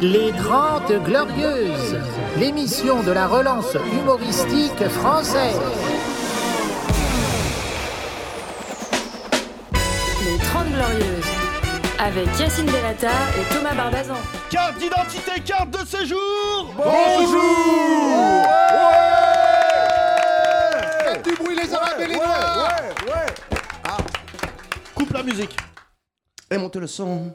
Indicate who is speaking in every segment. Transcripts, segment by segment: Speaker 1: Les Grandes Glorieuses, l'émission de la relance humoristique française.
Speaker 2: Les 30 Glorieuses, avec Yacine Delata et Thomas Barbazan.
Speaker 3: Carte d'identité, carte de séjour
Speaker 4: Bonjour
Speaker 5: Faites du bruit les Arabes et les Noirs
Speaker 3: Coupe la musique.
Speaker 4: Et montez le son.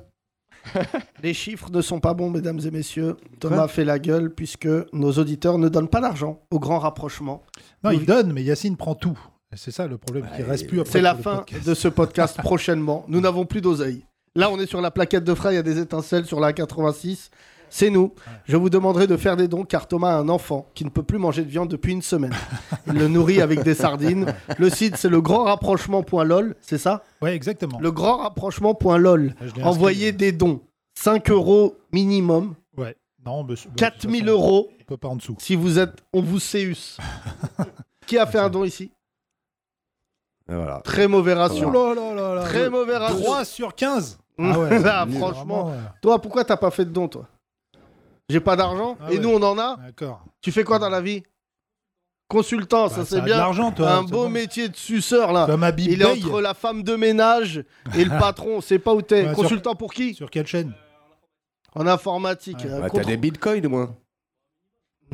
Speaker 6: Les chiffres ne sont pas bons, mesdames et messieurs. Thomas fait la gueule puisque nos auditeurs ne donnent pas d'argent au grand rapprochement.
Speaker 5: Non, il donne, mais Yacine prend tout. Et C'est ça le problème, il reste plus après.
Speaker 6: C'est la
Speaker 5: sur le
Speaker 6: fin
Speaker 5: podcast.
Speaker 6: de ce podcast prochainement. Nous n'avons plus d'oseille. Là, on est sur la plaquette de frais, il y a des étincelles sur la 86. C'est nous. Je vous demanderai de faire des dons car Thomas a un enfant qui ne peut plus manger de viande depuis une semaine. Il le nourrit avec des sardines. Le site, c'est le grand rapprochement.lol, c'est ça
Speaker 5: Ouais, exactement.
Speaker 6: Le grand rapprochement.lol.
Speaker 5: Je l'ai inscrit.
Speaker 6: Envoyez des dons. 5 euros minimum,
Speaker 5: Ouais. Non, mais, c'est- bah, de toute
Speaker 6: 4000
Speaker 5: façon,
Speaker 6: euros
Speaker 5: On peut pas en dessous.
Speaker 6: si vous êtes, on vous séus. Qui a fait un don ici
Speaker 4: Et voilà.
Speaker 6: Très mauvais ratio.
Speaker 5: Oh là là là là.
Speaker 6: Très mauvais ratio.
Speaker 5: 3 sur 15
Speaker 6: Ah ouais, Là,
Speaker 5: nul,
Speaker 6: franchement.
Speaker 5: vraiment,
Speaker 6: Toi, pourquoi t'as pas fait de don, toi J'ai pas d'argent
Speaker 5: Ah
Speaker 6: et
Speaker 5: ouais.
Speaker 6: nous on en a.
Speaker 5: ouais. D'accord.
Speaker 6: Tu fais quoi dans la vie Consultant, ça
Speaker 5: Bah,
Speaker 6: c'est
Speaker 5: a de
Speaker 6: bien.
Speaker 5: l'argent, toi.
Speaker 6: Un
Speaker 5: c'est
Speaker 6: beau
Speaker 5: bon.
Speaker 6: métier de suceur là.
Speaker 5: Comme Habib
Speaker 6: Il est
Speaker 5: Bey.
Speaker 6: entre la femme de ménage et le patron. C'est pas où t'es.
Speaker 5: Ouais, sur-
Speaker 6: Consultant pour qui
Speaker 5: Sur quelle chaîne
Speaker 6: En informatique.
Speaker 5: Ouais.
Speaker 6: euh,
Speaker 4: Bah, T'as
Speaker 6: contre-
Speaker 4: des bitcoins au moins.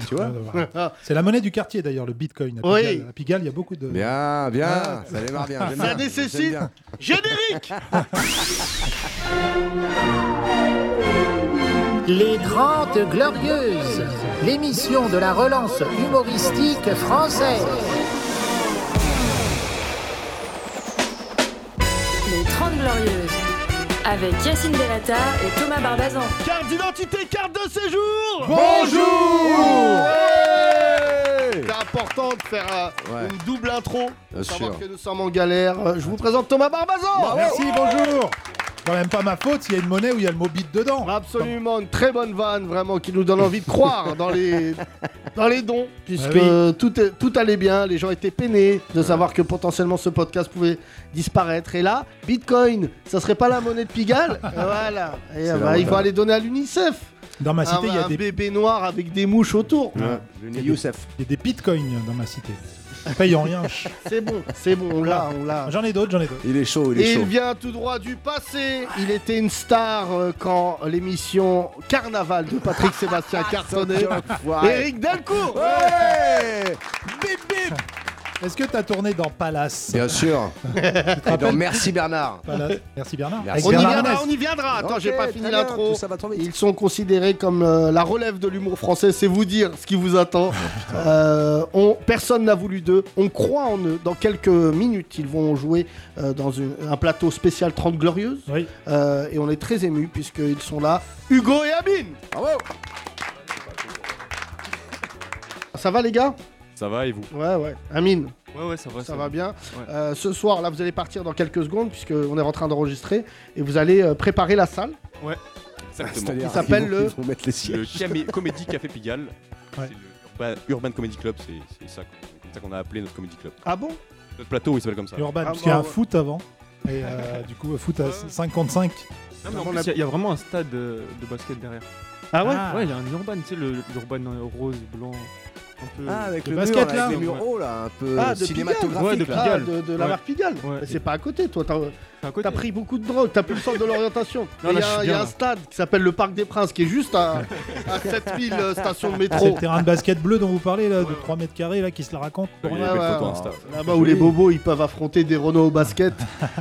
Speaker 4: Tu vois
Speaker 6: Ah,
Speaker 5: C'est la monnaie du quartier d'ailleurs, le bitcoin. À
Speaker 6: Oui.
Speaker 5: Pigalle, à Pigalle, il y a beaucoup de.
Speaker 4: Bien,
Speaker 5: Ah.
Speaker 4: bien. Ça démarre bien. j'aime
Speaker 6: Ça
Speaker 4: bien,
Speaker 6: nécessite-
Speaker 4: j'aime bien.
Speaker 6: Générique
Speaker 1: Les Grandes Glorieuses, l'émission de la relance humoristique française.
Speaker 2: Les 30 Glorieuses, avec Yacine Delata et Thomas Barbazan.
Speaker 3: Carte d'identité, carte de séjour
Speaker 4: Bonjour
Speaker 6: C'est important de faire euh,
Speaker 4: Ouais.
Speaker 6: une double intro.
Speaker 4: Bien
Speaker 6: savoir
Speaker 4: sûr.
Speaker 6: que nous sommes en galère. Euh, Je vous présente Thomas Barbazan.
Speaker 5: Merci, bonjour C'est quand même pas ma faute s'il y a une monnaie où il y a le mot bit dedans.
Speaker 6: Absolument, une très bonne vanne, vraiment, qui nous donne envie de croire dans les, dans les dons, puisque
Speaker 5: Ah oui. Ah.
Speaker 6: tout, est- tout allait bien, les gens étaient peinés de savoir que potentiellement ce podcast pouvait disparaître. Et là, Bitcoin, ça serait pas la monnaie de Pigalle Voilà. Et
Speaker 4: C'est
Speaker 6: bah,
Speaker 4: la
Speaker 6: il faut
Speaker 4: honte.
Speaker 6: aller donner à l'UNICEF.
Speaker 5: Dans ma
Speaker 6: Un,
Speaker 5: cité, il y a
Speaker 6: un
Speaker 5: des,
Speaker 6: bébé noir avec des mouches autour.
Speaker 4: Ouais, le nid Youssef.
Speaker 5: il y a des bitcoins dans ma cité. Ils payent en rien.
Speaker 6: C'est bon, c'est bon, on l'a, on l'a.
Speaker 5: J'en ai d'autres, j'en ai d'autres.
Speaker 4: Il est chaud, oh, il
Speaker 6: Et
Speaker 4: est
Speaker 6: il
Speaker 4: chaud.
Speaker 6: vient tout droit du passé. Il était une star euh, quand l'émission Carnaval de Patrick Sébastien cartonnait.
Speaker 4: Ouais.
Speaker 6: Eric Delcourt
Speaker 4: Bip bip
Speaker 5: Est-ce que t'as tourné dans Palace
Speaker 4: Bien sûr. Et dans Merci Bernard.
Speaker 5: Palace. Merci Bernard.
Speaker 4: Merci.
Speaker 5: Avec
Speaker 6: On y
Speaker 5: Bernard
Speaker 6: viendra,
Speaker 5: Menez.
Speaker 6: on y viendra. Attends, j'ai
Speaker 4: Ok,
Speaker 6: pas fini
Speaker 4: très bien,
Speaker 6: l'intro.
Speaker 4: tout Ça va trop vite.
Speaker 6: Ils sont considérés comme euh, la relève de l'humour français, c'est vous dire ce qui vous
Speaker 5: Oh,
Speaker 6: attend. Euh, on, personne n'a voulu d'eux, on croit en eux. Dans quelques minutes, ils vont jouer euh, dans une- un plateau spécial 30 Glorieuses.
Speaker 5: Oui.
Speaker 6: Euh, et on est très émus puisqu'ils sont là. Hugo et Amine
Speaker 4: Bravo.
Speaker 6: Ça va les gars
Speaker 7: Ça va et vous
Speaker 6: Ouais, ouais. Amine,
Speaker 7: Ouais, ouais, ça va.
Speaker 6: ça va bien.
Speaker 7: Ouais.
Speaker 6: Euh, ce soir, là, vous allez partir dans quelques secondes puisqu'on est en train d'enregistrer et vous allez euh, préparer la salle.
Speaker 7: Exactement.
Speaker 4: C'est-à-dire,
Speaker 6: Il s'appelle
Speaker 4: Ah, ils vont-
Speaker 6: le-
Speaker 4: ils vont mettre les sièges.
Speaker 7: Le camé- Comédie Café Pigalle.
Speaker 5: Ouais.
Speaker 7: C'est le Urban, Urban Comedy Club, c'est c'est ça, qu'on- c'est comme ça qu'on a appelé notre Comedy Club.
Speaker 6: Ah bon
Speaker 7: Notre plateau, il s'appelle comme ça.
Speaker 5: Urban,
Speaker 6: Ah,
Speaker 5: parce qu'il y a
Speaker 6: bon,
Speaker 5: un
Speaker 6: ouais.
Speaker 5: foot avant. Et euh, du coup, foot à 5 contre 5.
Speaker 8: Non, mais en
Speaker 6: Ah, On
Speaker 8: plus,
Speaker 6: a-
Speaker 8: il y, a- y a vraiment un stade euh, de basket derrière.
Speaker 6: Ah ouais
Speaker 8: Ouais, il y a un urban, tu sais, le- l'urban euh, rose, blanc, un peu.
Speaker 4: Ah, avec
Speaker 5: Le
Speaker 4: le,
Speaker 5: basket,
Speaker 4: mur, là,
Speaker 5: là.
Speaker 4: avec les murs
Speaker 8: Ouais.
Speaker 4: hauts, là, un peu
Speaker 6: Ah, de
Speaker 4: cinématographique.
Speaker 8: Pigalle. Ouais, de
Speaker 4: là.
Speaker 6: Ah,
Speaker 8: Pigalle.
Speaker 6: de, de la
Speaker 8: Ouais.
Speaker 6: marque Pigalle.
Speaker 8: Ouais.
Speaker 6: Mais C'est pas à côté, toi. t'as-
Speaker 8: C'est à côté.
Speaker 6: T'as pris beaucoup de drogue, t'as plus le sens de l'orientation. Il y
Speaker 8: Non, là, je
Speaker 6: a,
Speaker 8: suis
Speaker 6: il y a
Speaker 8: bien,
Speaker 6: un
Speaker 8: là.
Speaker 6: stade qui s'appelle le Parc des Princes qui est juste à, à 7000 euh, stations de
Speaker 5: C'est le
Speaker 6: métro.
Speaker 5: terrain de basket bleu dont vous parlez, là, de 3 mètres carrés, là, qui se la raconte.
Speaker 7: Il y a des
Speaker 6: Ouais,
Speaker 7: belles
Speaker 6: ouais,
Speaker 7: photos
Speaker 6: ouais.
Speaker 7: Insta.
Speaker 6: Là-bas où les bobos ils peuvent affronter des Renault au basket,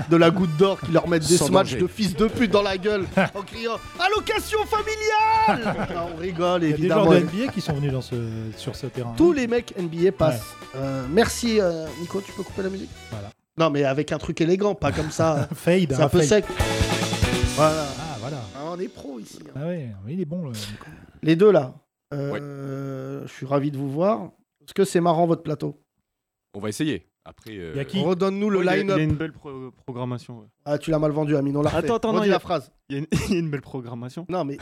Speaker 6: de la goutte d'or qui leur mettent des
Speaker 4: Sans
Speaker 6: smatchs
Speaker 4: danger.
Speaker 6: de fils de pute dans la gueule en criant Allocation familiale Ah, On rigole
Speaker 5: Il y a des joueurs
Speaker 6: évidemment.
Speaker 5: de NBA qui sont venus dans ce, sur ce terrain.
Speaker 6: Tous les mecs NBA passent. Euh, merci euh, Nico, tu peux couper la musique
Speaker 5: Voilà.
Speaker 6: Non mais avec un truc élégant, pas comme ça.
Speaker 5: Fade. hein,
Speaker 6: C'est un peu
Speaker 5: fade.
Speaker 6: sec. Voilà.
Speaker 5: Ah, voilà.
Speaker 6: Ah, on est pro ici. hein.
Speaker 5: Ah ouais, mais il est bon, le Nico.
Speaker 6: Les deux là. Euh, Je suis ravi de vous voir. Parce que c'est marrant votre plateau.
Speaker 7: On va essayer. Après. euh,
Speaker 5: Y a qui
Speaker 6: Redonne-nous le
Speaker 8: Ouais, il y a- Il y a
Speaker 6: line-up.
Speaker 8: une belle pro- programmation. ouais.
Speaker 6: Ah, tu l'as mal vendu, Amine. On l'a
Speaker 8: Attends,
Speaker 6: refait.
Speaker 8: attends, non,
Speaker 6: Redis
Speaker 8: il y a-
Speaker 6: la phrase.
Speaker 8: Il y, a une- il y a une belle programmation.
Speaker 6: Non, mais,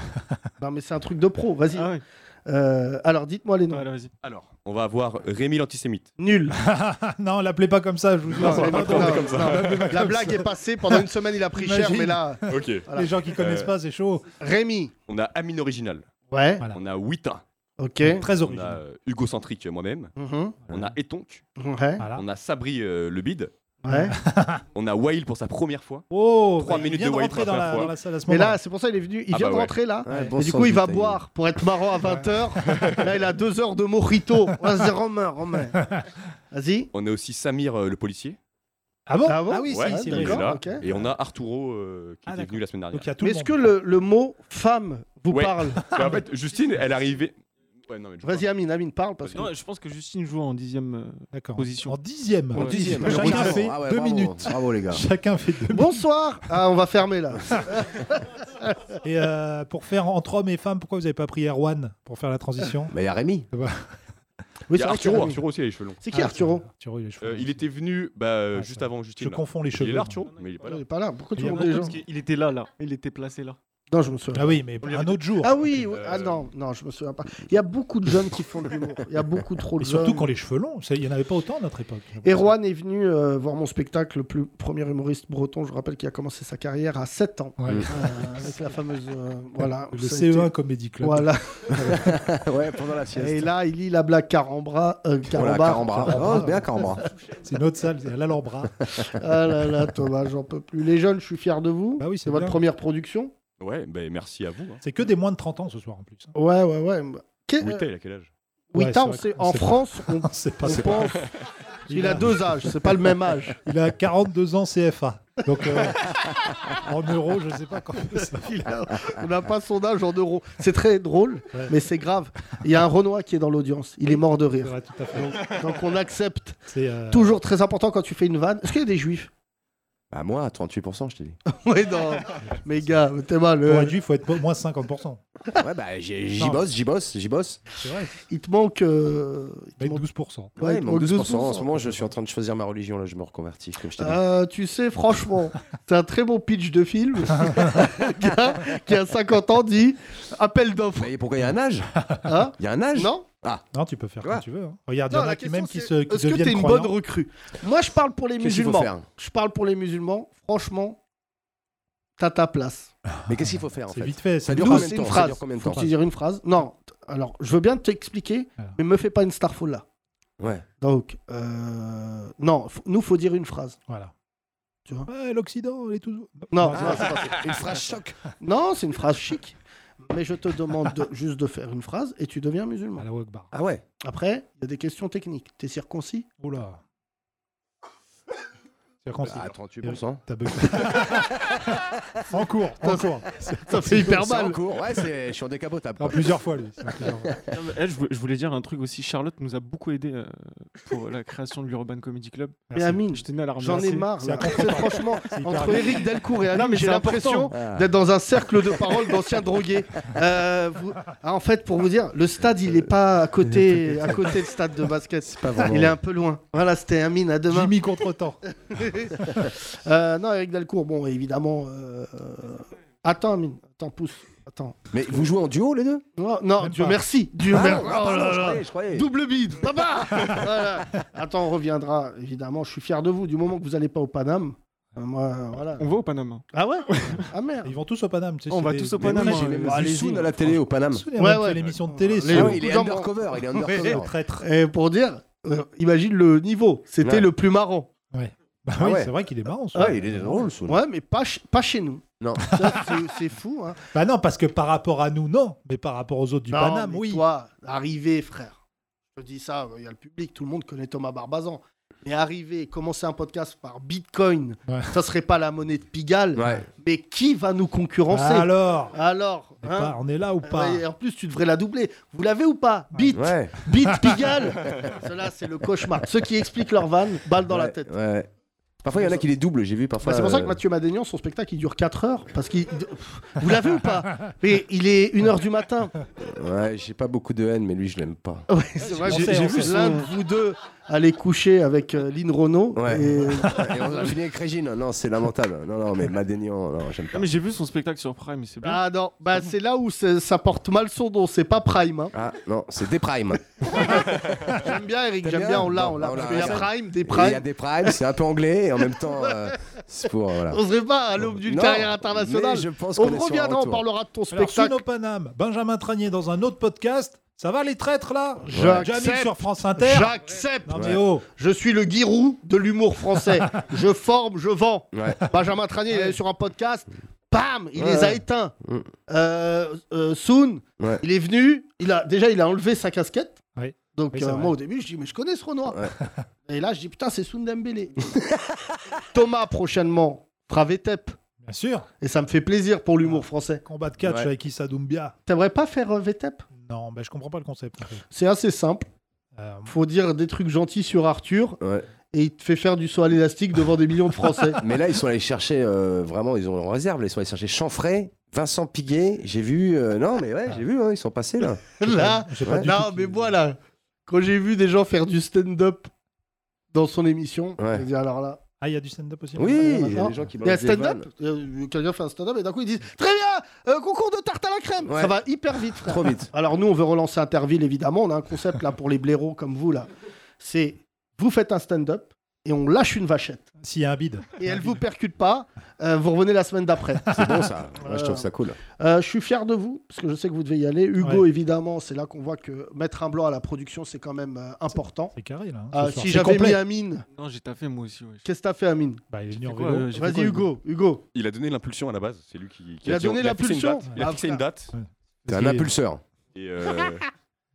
Speaker 6: non, mais c'est un truc de pro. Vas-y.
Speaker 8: Ah ouais,
Speaker 6: Euh, alors, dites-moi les noms.
Speaker 8: Ouais, allez, vas-y.
Speaker 7: Alors, on va avoir Rémi l'antisémite.
Speaker 6: Nul.
Speaker 5: non, l'appelez pas comme ça, je vous jure.
Speaker 6: Non,
Speaker 5: c'est
Speaker 6: mais
Speaker 5: pas
Speaker 6: non,
Speaker 5: drôle.
Speaker 6: non, non. La blague est passée. Pendant une semaine, il a pris cher,
Speaker 5: Imagine.
Speaker 6: mais là.
Speaker 7: ok.
Speaker 6: voilà.
Speaker 5: Les gens qui connaissent
Speaker 7: Euh,
Speaker 5: pas, c'est chaud.
Speaker 6: Rémi.
Speaker 7: On a Amine original.
Speaker 6: Ouais,
Speaker 5: Voilà.
Speaker 7: On a Wita.
Speaker 6: ok.
Speaker 5: Très
Speaker 7: On a
Speaker 5: original.
Speaker 7: euh, Hugo Centric, euh, moi-même.
Speaker 6: Mhm,
Speaker 7: On a Etonk.
Speaker 6: Ouais,
Speaker 5: Voilà.
Speaker 7: On a Sabri euh, le bide.
Speaker 6: ouais.
Speaker 7: On a Wail pour sa première fois.
Speaker 5: Oh,
Speaker 7: Trois
Speaker 5: il
Speaker 7: minutes
Speaker 5: vient
Speaker 7: de White
Speaker 5: rentrer dans
Speaker 7: Park
Speaker 5: la,
Speaker 7: fois.
Speaker 5: dans la salle à ce
Speaker 6: Mais
Speaker 5: moment.
Speaker 6: là, c'est pour ça il est venu. Il
Speaker 7: Ah
Speaker 6: vient
Speaker 7: bah
Speaker 6: de
Speaker 7: ouais.
Speaker 6: rentrer là.
Speaker 4: Ouais, bon
Speaker 6: Et du
Speaker 4: sang
Speaker 6: coup, il va
Speaker 4: bouteille.
Speaker 6: boire pour être marrant à 20h. Là, il a 2 heures de mojito. Vas-y, Romain, Romain.
Speaker 7: Ah,
Speaker 6: Vas-y.
Speaker 7: On a aussi Samir euh, le policier.
Speaker 5: ah bon
Speaker 6: Ah bon
Speaker 5: oui,
Speaker 7: Ouais,
Speaker 5: si, c'est
Speaker 7: il est
Speaker 5: vrai.
Speaker 6: d'accord.
Speaker 7: là.
Speaker 6: ok.
Speaker 7: Et on a Arturo euh, qui
Speaker 5: Ah,
Speaker 7: était
Speaker 5: d'accord.
Speaker 7: venu la semaine dernière.
Speaker 5: Donc il y a tout
Speaker 6: Mais
Speaker 5: le
Speaker 6: est-ce
Speaker 5: monde.
Speaker 6: que le, le mot femme vous
Speaker 7: Ouais.
Speaker 6: parle
Speaker 7: Mais en fait, Justine, elle est arrivée. Ouais, non, mais je
Speaker 6: Vas-y, Amine, Amine, parle. Parce que...
Speaker 8: Non, je pense que Justine joue en dixième. euh,
Speaker 5: D'accord.
Speaker 8: Position.
Speaker 5: En dixième.
Speaker 8: En dixième.
Speaker 5: Chacun
Speaker 4: Bravo.
Speaker 5: fait
Speaker 4: Ah ouais,
Speaker 5: deux
Speaker 4: bravo.
Speaker 5: minutes.
Speaker 4: Bravo, les gars.
Speaker 5: Chacun fait deux minutes.
Speaker 6: Bonsoir. Ah, on va fermer là.
Speaker 5: Et euh, pour faire entre hommes et femmes, pourquoi vous n'avez pas pris Erwan pour faire la transition
Speaker 4: Mais il Bah, y a Rémi.
Speaker 6: Oui, c'est vrai
Speaker 7: Il y a
Speaker 6: qu'il y a
Speaker 7: Arturo,
Speaker 6: Rémi.
Speaker 7: Arturo aussi, il a les cheveux longs.
Speaker 6: C'est qui Arturo
Speaker 5: Ah, Arturo, il a les cheveux
Speaker 7: Euh,
Speaker 5: longs.
Speaker 7: il était venu bah, euh,
Speaker 5: Ouais,
Speaker 7: juste
Speaker 5: ça.
Speaker 7: avant
Speaker 5: Je
Speaker 7: Justine. là.
Speaker 5: confonds les
Speaker 7: Il
Speaker 5: cheveux. hein.
Speaker 7: est là, Arturo, mais il est pas
Speaker 6: Ah, Il
Speaker 7: là.
Speaker 6: est pas là. Pourquoi tu
Speaker 5: Il y a
Speaker 6: montes
Speaker 5: beaucoup
Speaker 6: les
Speaker 5: de
Speaker 6: gens
Speaker 8: parce qu'il était là, là. Il était placé là.
Speaker 6: Non, je me souviens.
Speaker 5: Ah oui, mais un autre jour.
Speaker 6: Ah oui, oui.
Speaker 7: Euh,
Speaker 6: ah non, non, je me souviens pas. Il y a beaucoup de jeunes qui font de l'humour. Il y a beaucoup trop de
Speaker 5: Et surtout
Speaker 6: jeunes.
Speaker 5: quand les cheveux longs, c'est- il n'y en avait pas autant à notre époque.
Speaker 6: Erwan est venu euh, voir mon spectacle, le plus premier humoriste breton. Je rappelle qu'il a commencé sa carrière à 7 ans.
Speaker 5: Ouais.
Speaker 7: Mm.
Speaker 6: Euh, avec la fameuse. euh, voilà.
Speaker 5: Ah, Le
Speaker 6: ça a
Speaker 5: CE1
Speaker 6: été-
Speaker 5: Comedy Club.
Speaker 6: Voilà.
Speaker 4: ouais, pendant la
Speaker 6: Et
Speaker 4: sieste.
Speaker 6: là, il lit la blague Carambra. euh,
Speaker 4: Voilà,
Speaker 6: Carambar.
Speaker 4: Carambra.
Speaker 5: Carambra.
Speaker 4: Oh, bien Carambra.
Speaker 5: C'est une autre salle, c'est à l'Alhambra.
Speaker 6: Ah là là, Thomas, j'en peux plus. Les jeunes, je suis fier de vous.
Speaker 5: Bah oui, c'est
Speaker 6: C'est votre
Speaker 5: bien.
Speaker 6: première production
Speaker 7: Ouais, bah, merci à vous. Hein.
Speaker 5: C'est que des moins de 30 ans ce soir en plus. hein.
Speaker 6: Ouais, ouais, ouais. Qu'est-
Speaker 7: Wita,
Speaker 6: euh,
Speaker 7: il a quel âge
Speaker 5: Ouais, c'est
Speaker 6: Wita, on
Speaker 5: vrai
Speaker 6: sait,
Speaker 5: qu'on
Speaker 6: en
Speaker 5: sait pas.
Speaker 6: France, on,
Speaker 5: C'est
Speaker 6: on
Speaker 5: pas, c'est pas-
Speaker 6: pense. Il a deux âges, c'est pas le même âge.
Speaker 5: il a 42 ans CFA. Donc euh, en euros, je ne sais pas quand.
Speaker 6: Il a- on n'a pas son âge en euros. C'est très drôle,
Speaker 5: Ouais.
Speaker 6: mais c'est grave. Il y a un Renoir qui est dans l'audience. Il est mort de
Speaker 5: C'est
Speaker 6: rire.
Speaker 5: vrai, tout à fait.
Speaker 6: Donc on accepte.
Speaker 5: C'est, euh,
Speaker 6: Toujours très important quand tu fais une vanne. Est-ce qu'il y a des juifs
Speaker 4: Bah, moi, 38%, je t'ai dit.
Speaker 6: Ouais, non. Mais gars, t'es mal.
Speaker 5: Pour
Speaker 6: euh,
Speaker 5: être juif, il faut être moins 50%.
Speaker 4: Ouais, bah, j'ai- j'y bosse, j'y bosse, j'y bosse.
Speaker 5: C'est vrai.
Speaker 6: il te manque. euh, il
Speaker 5: Mais
Speaker 6: te manque-
Speaker 5: 12%.
Speaker 6: ouais, il
Speaker 4: Ouais,
Speaker 6: te
Speaker 4: il manque
Speaker 6: manque
Speaker 4: 12%.
Speaker 6: 12%.
Speaker 4: En ce moment, je suis en train de choisir ma religion, là, je me reconvertis, comme je t'ai dit.
Speaker 6: Euh, tu sais, franchement, c'est un très bon pitch de film. qui, a, qui a 50 ans dit appel d'offres.
Speaker 4: Mais pourquoi il y a un âge
Speaker 6: Hein
Speaker 4: Il y a un âge Ah.
Speaker 6: non,
Speaker 5: Non, tu peux faire
Speaker 4: Ouais.
Speaker 5: comme tu veux. hein. Regarde, il y
Speaker 6: non
Speaker 5: en a qui même qui se qui
Speaker 6: est-ce que
Speaker 5: deviennent
Speaker 6: t'es une
Speaker 5: croyants.
Speaker 6: bonne recrue Moi, je parle pour les
Speaker 4: Qu'est-ce qu'il faut
Speaker 6: musulmans.
Speaker 4: faire
Speaker 6: Je parle pour les musulmans. Franchement, t'as ta place.
Speaker 4: Mais qu'est-ce qu'il faut faire en
Speaker 5: C'est
Speaker 4: fait
Speaker 5: vite fait.
Speaker 4: Ça
Speaker 5: c'est
Speaker 4: dure
Speaker 6: Nous,
Speaker 4: combien de
Speaker 6: c'est
Speaker 4: temps
Speaker 6: une
Speaker 4: Ça
Speaker 6: phrase.
Speaker 4: dure combien de
Speaker 6: Faut
Speaker 4: temps
Speaker 6: que tu dises une phrase. Non, t- alors, je veux bien t'expliquer,
Speaker 5: Alors.
Speaker 6: mais me fais pas une starfall là.
Speaker 4: Ouais.
Speaker 6: Donc, euh, non, f- nous, faut dire une phrase.
Speaker 5: Voilà.
Speaker 6: Tu vois
Speaker 5: Ouais, L'Occident, elle est tout.
Speaker 6: Non,
Speaker 5: Ah,
Speaker 6: non, c'est pas ça.
Speaker 4: Une phrase choc.
Speaker 6: Non, c'est une phrase chic. Mais je te demande de- juste de faire une phrase et tu deviens musulman.
Speaker 5: à la Wagbar.
Speaker 4: Ah ouais
Speaker 6: Après, il y a des questions techniques. T'es circoncis
Speaker 5: Oula.
Speaker 4: Bah,
Speaker 5: C'est quand
Speaker 4: À 38%.
Speaker 5: T'as bugué. en cours, en cours.
Speaker 6: Ça fait hyper
Speaker 4: C'est en cours. Ouais, c'est- je suis en décapotable.
Speaker 5: Non,
Speaker 4: quoi.
Speaker 5: plusieurs fois, lui. C'est en plusieurs fois.
Speaker 8: Non, mais elle, je, voulais, je voulais dire un truc aussi. Charlotte nous a beaucoup aidé euh, pour la création de l'Urban Comedy Club.
Speaker 6: Mais
Speaker 5: Merci.
Speaker 6: Amine,
Speaker 8: Je tenais à la
Speaker 6: j'en ai
Speaker 8: remercier.
Speaker 6: marre.
Speaker 5: c'est
Speaker 6: là.
Speaker 5: un contre-
Speaker 6: C'est Franchement,
Speaker 5: C'est hyper
Speaker 6: entre
Speaker 5: bien.
Speaker 6: Eric Delcourt et
Speaker 8: Non,
Speaker 6: Amine,
Speaker 8: mais
Speaker 6: j'ai
Speaker 8: c'est
Speaker 6: l'impression
Speaker 4: Ah.
Speaker 6: d'être dans un cercle de paroles d'anciens drogués. Euh, vous- ah, en fait, pour vous dire, le stade, il est pas à côté, à côté du stade de basket. Il est un peu loin. Voilà, c'était Amine, à demain.
Speaker 5: Jimmy contre-temps.
Speaker 6: Euh, non, Eric Delcourt, bon, évidemment. euh, euh, Attends, Amine, attends, pousse. Attends.
Speaker 4: Mais vous jouez en duo les deux
Speaker 6: Non, non,
Speaker 5: Même
Speaker 6: Dieu
Speaker 5: pas.
Speaker 6: merci. Dieu
Speaker 4: Ah
Speaker 6: merci.
Speaker 4: non,
Speaker 6: Oh
Speaker 4: ah, pardon,
Speaker 6: là
Speaker 4: je
Speaker 6: là.
Speaker 4: croyais, je croyais.
Speaker 6: Double bide, papa Voilà. Attends, on reviendra, évidemment. Je suis fier de vous. Du moment que vous n'allez pas au Paname, euh, moi, euh, voilà.
Speaker 8: On va au Panama.
Speaker 6: Ah ouais Ah merde
Speaker 5: Ils vont tous au Paname. tu sais,
Speaker 8: On
Speaker 5: c'est
Speaker 8: va
Speaker 5: des-
Speaker 8: tous au
Speaker 5: des-
Speaker 4: Mais
Speaker 8: Paname,
Speaker 4: oui, j'ai
Speaker 8: hein,
Speaker 4: même
Speaker 8: les-
Speaker 4: vu
Speaker 8: allez-y,
Speaker 4: Soun à la
Speaker 8: franchement.
Speaker 4: télé au Paname.
Speaker 5: Souvenez-vous,
Speaker 6: Ouais,
Speaker 5: on fait
Speaker 6: ouais.
Speaker 5: l'émission de télé,
Speaker 6: Les-
Speaker 5: c'est
Speaker 4: Ah
Speaker 5: le
Speaker 4: oui, il est
Speaker 6: Beaucoup d'en-
Speaker 4: undercover, il est
Speaker 5: c'est le
Speaker 4: undercover.
Speaker 5: traître.
Speaker 6: Et pour dire, euh, imagine le niveau. C'était
Speaker 4: Ouais.
Speaker 6: le plus marrant.
Speaker 5: Bah
Speaker 4: Ah
Speaker 5: oui,
Speaker 4: ouais.
Speaker 5: c'est vrai qu'il est marrant. ce
Speaker 4: Ah,
Speaker 5: soir.
Speaker 4: il est drôle, Soun.
Speaker 6: Ouais, mais pas, ch- pas chez nous.
Speaker 4: Non.
Speaker 6: Ça, c'est- C'est fou, hein.
Speaker 5: Bah non, parce que par rapport à nous, non. Mais par rapport aux autres du
Speaker 6: Non,
Speaker 5: Paname,
Speaker 6: mais
Speaker 5: oui.
Speaker 6: Toi, arrivé, frère. Je te dis ça, il y a le public, tout le monde connaît Thomas Barbazan. Mais arriver, commencer un podcast par Bitcoin,
Speaker 5: Ouais.
Speaker 6: ça serait pas la monnaie de Pigalle.
Speaker 4: Ouais.
Speaker 6: Mais qui va nous concurrencer
Speaker 5: Alors,
Speaker 6: Alors,
Speaker 5: on est
Speaker 6: hein,
Speaker 5: pas- on est là ou pas
Speaker 6: Ouais, et en plus, tu devrais la doubler. Vous l'avez ou pas Bit,
Speaker 4: Ouais.
Speaker 6: bit Pigalle. Cela, c'est le cauchemar. Ceux qui expliquent leur vanne, balle dans la
Speaker 4: Ouais,
Speaker 6: tête.
Speaker 4: ouais, ouais. Parfois, il y en a qui les doublent, j'ai vu parfois.
Speaker 6: Bah, c'est pour ça
Speaker 4: euh,
Speaker 6: que Mathieu Madénian, son spectacle, il dure 4 heures. Parce qu'il. Vous l'avez ou pas Mais il est 1 heure du matin.
Speaker 4: euh, Ouais, j'ai pas beaucoup de haine, mais lui, je l'aime pas.
Speaker 6: Ouais, c'est vrai
Speaker 5: J'ai-
Speaker 6: que
Speaker 5: j'ai vu
Speaker 6: vu l'un de vous deux aller coucher avec euh, Lynn Renault.
Speaker 4: Ouais.
Speaker 6: Et...
Speaker 4: Et on a fini avec Régine. Non, c'est lamentable. Non, non, mais Madénian, non, j'aime
Speaker 8: Ah,
Speaker 4: pas.
Speaker 8: mais j'ai vu son spectacle sur Prime, c'est bien.
Speaker 6: Ah non, bah, c'est là où c'est- ça porte mal son nom. C'est pas Prime. hein.
Speaker 4: Ah, non, c'est des primes.
Speaker 6: J'aime bien Eric,
Speaker 4: T'aimes
Speaker 6: j'aime
Speaker 4: bien
Speaker 6: bien. On l'a,
Speaker 4: Bon,
Speaker 6: on l'a.
Speaker 4: on l'a,
Speaker 6: Parce qu'il y a
Speaker 4: ça.
Speaker 6: Prime, des
Speaker 4: Il y
Speaker 6: Prime.
Speaker 4: a des primes, c'est un peu anglais. en même temps. euh, c'est pour. voilà.
Speaker 6: On serait pas à l'aube d'une
Speaker 4: Non,
Speaker 6: carrière internationale.
Speaker 4: mais je pense qu'on
Speaker 6: On
Speaker 4: est sur un
Speaker 6: reviendra, on
Speaker 4: retour.
Speaker 6: parlera de ton
Speaker 5: Alors,
Speaker 6: spectacle.
Speaker 5: Suno Paname, Benjamin Tranier dans un autre podcast. Ça va les traîtres là
Speaker 6: J'accepte.
Speaker 5: Jamil sur France Inter.
Speaker 6: J'accepte.
Speaker 5: Non mais oh,
Speaker 6: Je suis le guirou de l'humour français. je forme, je vends.
Speaker 4: Ouais.
Speaker 6: Benjamin Tranier, il est allé sur un podcast. Bam, il
Speaker 4: Ouais,
Speaker 6: les a
Speaker 4: ouais.
Speaker 6: éteints.
Speaker 4: Mm.
Speaker 6: Euh, euh, Soon,
Speaker 4: Ouais.
Speaker 6: il est venu. Il a déjà, il a enlevé sa casquette.
Speaker 5: Oui.
Speaker 6: Donc
Speaker 5: Oui, c'est
Speaker 6: euh,
Speaker 5: vrai.
Speaker 6: moi au début, je dis mais je connais ce Renoir.
Speaker 4: Ouais.
Speaker 6: Et là, je dis putain, c'est Soon Dembélé. Thomas prochainement, Travetep.
Speaker 5: bien sûr.
Speaker 6: Et ça me fait plaisir pour l'humour français.
Speaker 5: Combat de catch
Speaker 4: Ouais.
Speaker 5: avec Issa Doumbia.
Speaker 6: T'aimerais pas faire euh, Vetep
Speaker 5: Non, mais je comprends pas le concept. en fait.
Speaker 6: C'est assez simple.
Speaker 5: Euh,
Speaker 6: Faut dire des trucs gentils sur Arthur
Speaker 4: Ouais.
Speaker 6: et il te fait faire du saut à l'élastique devant des millions de Français.
Speaker 4: Mais là, ils sont allés chercher, euh, vraiment, ils ont en réserve, là, ils sont allés chercher Chanfray, Vincent Piguet, j'ai vu, euh, non, mais ouais, j'ai vu, hein, ils sont passés là.
Speaker 6: là,
Speaker 5: j'ai
Speaker 4: ouais.
Speaker 5: pas du
Speaker 6: Non,
Speaker 5: tout-
Speaker 6: mais moi là, quand j'ai vu des gens faire du stand-up dans son émission,
Speaker 4: Ouais.
Speaker 6: j'ai dit alors là,
Speaker 5: Ah, il y a du stand-up aussi.
Speaker 4: Oui, il y a
Speaker 6: maintenant.
Speaker 4: des gens qui
Speaker 6: il y a
Speaker 4: mangent des
Speaker 6: stand-up,
Speaker 4: vannes.
Speaker 6: euh, quelqu'un fait un stand-up et d'un coup ils disent très bien, euh, concours de tarte à la crème,
Speaker 4: Ouais.
Speaker 6: ça va hyper vite. frère.
Speaker 4: Trop vite.
Speaker 6: Alors nous on veut relancer Interville évidemment, on a un concept là pour les blaireaux comme vous là, c'est vous faites un stand-up et on lâche une vachette
Speaker 5: S'il y a un bide.
Speaker 6: et elle vous percute pas, euh, vous revenez la semaine d'après.
Speaker 4: C'est bon ça. Moi, Ah, je trouve
Speaker 6: Euh,
Speaker 4: ça cool.
Speaker 6: Euh, je suis fier de vous, parce que je sais que vous devez y aller. Hugo,
Speaker 5: Ouais.
Speaker 6: évidemment, c'est là qu'on voit que mettre un blanc à la production, c'est quand même euh, important.
Speaker 5: C'est carré là. hein,
Speaker 6: Euh,
Speaker 5: ce soir.
Speaker 6: si
Speaker 5: C'est
Speaker 6: j'avais
Speaker 5: complet.
Speaker 6: mis Amine,
Speaker 8: Non, j'ai taffé moi aussi. ouais.
Speaker 6: qu'est-ce que t'as fait Amine
Speaker 5: Bah, il est
Speaker 8: J'ai
Speaker 5: venu en
Speaker 8: fait quoi,
Speaker 5: vélo.
Speaker 8: euh, j'ai fait
Speaker 6: Vas-y
Speaker 8: quoi,
Speaker 6: Hugo, Hugo.
Speaker 7: Il a donné l'impulsion à la base, c'est lui qui, qui
Speaker 6: Il a donné
Speaker 7: il fixé une
Speaker 6: l'impulsion
Speaker 7: date, Il a
Speaker 6: Ah,
Speaker 7: fixé une date.
Speaker 4: T'es un
Speaker 5: Parce qu'il-
Speaker 4: impulseur.
Speaker 7: Et euh,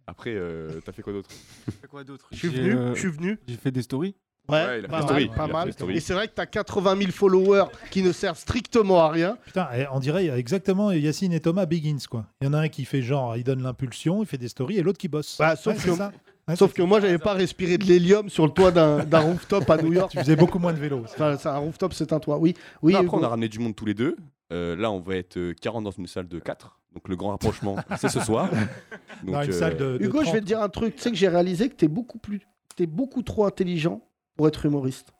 Speaker 7: après, euh, t'as fait quoi d'autre
Speaker 8: J'ai fait quoi d'autre
Speaker 6: Je suis
Speaker 8: J'ai,
Speaker 6: venu,
Speaker 8: euh,
Speaker 6: je suis venu.
Speaker 8: J'ai fait des stories.
Speaker 6: Ouais,
Speaker 7: Ouais, il
Speaker 6: pas
Speaker 7: a fait
Speaker 6: mal,
Speaker 7: story,
Speaker 6: pas
Speaker 7: il a
Speaker 6: mal.
Speaker 7: fait story.
Speaker 6: Et c'est vrai que t'as 80 000 followers qui ne servent strictement à rien.
Speaker 5: Putain, eh, on dirait exactement Yacine et Thomas Begins quoi. Il y en a un qui fait genre, il donne l'impulsion, il fait des stories et l'autre qui bosse.
Speaker 6: Bah, sauf
Speaker 5: c'est
Speaker 6: que-
Speaker 5: ça. Ouais,
Speaker 6: Sauf
Speaker 5: c'est-
Speaker 6: que moi, j'avais pas respiré de l'hélium sur le toit d'un d'un rooftop à New York.
Speaker 5: tu faisais beaucoup moins de vélo.
Speaker 6: Enfin, c'est un rooftop, c'est un toit. Oui, oui.
Speaker 7: Non, Après, on
Speaker 6: Hugo.
Speaker 7: a ramené du monde tous les deux. Euh, là, on va être euh, 40 dans une salle de 4. Donc, le grand rapprochement, c'est ce soir. Donc,
Speaker 5: Dans une
Speaker 7: euh,
Speaker 5: salle de, de
Speaker 6: Hugo, je
Speaker 5: 30.
Speaker 6: vais te dire un truc. Tu sais que j'ai réalisé que t'es beaucoup plus, t'es beaucoup trop intelligent pour être humoriste.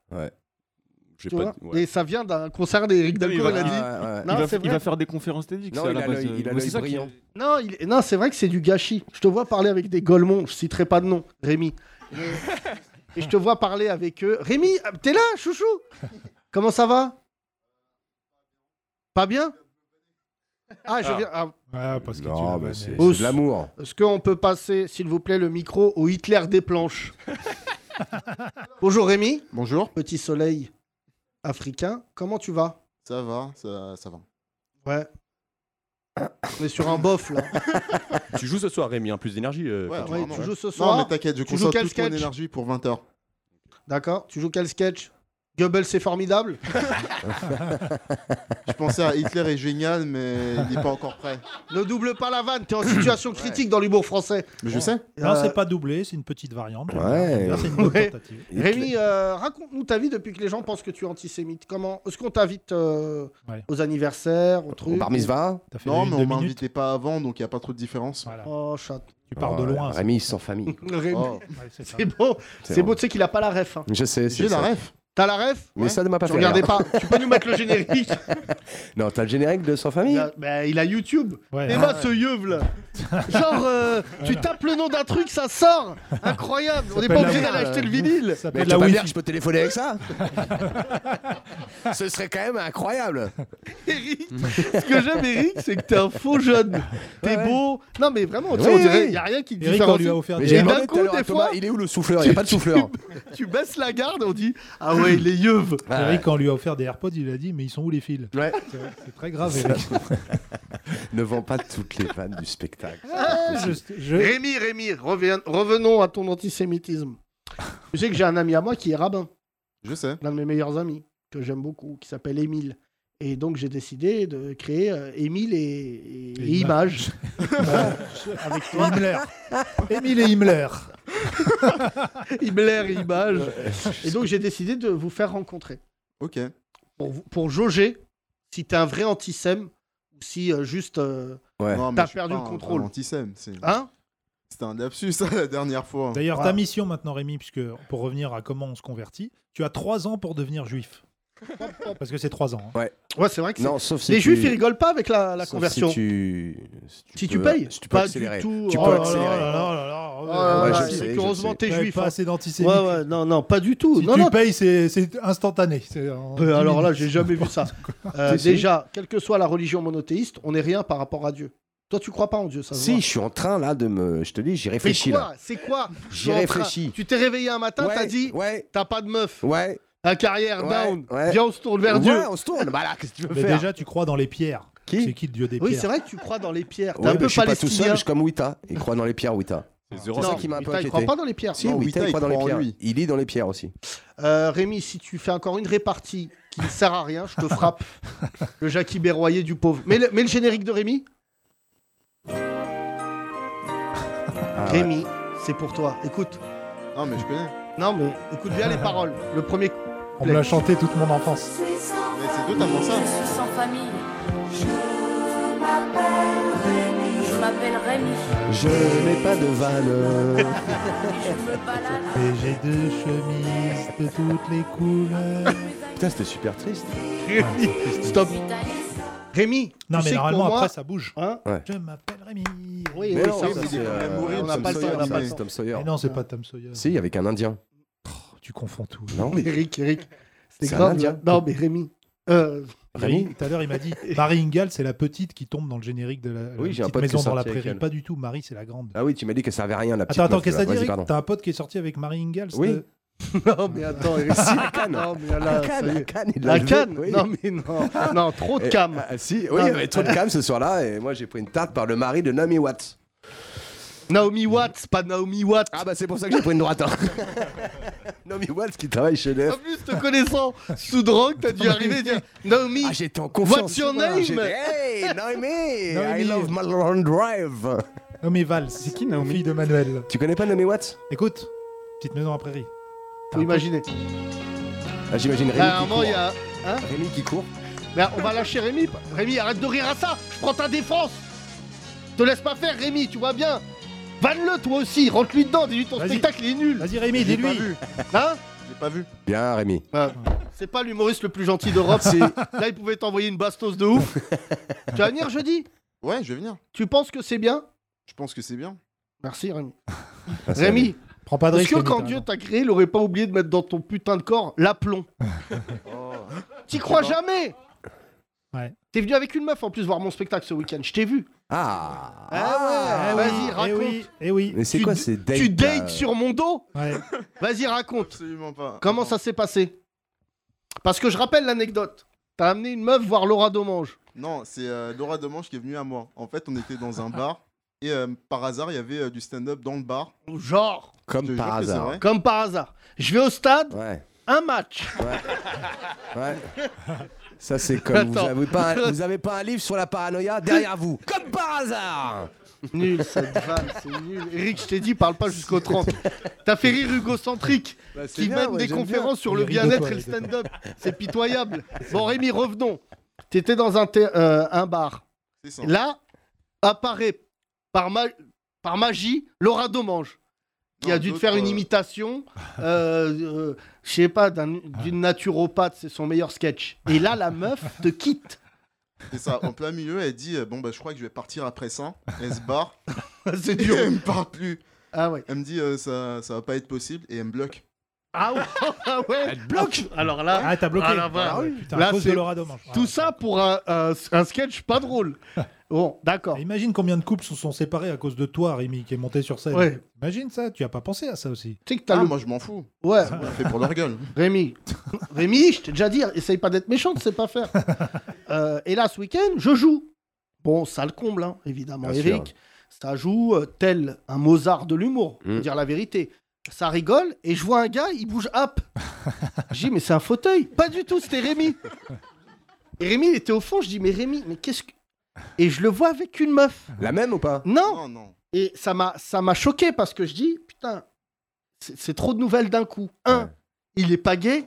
Speaker 7: j'ai
Speaker 6: tu
Speaker 7: pas-
Speaker 6: vois
Speaker 7: ouais.
Speaker 6: Et ça vient d'un concert d'Éric
Speaker 7: Non, mais il
Speaker 6: Dalcourt. Il
Speaker 7: va-
Speaker 6: a
Speaker 4: Ah,
Speaker 6: dit.
Speaker 4: ouais, ouais.
Speaker 6: Non,
Speaker 8: il, va,
Speaker 6: c'est
Speaker 8: il
Speaker 6: vrai.
Speaker 8: va faire des conférences TEDx
Speaker 4: Non,
Speaker 8: à
Speaker 4: il
Speaker 8: la
Speaker 4: a
Speaker 8: base.
Speaker 4: l'œil- il a
Speaker 8: Moi, c'est
Speaker 4: l'œil
Speaker 8: ça qui-
Speaker 4: brillant.
Speaker 6: Non, il- non, c'est vrai que c'est du gâchis. Je te vois parler avec des golemons, je citerai pas de nom, Rémi. Mais- Et je te vois parler avec eux. Rémi, ah, t'es là, chouchou Comment ça va Pas bien Ah, je
Speaker 7: Ah.
Speaker 6: viens. ah,
Speaker 5: Ouais, parce que tu
Speaker 4: Non,
Speaker 5: l'as
Speaker 4: mais
Speaker 5: pas,
Speaker 4: c'est
Speaker 5: mais-
Speaker 4: c'est de l'amour.
Speaker 6: Est-ce qu'on peut passer, s'il vous plaît, le micro au Hitler des planches Bonjour Rémi,
Speaker 9: Bonjour,
Speaker 6: petit soleil africain, comment tu vas
Speaker 9: ça va, ça, ça va.
Speaker 6: Ouais. On est sur un bof là.
Speaker 7: Tu joues ce soir, Rémi, hein, plus d'énergie. euh,
Speaker 9: Ouais,
Speaker 7: quand tu
Speaker 6: Ouais,
Speaker 7: rentres.
Speaker 6: tu joues ce
Speaker 9: Non,
Speaker 6: soir.
Speaker 9: mais t'inquiète, je
Speaker 6: tu joues
Speaker 9: concentre
Speaker 6: quel
Speaker 9: toute
Speaker 6: sketch
Speaker 9: mon énergie pour 20h.
Speaker 6: D'accord Tu joues quel sketch Goebbels, c'est formidable
Speaker 9: Je pensais à Hitler est génial, mais il n'est pas encore prêt.
Speaker 6: Ne double pas la vanne, t'es en situation critique dans l'humour français.
Speaker 9: Mais je sais. Euh,
Speaker 5: Non,
Speaker 6: Euh,
Speaker 5: c'est pas doublé, c'est une petite variante.
Speaker 4: Ouais.
Speaker 5: Là, C'est une bonne
Speaker 6: Ouais.
Speaker 5: tentative.
Speaker 6: Rémi, euh, raconte-nous ta vie depuis que les gens pensent que tu es antisémite. Comment Est-ce qu'on t'invite euh,
Speaker 5: Ouais.
Speaker 6: aux anniversaires, aux
Speaker 4: Au
Speaker 6: trucs
Speaker 4: bar mitzvah
Speaker 5: T'as fait
Speaker 9: Non,
Speaker 5: une
Speaker 9: mais
Speaker 5: deux
Speaker 9: on m'a
Speaker 5: minutes.
Speaker 9: invité pas avant, donc il n'y a pas trop de différence.
Speaker 5: Voilà.
Speaker 6: Oh, chat.
Speaker 5: Tu pars de
Speaker 4: Oh,
Speaker 5: loin.
Speaker 4: Rémi, sans famille.
Speaker 6: Rémi,
Speaker 9: Oh,
Speaker 5: c'est- ouais, c'est ça.
Speaker 6: C'est beau, c'est beau, tu sais qu'il a pas la ref. hein.
Speaker 4: Je sais, c'est
Speaker 9: J'ai la
Speaker 4: ça.
Speaker 9: ref.
Speaker 6: T'as la ref
Speaker 4: Mais ça ne m'a pas
Speaker 6: Tu
Speaker 4: fait
Speaker 6: regardais
Speaker 4: rire.
Speaker 6: pas. Tu peux nous mettre le générique
Speaker 4: Non, t'as le générique de Sans
Speaker 6: il
Speaker 4: Famille
Speaker 6: a, bah, il a YouTube.
Speaker 5: Ouais.
Speaker 6: Et moi, ce yeuve là. Genre, euh, tu tapes le nom d'un truc, ça sort. Incroyable. On n'est
Speaker 5: s'appelle euh.
Speaker 6: pas
Speaker 5: la
Speaker 6: obligé
Speaker 5: merde.
Speaker 6: d'aller acheter le vinyle.
Speaker 5: Ça s'appelle
Speaker 4: Mais
Speaker 5: la
Speaker 4: t'as pas
Speaker 5: Wi-Fi.
Speaker 4: dire que je peux téléphoner avec ça Ce serait quand même incroyable
Speaker 6: Eric, ce que j'aime, Eric, c'est que t'es un faux jeune. T'es
Speaker 4: Ouais.
Speaker 6: beau. Non, mais vraiment, tu sais,
Speaker 4: Oui,
Speaker 6: on dirait,
Speaker 4: oui.
Speaker 6: y a rien qui te
Speaker 5: Eric, on lui a
Speaker 6: différencie.
Speaker 5: offert
Speaker 4: Mais
Speaker 5: des-
Speaker 4: j'ai
Speaker 6: Et
Speaker 4: demandé
Speaker 6: d'un
Speaker 4: tout à
Speaker 6: coup,
Speaker 4: l'heure à
Speaker 6: des
Speaker 4: Thomas,
Speaker 6: fois-
Speaker 4: il est où le souffleur Il n'y a pas de souffleur.
Speaker 6: Tu baisses la garde, on dit Ah ouais, il est yeuve.
Speaker 4: Ah
Speaker 5: Eric, quand on lui a offert des AirPods, il a dit Mais ils sont où les fils
Speaker 4: Ouais.
Speaker 5: C'est vrai, C'est très grave, Eric.
Speaker 4: Ne vends pas toutes les vannes du spectacle.
Speaker 5: Je- je-
Speaker 6: Rémi, Rémi, reviens- revenons à ton antisémitisme. Tu sais que j'ai un ami à moi qui est rabbin,
Speaker 9: Je sais.
Speaker 6: l'un de mes meilleurs amis, que j'aime beaucoup, qui s'appelle Émile. Et donc j'ai décidé de créer euh, Émile et, et- et Images. Avec toi.
Speaker 5: Euh, Himmler. Émile et Himmler.
Speaker 6: Himmler et Images. Et donc j'ai décidé de vous faire rencontrer.
Speaker 9: Ok.
Speaker 6: pour, vous- pour jauger si t'es un vrai antisème ou si euh, juste. euh,
Speaker 4: Ouais.
Speaker 9: Non, mais
Speaker 6: T'as
Speaker 9: je suis
Speaker 6: perdu
Speaker 9: pas
Speaker 6: le
Speaker 9: un-
Speaker 6: contrôle.
Speaker 9: un antisème, c'est-
Speaker 6: Hein
Speaker 9: C'était un lapsus ça, la dernière fois.
Speaker 5: D'ailleurs, ta
Speaker 6: Voilà.
Speaker 5: mission maintenant, Rémi, puisque pour revenir à comment on se convertit, tu as trois ans pour devenir juif. Parce que c'est trois ans. hein.
Speaker 6: Ouais, c'est vrai que c'est-
Speaker 4: Non, sauf si
Speaker 6: les
Speaker 4: tu-
Speaker 6: juifs ils rigolent pas avec la, la
Speaker 4: sauf
Speaker 6: conversion.
Speaker 4: Si tu,
Speaker 6: Si tu
Speaker 4: peux-
Speaker 6: payes,
Speaker 4: si tu peux
Speaker 6: pas
Speaker 4: accélérer.
Speaker 6: du tout.
Speaker 4: Tu
Speaker 6: Oh
Speaker 4: peux
Speaker 6: là là
Speaker 4: accélérer.
Speaker 6: là là là là,
Speaker 5: Oh,
Speaker 6: Ah,
Speaker 4: ouais,
Speaker 6: ouais,
Speaker 4: je
Speaker 6: ouais,
Speaker 4: sais,
Speaker 6: c'est
Speaker 4: je
Speaker 6: que Heureusement, t'es
Speaker 5: ouais,
Speaker 6: juif.
Speaker 5: Pas
Speaker 6: hein.
Speaker 5: assez d'antisémite.
Speaker 6: Ouais, ouais, non, non, pas du tout.
Speaker 5: Si
Speaker 6: non,
Speaker 5: tu
Speaker 6: non.
Speaker 5: payes, c'est c'est instantané. c'est en
Speaker 6: Euh,
Speaker 5: 10
Speaker 6: alors là,
Speaker 5: minutes.
Speaker 6: j'ai jamais vu ça. Euh,
Speaker 4: Si, si.
Speaker 6: déjà, quelle que soit la religion monothéiste, on n'est rien par rapport à Dieu. Toi, tu crois pas en Dieu, ça se voit.
Speaker 4: Si, je suis en train là de me. Je te dis, j'y
Speaker 6: Mais
Speaker 4: réfléchis là.
Speaker 6: quoi C'est quoi
Speaker 4: J'y
Speaker 6: Je suis en
Speaker 4: réfléchis.
Speaker 6: train- Tu t'es réveillé un matin,
Speaker 4: Ouais,
Speaker 6: t'as dit,
Speaker 4: Ouais,
Speaker 6: t'as pas de meuf,
Speaker 4: ouais.
Speaker 6: ta carrière
Speaker 4: Ouais,
Speaker 6: down,
Speaker 4: ouais.
Speaker 6: viens on se tourne vers
Speaker 4: ouais,
Speaker 6: Dieu.
Speaker 4: on se tourne. Bah là, qu'est-ce que tu veux
Speaker 5: Mais
Speaker 4: faire
Speaker 5: déjà, tu crois dans les pierres.
Speaker 4: Qui
Speaker 5: C'est qui le dieu des
Speaker 6: Oui, c'est
Speaker 5: pierres
Speaker 6: vrai que tu crois dans les pierres. T'es
Speaker 4: Ouais,
Speaker 6: un
Speaker 4: mais
Speaker 6: peu
Speaker 4: je suis pas tout seul,
Speaker 6: palestinien.
Speaker 4: je suis comme Wita. Il croit dans les pierres, Wita.
Speaker 7: C'est
Speaker 4: C'est
Speaker 7: zéro
Speaker 4: ça
Speaker 6: Non,
Speaker 4: qui m'a un peu
Speaker 6: Putain, il croit
Speaker 4: inquiété.
Speaker 6: pas dans les pierres.
Speaker 4: Si,
Speaker 9: Non,
Speaker 4: Wita,
Speaker 9: Wita,
Speaker 4: il croit
Speaker 9: il
Speaker 4: dans les
Speaker 9: croit en
Speaker 4: pierres.
Speaker 9: lui.
Speaker 4: Il lit dans les pierres aussi.
Speaker 6: Euh, Rémi, si tu fais encore une répartie qui ne sert à rien, je te frappe. le Jackie Berroyer du pauvre. Mais le, mais le générique de Rémi
Speaker 4: Ah
Speaker 6: Rémi, c'est pour toi. Écoute.
Speaker 9: Non, mais je connais.
Speaker 6: Non, mais écoute bien les paroles. Le premier.
Speaker 5: On me l'a chanté toute mon enfance.
Speaker 9: Mais c'est totalement ça.
Speaker 2: Je suis sans famille. Je m'appelle Rémi.
Speaker 4: Je n'ai pas de valeur.
Speaker 2: Je veux pas la la.
Speaker 5: Et j'ai deux chemises de toutes les couleurs.
Speaker 4: Putain, c'était super triste.
Speaker 6: Stop. Rémi,
Speaker 5: Non,
Speaker 6: tu
Speaker 5: mais
Speaker 6: sais que pour
Speaker 5: normalement,
Speaker 6: moi,
Speaker 5: après, ça bouge.
Speaker 6: hein,
Speaker 5: Je m'appelle Rémi.
Speaker 6: Oui,
Speaker 4: Mais
Speaker 6: oui,
Speaker 4: non,
Speaker 6: ça,
Speaker 4: oui,
Speaker 6: ça,
Speaker 4: mais
Speaker 6: ça.
Speaker 4: c'est, euh,
Speaker 9: mourir,
Speaker 4: on
Speaker 6: on n'a
Speaker 4: Tom
Speaker 6: pas le temps,
Speaker 4: Sawyer,
Speaker 6: on n'a
Speaker 4: ça,
Speaker 6: pas le
Speaker 4: c'est
Speaker 6: temps.
Speaker 4: Tom Sawyer.
Speaker 5: Mais non, c'est pas Tom Sawyer.
Speaker 4: Si, avec un Indien.
Speaker 5: Tu confonds tout.
Speaker 4: Non
Speaker 6: Eric, Eric.
Speaker 4: C'est
Speaker 6: C'était
Speaker 4: un
Speaker 6: grave.
Speaker 4: Indien.
Speaker 6: là. Non, mais Rémi. Euh,
Speaker 4: Rémi
Speaker 5: Tout à l'heure, il m'a dit Marie Ingall, c'est la petite qui tombe dans le générique de la, la
Speaker 4: Oui, j'ai un
Speaker 5: petite
Speaker 4: pote qui est
Speaker 5: maison dans
Speaker 4: sorti
Speaker 5: la
Speaker 4: avec
Speaker 5: prairie.
Speaker 4: elle.
Speaker 5: Pas du tout, Marie, c'est la grande.
Speaker 4: Ah oui, tu m'as dit qu'elle servait à rien la petite.
Speaker 5: attends, attends,
Speaker 4: meuf,
Speaker 5: qu'est-ce que
Speaker 4: là.
Speaker 5: t'as
Speaker 4: Vas-y,
Speaker 5: dit, Eric
Speaker 4: pardon.
Speaker 5: T'as un pote qui est sorti avec Marie Ingalls
Speaker 4: Oui.
Speaker 5: euh,
Speaker 6: non, mais attends, Eric.
Speaker 4: Si, la canne.
Speaker 6: Non, mais
Speaker 4: La
Speaker 6: là, ça
Speaker 4: canne,
Speaker 6: y
Speaker 4: la
Speaker 6: est.
Speaker 4: canne, Ah, il
Speaker 6: La
Speaker 4: levé,
Speaker 6: canne
Speaker 4: oui.
Speaker 6: Non, mais non. Non, trop de
Speaker 4: Et-
Speaker 6: cam.
Speaker 4: Ah, si, oui, il y avait trop de cam ce soir-là, et moi j'ai pris une tarte par le mari de Naomi Watts.
Speaker 6: Naomi Watts, pas Naomi Watts.
Speaker 4: Ah bah c'est pour ça que j'ai pris une droite. hein. Naomi Watts qui travaille chez
Speaker 6: En
Speaker 4: Def.
Speaker 6: plus, te eh. connaissant sous drogue, t'as dû arriver et dire Naomi.
Speaker 4: Ah j'étais en confiance.
Speaker 6: What's your
Speaker 4: moi,
Speaker 6: name
Speaker 4: j'étais, Hey Naomi,
Speaker 5: Naomi.
Speaker 4: I love Mulholland Drive.
Speaker 5: Naomi Valls. C'est qui, Naomi Fille de Manuel.
Speaker 4: Tu connais pas Naomi Watts
Speaker 5: Écoute, petite maison dans la prairie.
Speaker 6: Faut imaginer.
Speaker 4: ah, J'imagine Rémi,
Speaker 6: À un
Speaker 4: qui
Speaker 6: moment,
Speaker 4: court.
Speaker 6: il y a.
Speaker 4: Rémi qui court.
Speaker 6: Mais on va lâcher Rémi. Rémi, arrête de rire à ça. Je prends ta défense. Te laisse pas faire, Rémi, tu vois bien. Vanne-le, toi aussi. Rentre-lui dedans. Dis-lui ton
Speaker 5: Vas-y.
Speaker 6: spectacle, il est nul.
Speaker 5: Vas-y, Rémi,
Speaker 9: J'ai pas
Speaker 5: dis-lui.
Speaker 9: vu.
Speaker 6: Hein
Speaker 9: J'ai pas vu.
Speaker 4: Bien Rémi.
Speaker 6: Ah. C'est pas l'humoriste le plus gentil d'Europe. Là, il pouvait t'envoyer une bastos de ouf. tu vas venir jeudi
Speaker 9: Ouais, je vais venir.
Speaker 6: Tu penses que c'est bien
Speaker 9: Je pense que c'est bien.
Speaker 6: Merci, Rémi.
Speaker 4: Ah, c'est
Speaker 6: Rémi,
Speaker 5: Bah, Prends pas de
Speaker 6: Est-ce
Speaker 5: risque.
Speaker 6: que
Speaker 5: Rémi,
Speaker 6: quand
Speaker 5: t'as
Speaker 6: Dieu
Speaker 5: raison.
Speaker 6: t'a créé, il aurait pas oublié de mettre dans ton putain de corps l'aplomb
Speaker 9: Oh.
Speaker 6: T'y crois jamais
Speaker 5: Ouais.
Speaker 6: T'es venu avec une meuf en plus voir mon spectacle ce week-end, je t'ai vu.
Speaker 4: Ah.
Speaker 6: Ah
Speaker 5: Eh
Speaker 6: ouais,
Speaker 5: oui,
Speaker 6: vas-y, raconte.
Speaker 5: Eh oui, eh oui.
Speaker 4: Mais c'est
Speaker 6: Tu
Speaker 4: quoi
Speaker 6: d-
Speaker 4: ces dates
Speaker 6: tu
Speaker 4: là
Speaker 6: dates sur mon dos
Speaker 5: Ouais.
Speaker 6: Vas-y, raconte.
Speaker 9: Absolument pas.
Speaker 6: Comment ça s'est passé Parce que je rappelle l'anecdote. T'as amené une meuf voir Laura Domange.
Speaker 9: Non, c'est euh, Laura Demange qui est venue à moi. En fait, on était dans un bar et euh, par hasard, il y avait euh, du stand-up dans le bar.
Speaker 6: Genre,
Speaker 9: Je te
Speaker 4: Comme
Speaker 9: jure
Speaker 4: par
Speaker 9: que c'est
Speaker 4: hasard.
Speaker 9: vrai.
Speaker 6: comme par hasard. Je vais au stade,
Speaker 4: Ouais.
Speaker 6: un match.
Speaker 4: Ouais. Ça c'est comme vous
Speaker 6: Attends.
Speaker 4: avez pas un, vous avez pas un livre sur la paranoïa derrière vous. Comme par hasard.
Speaker 6: Nul cette vanne, c'est nul. Eric, je t'ai dit, parle pas jusqu'au 30. T'as fait rire Hugocentrique,
Speaker 4: Bah, c'est
Speaker 6: qui
Speaker 4: bien,
Speaker 6: mène
Speaker 4: ouais,
Speaker 6: des
Speaker 4: j'aime
Speaker 6: conférences sur
Speaker 5: Il
Speaker 6: le
Speaker 5: rit de
Speaker 6: bien-être
Speaker 5: toi,
Speaker 6: et le
Speaker 5: il rit de
Speaker 6: stand-up. C'est pitoyable. Bon, Rémi, revenons. T'étais dans un, thé- euh, un bar.
Speaker 9: C'est ça.
Speaker 6: Là, apparaît par, ma- par magie Laura Domange, qui
Speaker 9: Non,
Speaker 6: a dû te
Speaker 9: d'autres,
Speaker 6: faire une
Speaker 9: euh,
Speaker 6: imitation, euh, euh, je sais pas, d'un- d'une naturopathe, c'est son meilleur sketch. Et là, la meuf te quitte.
Speaker 9: C'est ça. En plein milieu, elle dit euh, Bon, bah, je crois que je vais partir après ça. Elle se barre.
Speaker 6: c'est
Speaker 9: Et
Speaker 6: dur.
Speaker 9: elle me parle plus.
Speaker 6: Ah ouais.
Speaker 9: Elle me dit euh, ça, ça va pas être possible et elle me bloque.
Speaker 6: Ah ouais. Ah ouais.
Speaker 4: Elle bloque.
Speaker 6: Alors là.
Speaker 5: Ah, t'as bloqué.
Speaker 6: Ah, la vache.
Speaker 5: Ah ouais, Putain,
Speaker 6: Là,
Speaker 5: à cause
Speaker 6: c'est-
Speaker 5: de Laura Domange.
Speaker 6: Tout ça pour un, un- un sketch pas drôle. Bon, d'accord.
Speaker 5: Imagine combien de couples se sont séparés à cause de toi, Rémi, qui est monté sur scène.
Speaker 6: Ouais.
Speaker 5: Imagine ça, tu as pas pensé à ça aussi.
Speaker 6: Tu sais que t'as
Speaker 9: Ah,
Speaker 6: le.
Speaker 9: moi je m'en fous.
Speaker 6: Ouais,
Speaker 9: On l'a fait pour leur gueule.
Speaker 6: Rémi. Rémi, je t'ai déjà dit, essaye pas d'être méchant, tu sais pas faire. Euh, et là, ce week-end, je joue. Bon, ça le comble, hein, évidemment,
Speaker 4: Bien
Speaker 6: Eric. Ça joue euh, tel un Mozart de l'humour, pour
Speaker 4: Mm.
Speaker 6: dire la vérité. Ça rigole, et je vois un gars, il bouge hop. J'ai dit, mais c'est un fauteuil. Pas du tout, c'était Rémi. Et Rémi, il était au fond, je dis, mais Rémi, mais qu'est-ce que. Et je le vois avec une meuf.
Speaker 4: La même ou pas
Speaker 6: Non,
Speaker 9: Non, non.
Speaker 6: Et ça m'a, ça m'a choqué parce que je dis, putain, c'est c'est trop de nouvelles d'un coup. Un,
Speaker 4: Ouais.
Speaker 6: il est pas gay.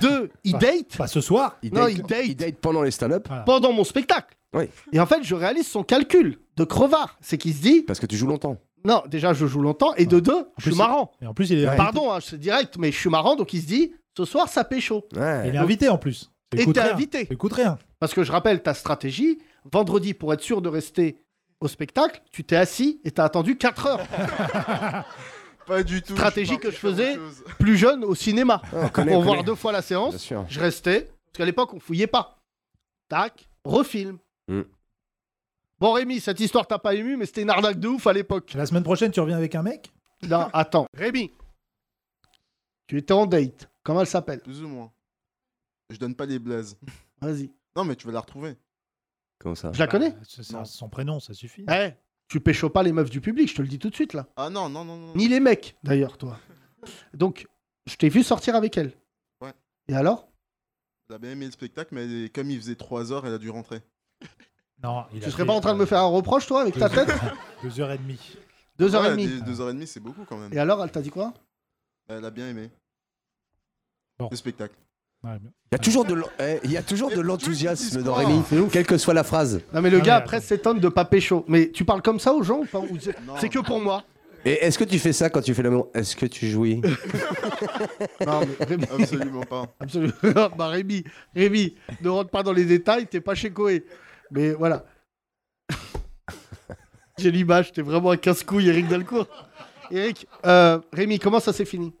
Speaker 6: Deux, il date
Speaker 5: Pas ce soir.
Speaker 4: Il
Speaker 6: Non,
Speaker 4: date,
Speaker 6: il date.
Speaker 4: il date pendant les stand-up
Speaker 6: pendant mon spectacle.
Speaker 4: Oui.
Speaker 6: Et en fait, je réalise son calcul de crevard. C'est qu'il se dit,
Speaker 4: parce que tu joues longtemps.
Speaker 6: non, déjà, je joue longtemps. Et de deux, je
Speaker 5: plus,
Speaker 6: suis marrant.
Speaker 5: Et en plus, il est,
Speaker 6: Pardon, hein, c'est direct, mais je suis marrant. Donc il se dit, ce soir, ça pécho.
Speaker 4: Ouais.
Speaker 5: il est invité en plus. Ça
Speaker 6: Et
Speaker 5: coûte
Speaker 6: t'es
Speaker 5: rien.
Speaker 6: invité.
Speaker 5: Ça coûte rien.
Speaker 6: Parce que je rappelle ta stratégie. Vendredi, pour être sûr de rester au spectacle, tu t'es assis et t'as attendu 4 heures.
Speaker 9: Pas du tout.
Speaker 6: Stratégie que
Speaker 9: parti
Speaker 6: je
Speaker 9: faire autre
Speaker 6: faisais.
Speaker 9: chose.
Speaker 6: Plus jeune, au cinéma.
Speaker 4: Ah, on connaît,
Speaker 6: Pour
Speaker 4: on
Speaker 6: voir
Speaker 4: connaît.
Speaker 6: deux fois la
Speaker 4: Bien
Speaker 6: séance,
Speaker 4: sûr.
Speaker 6: je restais. Parce qu'à l'époque, on fouillait pas. Tac, refilme.
Speaker 4: Mm.
Speaker 6: Bon, Rémi, cette histoire t'a pas ému, mais c'était une arnaque de ouf à l'époque.
Speaker 5: La semaine prochaine, tu reviens avec un mec
Speaker 6: Non, attends. Rémi, tu étais en date. Comment elle s'appelle
Speaker 9: Plus ou moins. Je donne pas les blazes.
Speaker 6: Vas-y.
Speaker 9: Non, mais tu vas la retrouver.
Speaker 4: Comment ça
Speaker 6: Je la connais
Speaker 5: Bah, c'est- c'est Son prénom, ça suffit.
Speaker 6: Eh, tu pécho pas les meufs du public, je te le dis tout de suite là.
Speaker 9: Ah non, non, non, non.
Speaker 6: Ni les mecs, d'ailleurs, toi. Donc, je t'ai vu sortir avec elle.
Speaker 9: Ouais.
Speaker 6: Et alors
Speaker 9: Elle a bien aimé le spectacle, mais comme il faisait 3 heures, elle a dû rentrer.
Speaker 5: Non, il euh,
Speaker 6: Tu serais pas en train de me faire un reproche, toi, avec ta tête
Speaker 5: Deux heures et demie.
Speaker 6: Deux heures
Speaker 9: Ouais,
Speaker 6: et demie.
Speaker 9: des- Deux heures et demie, c'est beaucoup quand même.
Speaker 6: Et alors, elle t'a dit quoi
Speaker 9: Elle a bien aimé.
Speaker 5: Bon.
Speaker 9: Le spectacle.
Speaker 5: Ouais, mais-
Speaker 4: Il y a toujours de l'en- eh, il y a toujours de l'enthousiasme dans Rémi, quelle que soit la phrase.
Speaker 6: Oh. Non, mais le
Speaker 5: Ah,
Speaker 6: gars,
Speaker 5: merde.
Speaker 6: après, s'étonne de pas pécho. Mais tu parles comme ça aux gens ou pas Ou c'est-
Speaker 9: Non.
Speaker 6: C'est que pour moi.
Speaker 4: Et est-ce que tu fais ça quand tu fais l'amour Est-ce que tu jouis
Speaker 6: Non, mais Rémi,
Speaker 9: Absolument pas.
Speaker 6: absolument. bah, Rémi, Rémi, ne rentre pas dans les détails, t'es pas chez Koé. Mais voilà. J'ai l'image, t'es vraiment un casse-couille, Eric Delcourt. Eric, euh, Rémi, comment ça s'est fini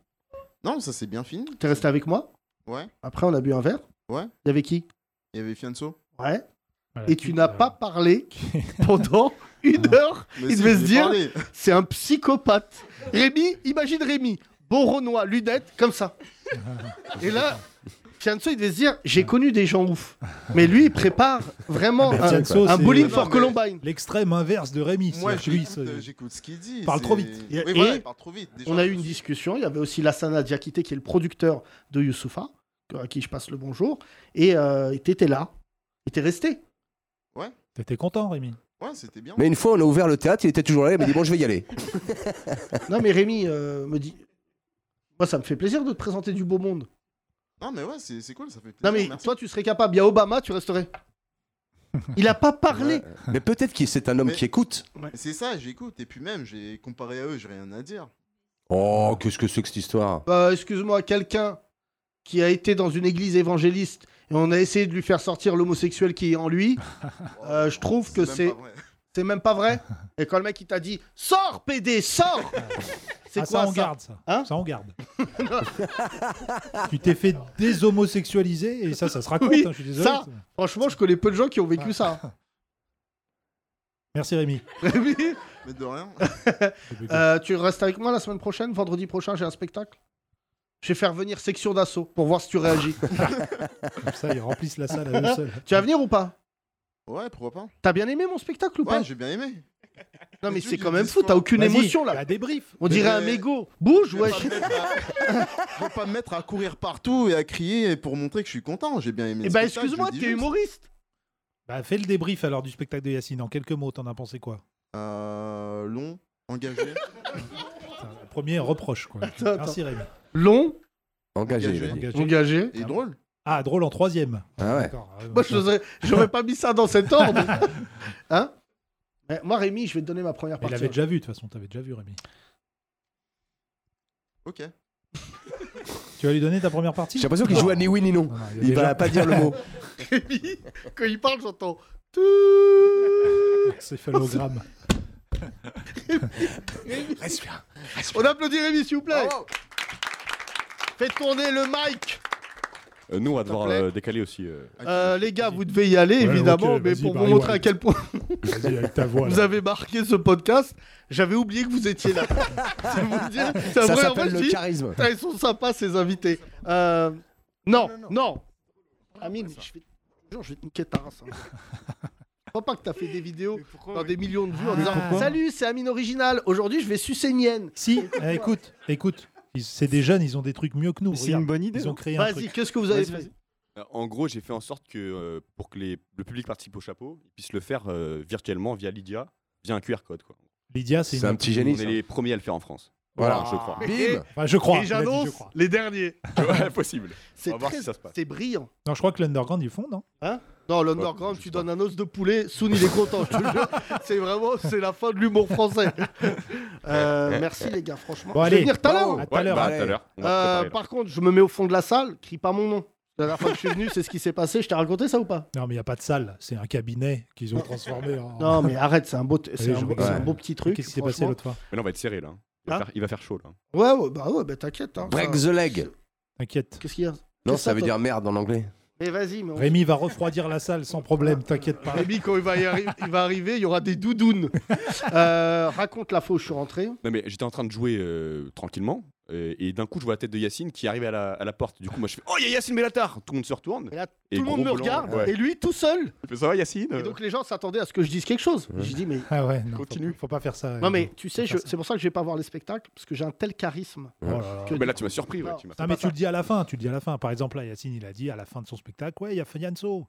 Speaker 9: Non, ça c'est bien fini.
Speaker 6: T'es resté avec moi
Speaker 9: Ouais.
Speaker 6: Après, on a bu un verre
Speaker 9: Ouais.
Speaker 6: Il y avait qui
Speaker 9: Il y avait Fianso.
Speaker 6: Ouais.
Speaker 5: Voilà,
Speaker 6: Et tu
Speaker 5: qui-
Speaker 6: n'as
Speaker 5: euh,
Speaker 6: pas parlé pendant une heure.
Speaker 9: Ah, Mais
Speaker 6: Il
Speaker 9: si,
Speaker 6: devait
Speaker 9: j'ai
Speaker 6: se dire-
Speaker 9: parlé.
Speaker 6: C'est un psychopathe. Rémi, imagine Rémi. Bon Renoir, lunettes, comme ça. Et là, Fianso, il devait se dire J'ai connu des gens ouf. Mais lui, il prépare vraiment
Speaker 5: Mais
Speaker 6: un,
Speaker 5: Bah, Fianso,
Speaker 6: un
Speaker 5: c'est-
Speaker 6: bowling
Speaker 9: Non,
Speaker 6: for
Speaker 9: mais-
Speaker 6: Columbine.
Speaker 5: L'extrême inverse de Rémi.
Speaker 9: Moi,
Speaker 5: c'est-à-dire que lui,
Speaker 9: j'écoute,
Speaker 5: c'est-
Speaker 9: euh, j'écoute ce qu'il dit.
Speaker 5: Parle
Speaker 9: c'est-
Speaker 5: trop vite.
Speaker 9: Oui,
Speaker 6: Et-
Speaker 9: voilà, il parle trop vite. Déjà,
Speaker 6: On a eu une discussion. Il y avait aussi Lassana Diakité, qui est le producteur de Youssoufa, à qui je passe le bonjour. Et euh, t'étais là. Et t'es resté.
Speaker 5: T'étais content, Rémi
Speaker 9: Ouais, c'était bien.
Speaker 4: Mais une fois, on a ouvert le théâtre, il était toujours là, il m'a dit bon, je vais y aller.
Speaker 6: Non, mais Rémi euh, me dit Moi, ça me fait plaisir de te présenter du beau monde.
Speaker 9: Non, mais ouais, c'est c'est cool, ça fait plaisir.
Speaker 6: Non, mais
Speaker 9: merci.
Speaker 6: toi, tu serais capable. Il y a Obama, tu resterais. Il a pas parlé.
Speaker 4: Mais peut-être que c'est un homme
Speaker 9: Mais-
Speaker 4: qui écoute.
Speaker 9: Mais C'est ça, j'écoute. Et puis même, j'ai comparé à eux, j'ai rien à dire.
Speaker 4: Oh, qu'est-ce que c'est que cette histoire
Speaker 6: Bah, excuse-moi, quelqu'un qui a été dans une église évangéliste et on a essayé de lui faire sortir l'homosexuel qui est en lui, Euh, je trouve que
Speaker 9: même
Speaker 6: c'est-
Speaker 9: pas vrai.
Speaker 6: c'est même pas vrai. Et quand le mec il t'a dit Sors, PD, sors C'est quoi
Speaker 5: Ah, ça
Speaker 6: ça,
Speaker 5: on garde ça.
Speaker 6: Hein
Speaker 5: ça on garde. tu t'es fait déshomosexualiser et ça, ça se raconte.
Speaker 6: Oui,
Speaker 5: hein, je suis désolé.
Speaker 6: ça. Franchement, je connais peu de gens qui ont vécu ça.
Speaker 5: Merci Rémi.
Speaker 6: Rémi,
Speaker 9: Mais de rien.
Speaker 6: euh, tu restes avec moi la semaine prochaine, vendredi prochain, j'ai un spectacle. Je vais faire venir section d'assaut pour voir si tu réagis.
Speaker 5: Comme ça, ils remplissent la salle à eux seuls.
Speaker 6: tu vas venir ou pas
Speaker 9: Ouais, pourquoi pas
Speaker 6: T'as bien aimé mon spectacle ou pas
Speaker 9: Ouais, j'ai bien aimé.
Speaker 6: Non mais
Speaker 9: tu
Speaker 6: c'est
Speaker 9: dis
Speaker 6: quand même fou,
Speaker 9: discours.
Speaker 6: t'as aucune
Speaker 5: Vas-y,
Speaker 6: émotion là.
Speaker 5: bah, débrief.
Speaker 6: On dirait un
Speaker 9: Mais-
Speaker 6: mégot. Bouge,
Speaker 9: Je vais,
Speaker 6: wesh.
Speaker 9: pas me mettre à- je vais pas me mettre à courir partout et à crier pour montrer que je suis content. J'ai bien aimé.
Speaker 6: Eh
Speaker 9: le
Speaker 6: ben
Speaker 9: spectacle, je
Speaker 6: excuse-moi,
Speaker 9: le dis
Speaker 6: t'es
Speaker 9: juste.
Speaker 6: humoriste.
Speaker 5: Bah, fais le débrief alors du spectacle de Yacine. En quelques mots, t'en as pensé quoi
Speaker 9: Euh, long, engagé.
Speaker 5: Putain, le Premier reproche quoi.
Speaker 6: Attends,
Speaker 5: Merci Rémi.
Speaker 6: Long,
Speaker 4: Engagé. il a
Speaker 9: Engagé.
Speaker 4: dit.
Speaker 5: Engagé.
Speaker 6: engagé.
Speaker 9: Et drôle.
Speaker 5: Ah drôle en troisième.
Speaker 4: Ah ouais.
Speaker 5: D'accord. Ah,
Speaker 6: Moi,
Speaker 5: ouais,
Speaker 6: je n'aurais- j'aurais pas mis ça dans cet ordre. Hein Eh, Moi, Rémi, je vais te donner ma première
Speaker 5: Mais il
Speaker 6: partie.
Speaker 5: l'avait déjà vu de toute façon. T'avais déjà vu Rémi.
Speaker 9: Ok.
Speaker 5: Tu vas lui donner ta première partie
Speaker 4: J'ai l'impression qu'il joue à ni oui ni non.
Speaker 5: Non, non, il y a
Speaker 4: Il
Speaker 5: déjà-
Speaker 4: va pas dire le mot.
Speaker 6: Rémi, quand il parle, j'entends. tout.
Speaker 5: Céphalogramme.
Speaker 4: Reste bien.
Speaker 6: On applaudit Rémi, s'il vous plaît. Fais tourner le mic.
Speaker 7: Euh, nous, on va devoir
Speaker 6: plaît.
Speaker 7: euh, décaler aussi. euh.
Speaker 9: Ah,
Speaker 6: Euh, les gars, vous devez y aller,
Speaker 5: Ouais,
Speaker 6: évidemment,
Speaker 5: ok,
Speaker 6: mais
Speaker 5: vas-y, bah.
Speaker 6: pour vous
Speaker 5: Barry
Speaker 6: montrer à
Speaker 5: White.
Speaker 6: quel point
Speaker 5: Vas-y avec ta voix. là.
Speaker 6: vous avez marqué ce podcast, j'avais oublié que vous étiez là. C'est vous dire, c'est la
Speaker 4: Ça
Speaker 6: première fois
Speaker 4: s'appelle
Speaker 6: que je
Speaker 4: le
Speaker 6: dis,
Speaker 4: charisme.
Speaker 6: Putain, ils sont sympas ces invités. Euh, non, non,
Speaker 5: Ah,
Speaker 6: Amine, je vais, je jure, je vais te niquer ta race. hein. Je crois pas que t'as fait des vidéos dans des millions de vues en disant
Speaker 5: pourquoi
Speaker 6: Salut, c'est Amine Original. Aujourd'hui, je vais sucer Nienne.
Speaker 5: Si, eh, écoute, écoute. Ils- C'est des jeunes, ils ont des trucs mieux que nous.
Speaker 8: C'est
Speaker 5: regarde.
Speaker 8: une bonne idée.
Speaker 5: Ils ont créé un
Speaker 6: Vas-y,
Speaker 5: truc.
Speaker 6: qu'est-ce que vous avez
Speaker 8: Vas-y,
Speaker 6: fait
Speaker 7: Euh, En gros, j'ai fait en sorte que euh, pour que les- le public participe au chapeau, il puisse le faire euh, virtuellement via Lydia, via un QR code. Quoi.
Speaker 5: Lydia, c'est
Speaker 4: C'est
Speaker 5: une...
Speaker 4: un petit
Speaker 7: On
Speaker 4: génie.
Speaker 7: est
Speaker 4: ça.
Speaker 7: les premiers à le faire en France.
Speaker 4: Voilà.
Speaker 7: je
Speaker 6: Ah,
Speaker 7: crois.
Speaker 4: Bim.
Speaker 5: Enfin, je
Speaker 6: Et
Speaker 5: crois. il a dit,
Speaker 6: j'annonce
Speaker 5: je crois.
Speaker 6: les derniers.
Speaker 7: Ouais, possible.
Speaker 6: C'est
Speaker 7: On va voir
Speaker 6: très-
Speaker 7: si ça se passe.
Speaker 6: C'est brillant.
Speaker 5: Non, je crois que l'Underground, ils font, non
Speaker 6: Hein Non, l'underground,
Speaker 7: je
Speaker 6: tu
Speaker 7: sais pas.
Speaker 6: donnes un os de poulet, Soun il est content, je te jure. C'est vraiment, c'est la fin de l'humour français. Euh, merci les gars, franchement.
Speaker 5: Bon,
Speaker 6: je
Speaker 5: allez.
Speaker 6: vais venir tout à l'heure.
Speaker 5: À tout à
Speaker 7: Ouais,
Speaker 5: l'heure.
Speaker 7: bah,
Speaker 4: allez.
Speaker 7: à tout à l'heure. On va
Speaker 6: Euh,
Speaker 7: préparer, là.
Speaker 6: par contre, je me mets au fond de la salle, crie pas mon nom. La dernière fois que je suis venu, c'est ce qui s'est passé. Je t'ai raconté ça ou pas
Speaker 5: Non, mais il n'y a pas de salle. C'est un cabinet qu'ils ont transformé en.
Speaker 6: Non, mais arrête, c'est un beau, t- c'est
Speaker 5: je
Speaker 6: un,
Speaker 5: vois.
Speaker 6: c'est un
Speaker 4: Ouais.
Speaker 6: beau petit truc.
Speaker 5: Qu'est-ce qui s'est passé l'autre fois
Speaker 7: Mais là, on va être serré, là. Il va,
Speaker 6: Hein
Speaker 7: faire, il va faire chaud, là.
Speaker 6: franchement. Ouais, ouais, bah ouais, bah t'inquiète. hein,
Speaker 4: Break
Speaker 6: ça-
Speaker 4: the leg.
Speaker 5: T'inquiète.
Speaker 6: Qu'est-ce qu'il y a
Speaker 4: Non,
Speaker 6: Qu'est-ce
Speaker 4: ça
Speaker 6: que
Speaker 4: veut
Speaker 6: toi
Speaker 4: dire merde en anglais.
Speaker 6: Mais vas-y, mais on-
Speaker 5: Rémi va refroidir la salle sans problème, t'inquiète pas.
Speaker 6: Rémi, quand il va, y arri- il va arriver, il y aura des doudounes. Euh, raconte la fois où je suis rentré.
Speaker 7: Non, mais j'étais en train de jouer euh, tranquillement. Et, et d'un coup, je vois la tête de Yacine qui arrive à la, à la porte. Du coup, moi, je fais Oh, il y a Yacine Bellatar Tout le monde se retourne.
Speaker 6: Et là,
Speaker 7: Et
Speaker 6: tout le
Speaker 7: gros
Speaker 6: monde me
Speaker 7: blanc,
Speaker 6: regarde,
Speaker 7: ouais.
Speaker 6: et lui tout seul.
Speaker 7: Il fait, Ça va, Yacine
Speaker 6: Et donc les gens s'attendaient à ce que je dise quelque chose. Je dis, mais.
Speaker 5: Ah ouais, non,
Speaker 7: Continue.
Speaker 5: Faut, faut pas faire ça.
Speaker 6: Non,
Speaker 5: Rémi.
Speaker 6: mais tu sais,
Speaker 5: faut
Speaker 6: je-
Speaker 5: faire ça.
Speaker 6: c'est pour ça que je vais pas voir les spectacles, parce que j'ai un tel charisme.
Speaker 5: Oh là là.
Speaker 6: que-
Speaker 7: Mais là, tu m'as surpris. Ouais, tu m'as-
Speaker 5: Non,
Speaker 6: c'est
Speaker 5: mais
Speaker 6: pas
Speaker 5: tu
Speaker 6: ça.
Speaker 5: le dis à la fin, tu le dis à la fin. Par exemple, là, Yacine, il a dit à la fin de son spectacle, ouais, il y a Fianso.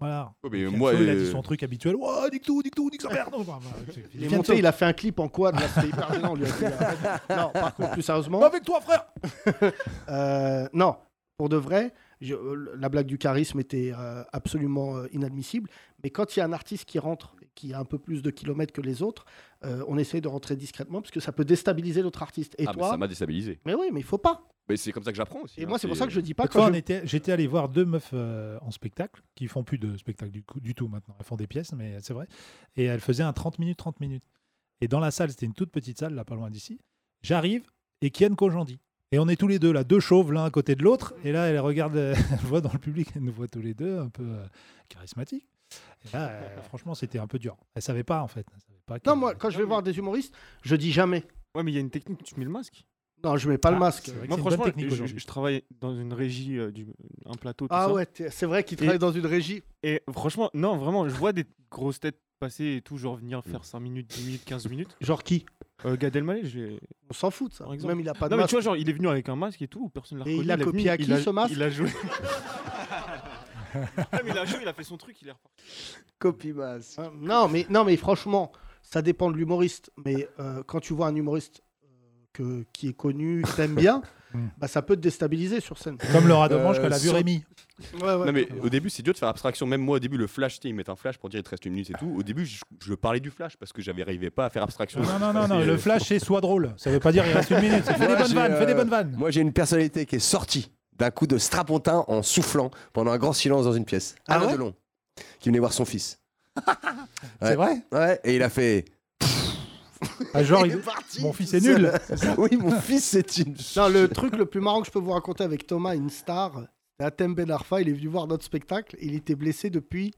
Speaker 5: Voilà.
Speaker 7: Ouais, mais
Speaker 5: Fianso,
Speaker 7: moi,
Speaker 5: il a dit
Speaker 7: euh,
Speaker 5: son truc habituel. Ouais, nique tout, nique tout, nique sa merde. Non, bah, bah, c'est-
Speaker 6: Il est
Speaker 5: Fianso.
Speaker 6: monté, il a fait un clip en quad, là, c'était hyper gênant, on lui a dit, euh, Non, par contre, plus sérieusement,
Speaker 5: Avec toi, frère
Speaker 6: euh, non, pour de vrai, je- euh, la blague du charisme était euh, absolument euh, inadmissible. Mais quand il y a un artiste qui rentre, qui a un peu plus de kilomètres que les autres, euh, on essaye de rentrer discrètement, parce que ça peut déstabiliser l'autre artiste. Et
Speaker 7: Ah, mais
Speaker 6: toi
Speaker 7: ça m'a déstabilisé.
Speaker 6: Mais oui, mais il faut pas.
Speaker 7: Mais c'est comme ça que j'apprends aussi.
Speaker 6: Et
Speaker 7: hein,
Speaker 6: moi, c'est pour ça que je dis pas
Speaker 5: L'autre fois,
Speaker 6: quand
Speaker 5: on
Speaker 6: je...
Speaker 5: était- j'étais allé voir deux meufs euh, en spectacle, qui font plus de spectacle du, coup- du tout maintenant. Elles font des pièces, mais c'est vrai. Et elles faisaient un 30 minutes, 30 minutes. Et dans la salle, c'était une toute petite salle, là, pas loin d'ici. J'arrive et Kian Kojandi. Et on est tous les deux, là, deux chauves, l'un à côté de l'autre. Et là, elle regarde, euh, elle voit dans le public, elle nous voit tous les deux, un peu euh, charismatiques. Et là, euh, franchement, c'était un peu dur. Elle savait pas, en fait. Elle savait pas
Speaker 6: Non,
Speaker 5: que-
Speaker 6: moi, quand je vais voir des humoristes, je dis jamais.
Speaker 8: Ouais, Ah, mais il y a une technique, tu mets le masque.
Speaker 6: Non, je mets pas le
Speaker 5: Ah,
Speaker 6: masque.
Speaker 5: c'est vrai que
Speaker 8: Moi,
Speaker 5: c'est une bonne
Speaker 8: franchement,
Speaker 5: technique
Speaker 8: je,
Speaker 5: aujourd'hui.
Speaker 8: je travaille dans une régie, euh, du, un plateau, tout
Speaker 6: Ah
Speaker 8: ça.
Speaker 6: ouais, t'es- c'est vrai qu'il travaille dans une régie.
Speaker 8: Et franchement, non, vraiment, je vois des grosses têtes passer et tout, genre venir
Speaker 5: Mm.
Speaker 8: faire 5 minutes, 10 minutes, 15 minutes.
Speaker 6: Genre qui
Speaker 8: Euh, Gad Elmaleh, j'ai.
Speaker 6: On s'en fout de ça.
Speaker 8: Par exemple.
Speaker 6: Même il a pas de
Speaker 8: Non, mais
Speaker 6: masque.
Speaker 8: tu vois, genre, il est venu avec un masque et tout, personne l'a
Speaker 6: Et il
Speaker 8: reconnu.
Speaker 6: l'a
Speaker 8: est
Speaker 6: copié
Speaker 8: venu,
Speaker 6: à
Speaker 8: il
Speaker 6: qui,
Speaker 8: a-
Speaker 6: ce masque
Speaker 8: Il a joué. Ah, mais il a joué, il a fait son truc, il est reparti.
Speaker 4: Copy masque.
Speaker 8: Ah,
Speaker 6: Hein, Non, mais non, mais franchement, ça dépend de l'humoriste. Mais euh, quand tu vois un humoriste euh, que, qui est connu, que t'aimes bien,
Speaker 8: Mm.
Speaker 6: bah ça peut te déstabiliser sur scène.
Speaker 5: Comme Laura Domange,
Speaker 4: Euh,
Speaker 5: quand elle a vu
Speaker 4: sur-
Speaker 5: Rémi.
Speaker 6: Ouais, ouais.
Speaker 7: Non mais au début c'est dur de faire abstraction. Même moi au début le flash, tu sais, ils mettent un flash pour dire il te reste une minute et tout. Au début je, je parlais du flash parce que j'avais arrivé pas à faire abstraction.
Speaker 5: Non, non, non,
Speaker 7: C'est- euh,
Speaker 5: non, le flash, c'est soit drôle. Ça veut pas dire il reste une minute. Fais des
Speaker 4: Moi,
Speaker 5: bonnes
Speaker 4: j'ai,
Speaker 5: vannes, fais des
Speaker 4: euh,
Speaker 5: bonnes vannes.
Speaker 4: Moi, j'ai une personnalité qui est sortie d'un coup de strapontin en soufflant pendant un grand silence dans une pièce.
Speaker 6: Ah
Speaker 4: Alain
Speaker 6: ouais
Speaker 4: Delon, qui venait voir son fils.
Speaker 5: C'est vrai
Speaker 4: Ouais, et il a fait.
Speaker 5: Ah, Genre,
Speaker 4: Il
Speaker 5: il-
Speaker 4: est parti
Speaker 5: mon
Speaker 4: tout
Speaker 5: fils est
Speaker 4: seul. Ah
Speaker 5: nul.
Speaker 4: oui, mon fils, c'est une.
Speaker 6: Non, le truc le plus marrant que je peux vous raconter avec Thomas, une star, c'est Atem Ben Arfa. Il est venu voir notre spectacle. Il était blessé depuis